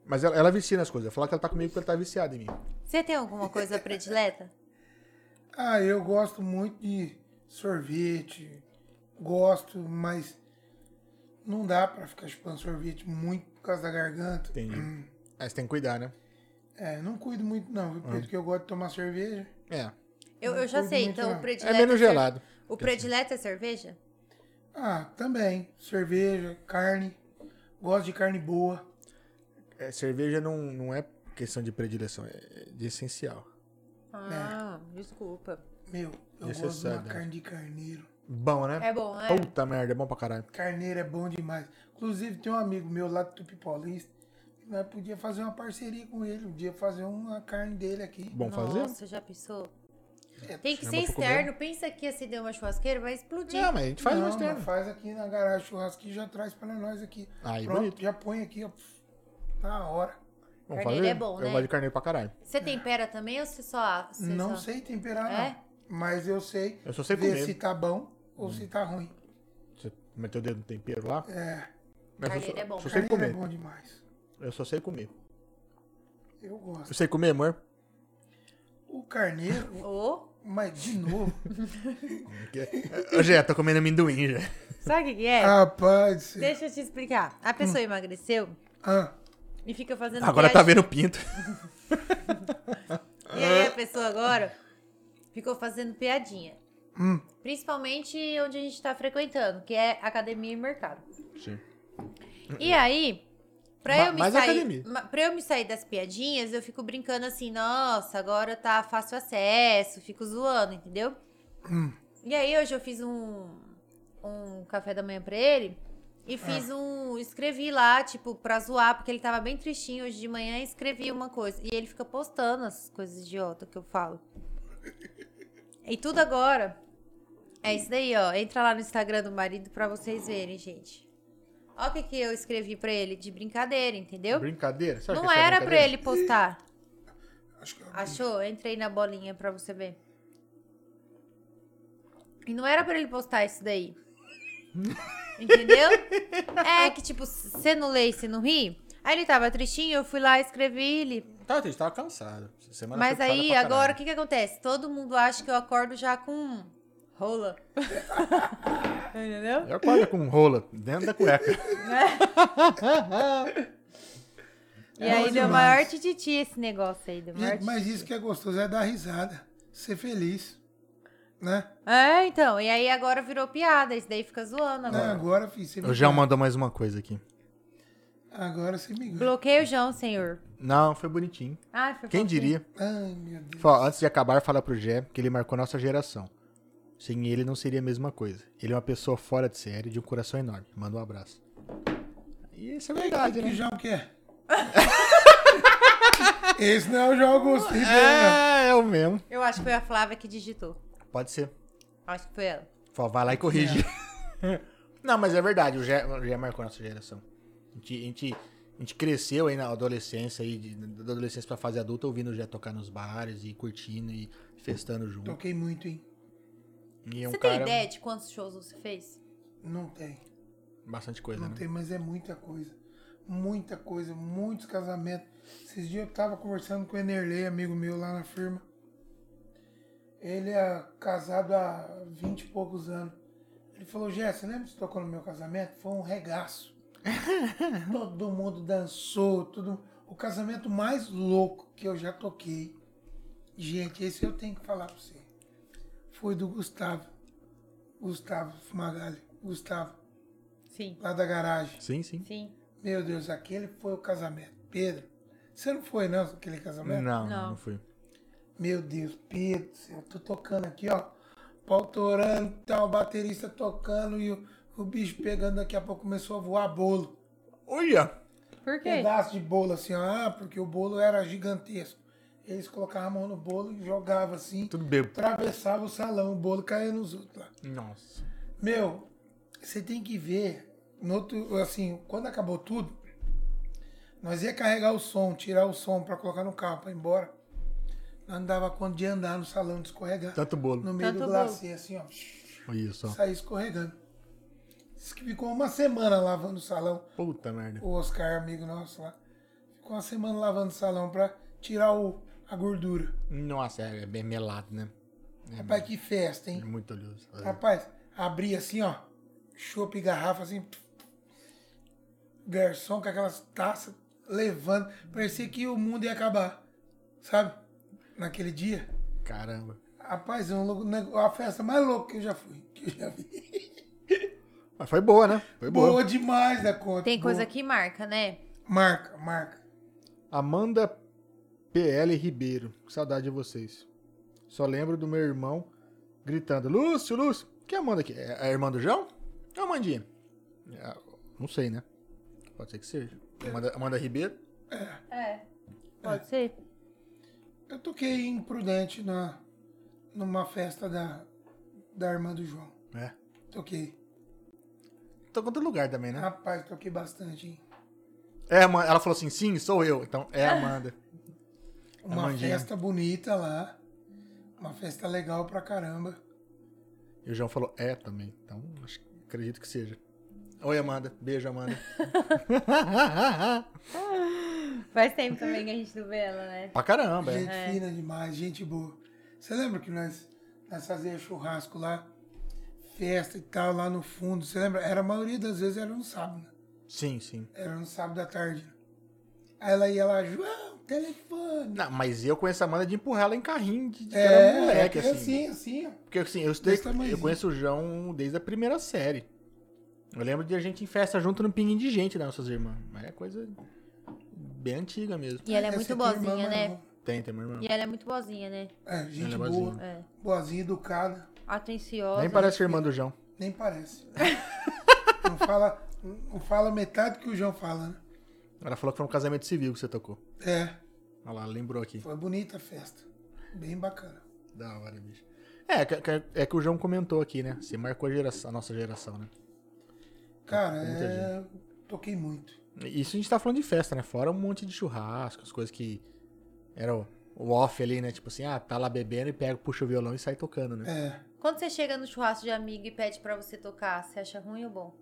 Mas ela, ela vicia nas coisas. Ela fala que ela tá comigo porque ela tá viciada em mim. Você tem alguma coisa predileta? Ah, eu gosto muito de sorvete. Gosto, mas não dá pra ficar chupando sorvete muito por causa da garganta. Entendi. Hum. Aí você tem que cuidar, né? É, não cuido muito não, viu, Pedro? Ah. Porque eu gosto de tomar cerveja. É. Eu, eu já Não, sei, não então dá. o predileto. É menos cer- gelado. O predileto é cerveja? Ah, também. Cerveja, carne. Gosto de carne boa. É, cerveja não, não é questão de predileção, é de essencial. né? Ah, desculpa. Meu, eu Esse é gosto de uma sério, né? carne de carneiro. Bom, né? É bom, né? Puta merda, é bom pra caralho. Carneiro é bom demais. Inclusive, tem um amigo meu lá do Tupi Paulista. Nós podíamos fazer uma parceria com ele. Um dia fazer uma carne dele aqui. Bom fazer? Nossa, já pensou? É, Tem que Chama ser pra comer. externo. Pensa que acender uma churrasqueira vai explodir. Não, mas a gente faz não, um mas externo. faz aqui na garagem churrasquinho e já traz pra nós aqui. Aí, Pronto, bonito. já põe aqui, ó. Na hora. Vamos Carneiro fazer? é bom, Eu né? gosto de carneiro pra caralho. Você tempera também ou você só... Você não só... sei temperar, não. É? Mas eu sei, Eu só sei ver comer. Hum. se tá bom ou se tá ruim. Você meteu o dedo no tempero lá? É, Mas eu Carneiro só, é bom, só sei carneiro é comer. bom demais. Eu só sei comer. Eu Eu gosto. sei comer, amor? O carneiro, Ô, mas de novo. Eu já tô tá comendo amendoim já. sabe o que que é? Ah. Rapaz. do céu. Deixa eu te explicar. A pessoa emagreceu Ah, e fica fazendo Hum. Agora tá piadinha. vendo pinto. E aí a pessoa agora ficou fazendo piadinha. Hum. Principalmente onde a gente tá frequentando, que é academia e mercado. Sim. E aí, pra Ma- eu, me mais sair, academia. ma- pra eu me sair das piadinhas, eu fico brincando assim, nossa, agora tá fácil acesso, fico zoando, entendeu? Hum. E aí hoje eu fiz um, um café da manhã pra ele e fiz Ah. um. Escrevi lá, tipo, pra zoar, porque ele tava bem tristinho hoje de manhã e escrevi uma coisa. E ele fica postando as coisas idiota que eu falo. E tudo agora. É isso daí, ó. Entra lá no Instagram do marido pra vocês verem, gente. Olha o que, que eu escrevi pra ele de brincadeira, entendeu? é Brincadeira? Sabe Não era pra ele postar. acho que eu... Achou? Entrei na bolinha pra você ver. E não era pra ele postar isso daí. Entendeu? É que, tipo, você não lê e você não ri. Aí ele tava tristinho, eu fui lá, escrevi ele. Tá, gente, tava cansado. Semana Mas foi puxada aí, pra agora, o caralho. que que acontece? Todo mundo acha que eu acordo já com rola. Entendeu? Eu acordo com rola dentro da cueca. E É aí, bom deu demais. maior tititi esse negócio aí. Deu maior Gente, mas tititi. isso que é gostoso é dar risada. Ser feliz. Né? É, então. E aí, agora virou piada. Isso daí fica zoando Né, agora. Agora, filho, você me O João ganha. mandou mais uma coisa aqui. Agora você me ganha. Bloqueio o João, senhor. Não, foi bonitinho. Ai, foi Quem fofinho. diria? Ai, meu Deus. Fala, antes de acabar, fala pro Jé que ele marcou nossa geração. Sem ele não seria a mesma coisa. Ele é uma pessoa fora de série, de um coração enorme. Manda um abraço. E isso é verdade, Que né? João que é? Esse não é o João Augusto Ribeiro, É, é o mesmo. Eu acho que foi a Flávia que digitou. Pode ser. Acho que foi ela. Fala, vai lá e corrige. É. Não, mas é verdade, o Gé, o Gé marcou a nossa geração. A gente, a, gente, a gente cresceu aí na adolescência, aí, de- da adolescência pra fase adulta, ouvindo o Gé tocar nos bares e curtindo e festando junto. Toquei muito, hein? E é um Você tem cara. ideia de quantos shows você fez? Não tem. Bastante coisa, Não né? tem, mas é muita coisa. Muita coisa, muitos casamentos. Esses dias eu tava conversando com o Enerley, amigo meu lá na firma. Ele é casado há 20 e poucos anos. Ele falou, Gé, você lembra que você tocou no meu casamento? Foi um regaço. Todo mundo dançou, tudo. O casamento mais louco que eu já toquei. Gente, esse eu tenho que falar pra você. Foi do Gustavo. Gustavo Magali. Gustavo, Sim. lá da garagem. Sim, sim. Sim. Meu Deus, aquele foi o casamento. Pedro, você não foi não, aquele casamento? Não, Não. não, fui. Meu Deus, Pedro, do céu, eu tô tocando aqui, ó. Pau torando, tal, o baterista tocando e o, o bicho pegando, daqui a pouco começou a voar bolo. Olha! Por quê? Pedaço de bolo assim, ó, ah, porque o bolo era gigantesco. Eles colocavam a mão no bolo e jogavam assim, Tudo bebo. atravessava o salão, o bolo caía nos outros lá. Nossa. Meu, você tem que ver. No outro, assim, quando acabou tudo, nós ia carregar o som, tirar o som pra colocar no carro pra ir embora. Nós não dava conta de andar no salão de escorregar. Tanto bolo. no meio Tanto do glacê, assim, ó. Isso, ó. Sair escorregando. Diz que ficou uma semana lavando o salão. Puta merda. O Oscar, amigo nosso lá. Ficou uma semana lavando o salão pra tirar o, a gordura. Nossa, é, é bem melado, né? Rapaz, que festa, É hein? muito olhoso. Rapaz, abri assim, ó. Chopp e garrafa assim. Garçom com aquelas taças levando. Parecia que o mundo ia acabar. Sabe? Naquele dia. Caramba. Rapaz, é um louco- nego- a festa mais louca que eu já fui. Que eu já vi. Mas foi boa, né? Foi Boa, boa. demais da conta. Tem coisa boa. que marca, né? Marca, marca. Amanda PL Ribeiro. Que saudade de vocês. Só lembro do meu irmão gritando: Lúcio, Lúcio. Que Amanda aqui? É a irmã do João? É a Amandinha? É, não sei, né? Pode ser que seja. Amanda, Amanda Ribeiro? É. Pode ser? Eu toquei imprudente na, numa festa da, da irmã do João. É. Toquei. Tô com outro lugar também, né? Rapaz, toquei bastante, hein? É, a Amanda. Ela falou assim: sim, sou eu. Então é a Amanda. Uma Amandinha. festa bonita lá. Uma festa legal pra caramba. E o João falou: é também. Então acho, acredito que seja. Oi, Amanda. Beijo, Amanda. Faz tempo também que a gente não vê ela, né? pra caramba, é. Gente fina demais, gente boa. Você lembra que nós, nós fazíamos churrasco lá? Festa e tal, lá no fundo. Você lembra? Era a maioria das vezes era no sábado. né? Sim, sim. Era no sábado à tarde. Aí ela ia lá, João, telefone. Não, mas eu conheço a Amanda de empurrar ela em carrinho de, de É, era moleque, assim. assim, assim, ó. Porque assim, eu, estudei, Desse tamanhozinho. eu conheço o João desde a primeira série. Eu lembro de a gente em festa junto no pinguim de gente das nossas irmãs. Mas é coisa bem antiga mesmo. E ela é Essa muito aqui a irmã boazinha, mais né? nova. Tem, tem uma irmã. E ela é muito boazinha, né? É, gente Ela é boa. boazinha. É. Boazinha, educada. Atenciosa. Nem parece a irmã do João. Nem parece. não, fala, não fala metade do que o João fala, né? Ela falou que foi um casamento civil que você tocou. É. Olha lá, lembrou aqui. Foi bonita a festa. Bem bacana. Da hora, bicho. É, que- que- é que o João comentou aqui, né? Você marcou a, geração- a nossa geração, né? Cara, Tem muita é... toquei muito. Isso a gente tá falando de festa, né? Fora um monte de churrasco, as coisas que. Era o, o off ali, né? Tipo assim, ah, tá lá bebendo e pega, puxa o violão e sai tocando, né? É. Quando você chega no churrasco de amigo e pede pra você tocar, você acha ruim ou bom?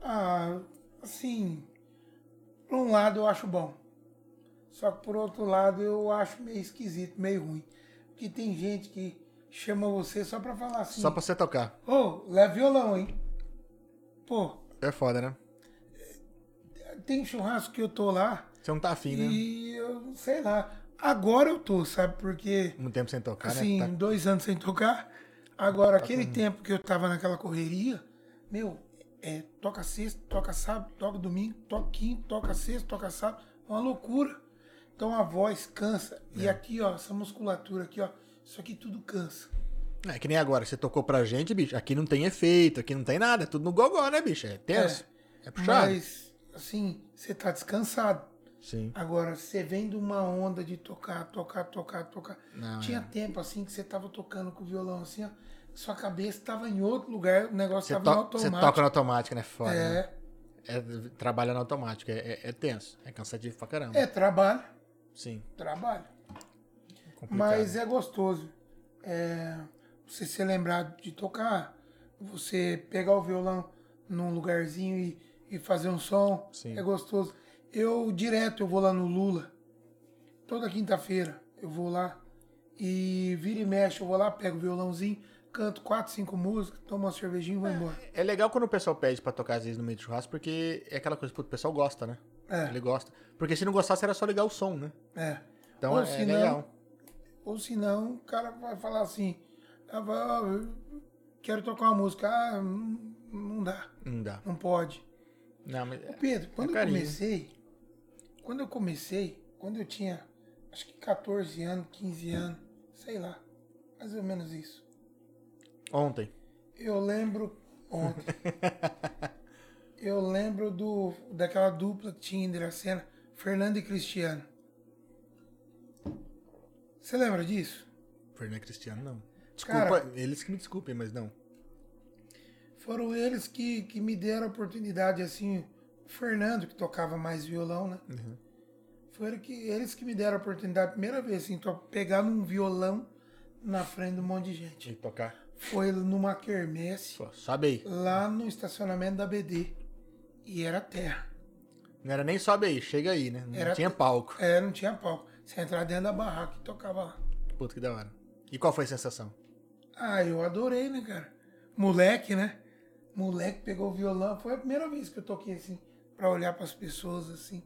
Ah, assim, por um lado eu acho bom. Só que por outro lado eu acho meio esquisito, meio ruim. Porque tem gente que chama você só pra falar assim. Só pra você tocar. Ô, leva violão, hein? Pô, É foda, né? tem churrasco que eu tô lá Você não tá afim, né? e eu sei lá. Agora eu tô, sabe? Porque Muito tempo sem tocar, assim, né? Tá- dois anos sem tocar. Agora, aquele tempo que eu tava naquela correria, meu, é, toca sexta, toca sábado, toca domingo, toca quinta, toca sexta, toca sábado, É uma loucura. Então a voz cansa. É. E aqui, ó, essa musculatura aqui, ó, isso aqui tudo cansa. É que nem agora, você tocou pra gente, bicho. Aqui não tem efeito, aqui não tem nada. É tudo no gogó, né, bicho? É tenso. É, puxado. Mas, assim, você tá descansado. Sim. Agora, você vem de uma onda de tocar, tocar, tocar, tocar. Não, Tinha é. tempo assim que você tava tocando com o violão assim, ó. sua cabeça estava em outro lugar, o negócio Você, estava to- no você automático. toca no automático, né? Foda. né? É, É, trabalha no automático. É, é- é tenso. É cansativo pra caramba. é trabalho, Sim. trabalho. Complicado. Mas é gostoso. É, você ser lembrado de tocar, você pegar o violão num lugarzinho e, e fazer um som. Sim. É gostoso. Eu direto eu vou lá no Lula. Toda quinta-feira eu vou lá e vira e mexe, eu vou lá, pego o violãozinho, canto quatro, cinco músicas, tomo uma cervejinha e vou embora. É legal quando o pessoal pede pra tocar às vezes no meio do churrasco, porque é aquela coisa que o pessoal gosta, né? É. Ele gosta. Porque se não gostasse, era só ligar o som, né? É. Então Ou é, se é não- legal. Ou senão o cara vai falar assim, ah, vai, ó, eu quero tocar uma música. Ah, não- não dá, Não dá. não pode. Não, mas... é, Pedro, quando eu carinho. comecei, quando eu comecei, quando eu tinha acho que 14 anos, 15 anos, sei lá, mais ou menos isso. Ontem. Eu lembro ontem. eu lembro do daquela dupla que tinha em Dracena, Fernando e Cristiano. Você lembra disso? Fernando Cristiano, não. Desculpa, Cara- eles que me desculpem, mas não. Foram eles que, que me deram a oportunidade, assim, o Fernando, que tocava mais violão, né? Foram que, eles que me deram a oportunidade, a primeira vez, assim, to- pegar num violão na frente de um monte de De gente. tocar. Foi numa quermesse, Pô, sobe aí. lá no estacionamento da BD. E era terra. Não era nem sobe aí, chega aí, né? Não Era- tinha palco. É, não tinha palco. Você entrava dentro da barraca e tocava lá. Puta que da hora. E qual foi a sensação? Ah, eu adorei, né, cara? Moleque, né? Moleque pegou o violão. Foi a primeira vez que eu toquei assim, pra olhar pras pessoas assim.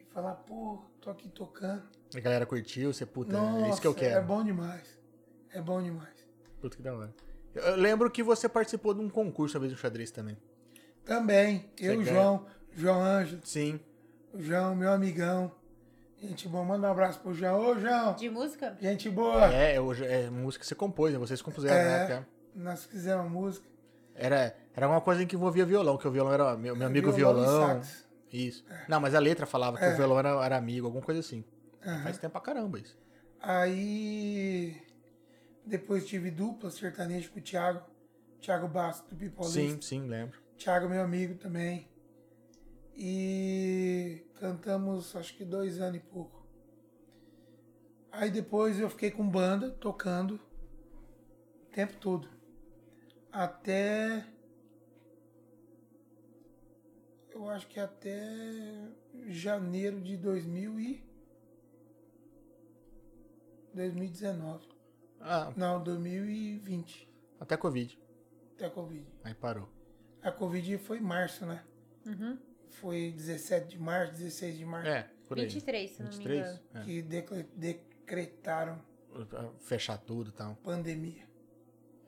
E falar, pô, tô aqui tocando. A galera curtiu, você, puta, Nossa, é isso que eu quero. É bom demais. É bom demais. Puta que da hora. Eu- Eu lembro que você participou de um concurso uma vez no xadrez também. Também, eu, ganha. João, João Ângelo, Sim. o João, meu amigão. Gente boa, manda um abraço pro João. Ô, João! De música? Gente boa! É, hoje é música que você compôs, né? Vocês compuseram na Ah. É, época. nós fizemos música. Era, era uma coisa em que envolvia violão, que o violão era meu, meu amigo Violão e violão. sax. É. Isso. Não, mas a letra falava que o violão era, era amigo, alguma coisa assim. Faz tempo pra caramba isso. Aí depois tive dupla sertaneja com o Thiago. Thiago Bastos do Sim, Pipolista. sim, lembro. Thiago, meu amigo também. E cantamos acho que dois anos e pouco. Aí depois eu fiquei com banda, tocando o tempo todo. Até. Eu acho que até janeiro de 2000 e 2019. Ah, Não, 2020. até Covid. Até a Covid. Aí parou. A Covid foi em março, né? Foi 17 de março, 16 de março É, por aí. 23, se não me engano. É. que decle- decretaram Pra É. Fechar tudo e tal. pandemia.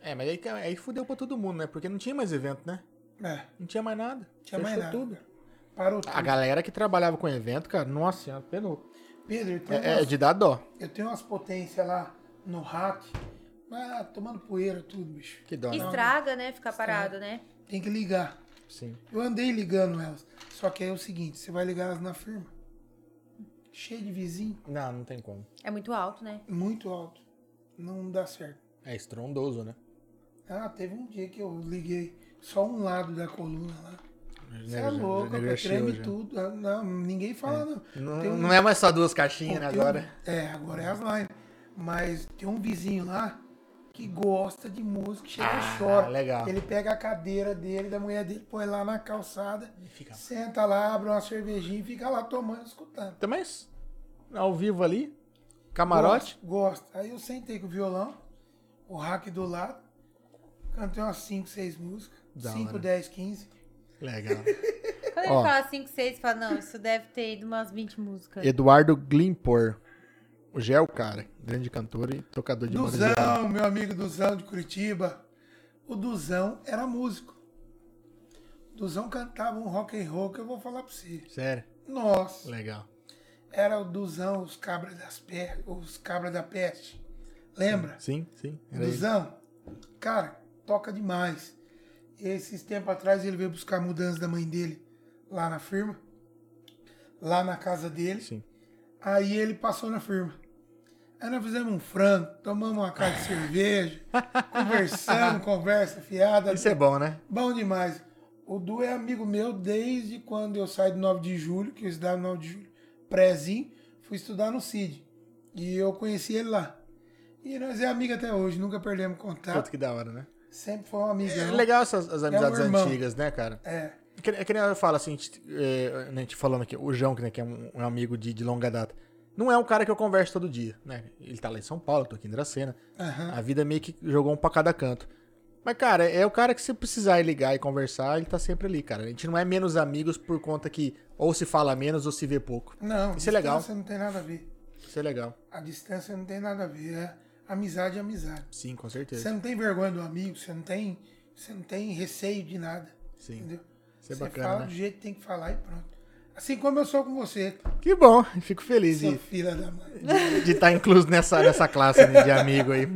É, mas aí, que- aí fudeu pra todo mundo, né? Porque não tinha mais evento, né? É, Não tinha mais nada. tinha Fechou mais nada. tudo. cara. Parou tudo. A galera que trabalhava com evento, cara, nossa senhora, penou. Pedro, eu tenho, É, é umas, de dar dó. eu tenho umas potências lá no hack, mas tomando poeira tudo, bicho. Que dó, né? Estraga, né? Ficar parado, né? Tem que ligar. Sim. Eu andei ligando elas. Só que aí é o seguinte, você vai ligar elas na firma. Cheio de vizinho, Não, não tem como. É muito alto, né? muito alto. Não dá certo. É estrondoso, né? Ah, teve um dia que eu liguei só um lado da coluna lá. Você é Negro- louco, negro eu treme já. tudo. Ah, Não, ninguém fala, não. Não, Tem um- não é mais só duas caixinhas, né, Tem um- agora. É, agora é as lives. Mas tem um vizinho lá que gosta de música, chega Ah, e chora. legal. Ele pega a cadeira dele, da mulher dele, põe lá na calçada, fica- senta lá, abre uma cervejinha e fica lá tomando, escutando. Então, mas, ao vivo ali, camarote. Gosta. gosta. Aí eu sentei com o violão, o rack do lado, cantei umas 5, 6 músicas. Da 5, hora. 10, 15. Legal. Quando Ó. ele fala 5, 6, fala, não, isso deve ter ido umas 20 músicas. Eduardo Glimpor. O Gel, cara. Grande cantor e tocador de banda de rock. Duzão, meu amigo Duzão de Curitiba. O Duzão era músico. Duzão cantava um rock and roll que eu vou falar pra você. Sério? Nossa, Legal. era o Duzão, os cabras das pe... os cabras da peste. Lembra? Sim, sim. Era ele. Duzão, cara, toca demais. Esses tempos atrás ele veio buscar a mudança da mãe dele lá na firma, lá na casa dele. Sim. Aí ele passou na firma. Aí nós fizemos um frango, tomamos uma cara de cerveja, conversamos, conversa fiada. Isso é bom, né? Bom demais. O Du é amigo meu desde quando eu saí do 9 de julho, que eu estudava no 9 de julho, prézinho, fui estudar no CID. E eu conheci ele lá. E nós é amigo até hoje, nunca perdemos Tanto contato. que da hora, né? Sempre foi Tá. um É amigão. legal essas as amizades irmão. antigas, né, cara? É, É que- É que nem eu falo assim, a gente, é, a gente falando aqui, o João, que, né, que é um, um amigo de, de longa data, não é um cara que eu converso todo dia, né? Ele tá lá em São Paulo, eu tô aqui em Dracena. aham. A vida meio que jogou um pra cada canto. Mas, cara, é o cara que se precisar ligar e conversar, ele tá sempre ali, cara. A gente não é menos amigos por conta que ou se fala menos ou se vê pouco. Não, Isso é legal. distância não tem nada a ver. Isso é legal. A distância não tem nada a ver. É amizade é amizade. Sim, com Você certeza. não tem vergonha do amigo, você não tem, você não tem receio de nada. Sim. Entendeu? Isso é você bacana, fala né? do jeito que tem que falar e pronto. Assim como eu sou com você, Que bom, fico feliz sua de filha da mãe. de estar incluso nessa, nessa classe né, de amigo aí.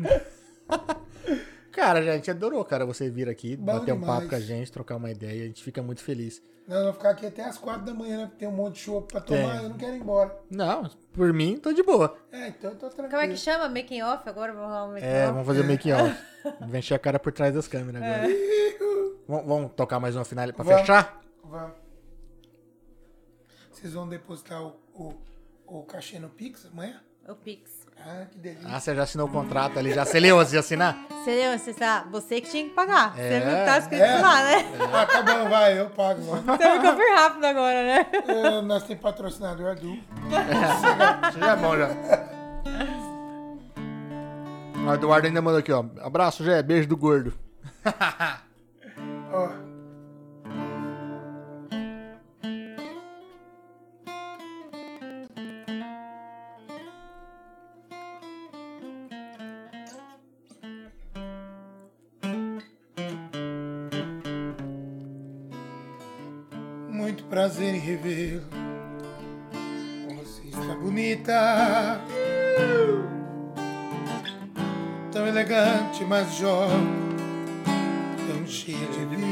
Cara, a gente adorou, cara, você vir aqui, Bom bater um demais. papo com a gente, trocar uma ideia. A gente fica muito feliz. Nós vamos ficar aqui até as quatro da manhã, né? Porque tem um monte de chopp pra tomar, Tem. eu não quero ir embora. Não, por mim, tô de boa. É, então eu tô tranquilo. Como é que chama? Making off? Agora vamos lá, um making É, off. vamos fazer o making off. Vamos encher a cara por trás das câmeras agora. Vamos, vamos tocar mais uma final pra É. Vamos. fechar? Vá. Vocês vão depositar o, o, o cachê no Pix amanhã? É O Pix. Ah, que delícia. Ah, você já assinou o contrato ali, já. Você leu antes de assinar? Seria você, tá? você que tinha que pagar. É. Você viu que tá escrito É. lá, né? Ah, tá bom, vai, eu pago. vai. Você ficou bem rápido agora, né? É, nós temos patrocinador do. Isso já é bom, já. O Eduardo ainda mandou aqui, ó. Abraço, Jé. Beijo do gordo. Ó. Muito prazer em revê-lo. Você está bonita, tão elegante, mas jovem tão cheia de vida.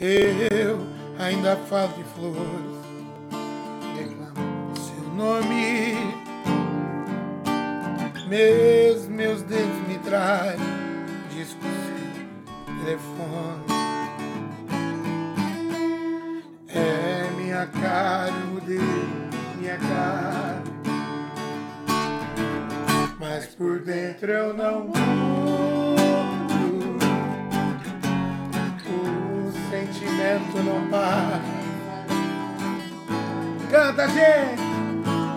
Eu ainda falo de flores, declamo seu nome. Mesmo meus dedos me trazem discussão, telefone. É minha cara, eu mudei minha cara. Mas por dentro eu não mudo. O sentimento não para. Canta, gente!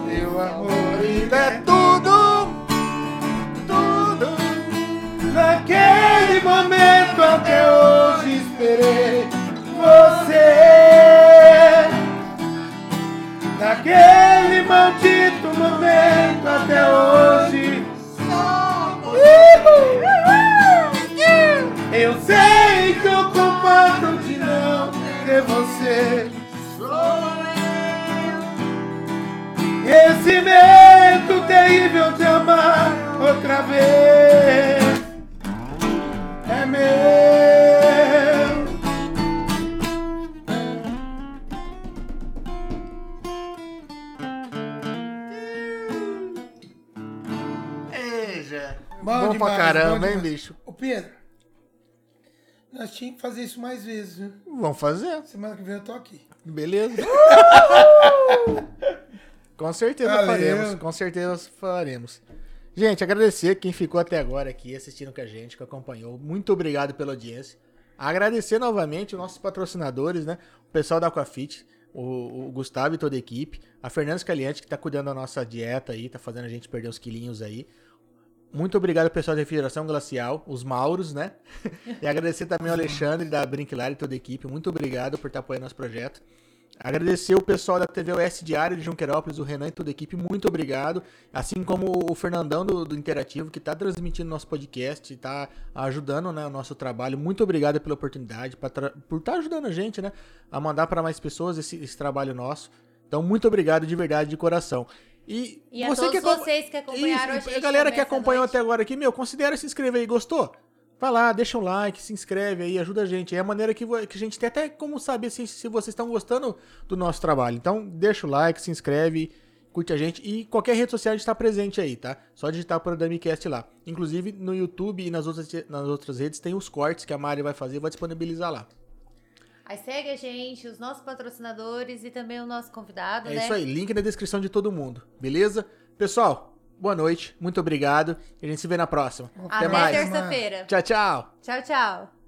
Meu amor ainda é tudo, tudo. Naquele momento até hoje esperei você. Naquele maldito momento até hoje Uhul. Eu sei que o culpado de não ter você Esse medo terrível de amar outra vez É meu Ei, Jé. Bom Bom pra demais, bom caramba, hein, demais. bicho? Ô Pedro, nós tínhamos que fazer isso mais vezes, viu? Vamos fazer. Semana que vem eu tô aqui. Beleza. com certeza Valeu. faremos. Com certeza faremos. Gente, agradecer quem ficou até agora aqui assistindo com a gente, que acompanhou. Muito obrigado pela audiência. Agradecer novamente os nossos patrocinadores, né? O pessoal da Aquafit, o, o Gustavo e toda a equipe. A Fernanda Caliente, que tá cuidando da nossa dieta aí, tá fazendo a gente perder uns quilinhos aí. Muito obrigado, pessoal da Refrigeração Glacial, os Mauros, né? E agradecer também ao Alexandre da Brinquilar e toda a equipe. Muito obrigado por estar apoiando nosso projeto. Agradecer o pessoal da TV OS Diário de Junquerópolis, o Renan e toda a equipe, muito obrigado. Assim como o Fernandão do, do Interativo, que está transmitindo nosso podcast, está ajudando né, o nosso trabalho. Muito obrigado pela oportunidade, pra tra- por estar ajudando a gente né, a mandar para mais pessoas esse, esse trabalho nosso. Então, muito obrigado de verdade, de coração. E, E a você todos que acom- vocês que acompanharam Isso, a e gente galera que também essa acompanhou noite. até agora aqui, meu, considera se inscrever aí, gostou? Vai lá, deixa um like, se inscreve aí, ajuda a gente. É a maneira que, vo- que a gente tem até como saber se, se vocês estão gostando do nosso trabalho. Então, deixa o like, se inscreve curte a gente. E qualquer rede social a gente tá presente aí, tá? Só digitar por Adamicast lá. Inclusive, no YouTube e nas outras, nas outras redes tem os cortes que a Mari vai fazer e vai disponibilizar lá. Aí segue a gente, os nossos patrocinadores e também o nosso convidado, É né? isso aí, link na descrição de todo mundo, beleza? Pessoal, boa noite, muito obrigado e a gente se vê na próxima. Até mais. terça-feira. Tchau, tchau! Tchau, tchau.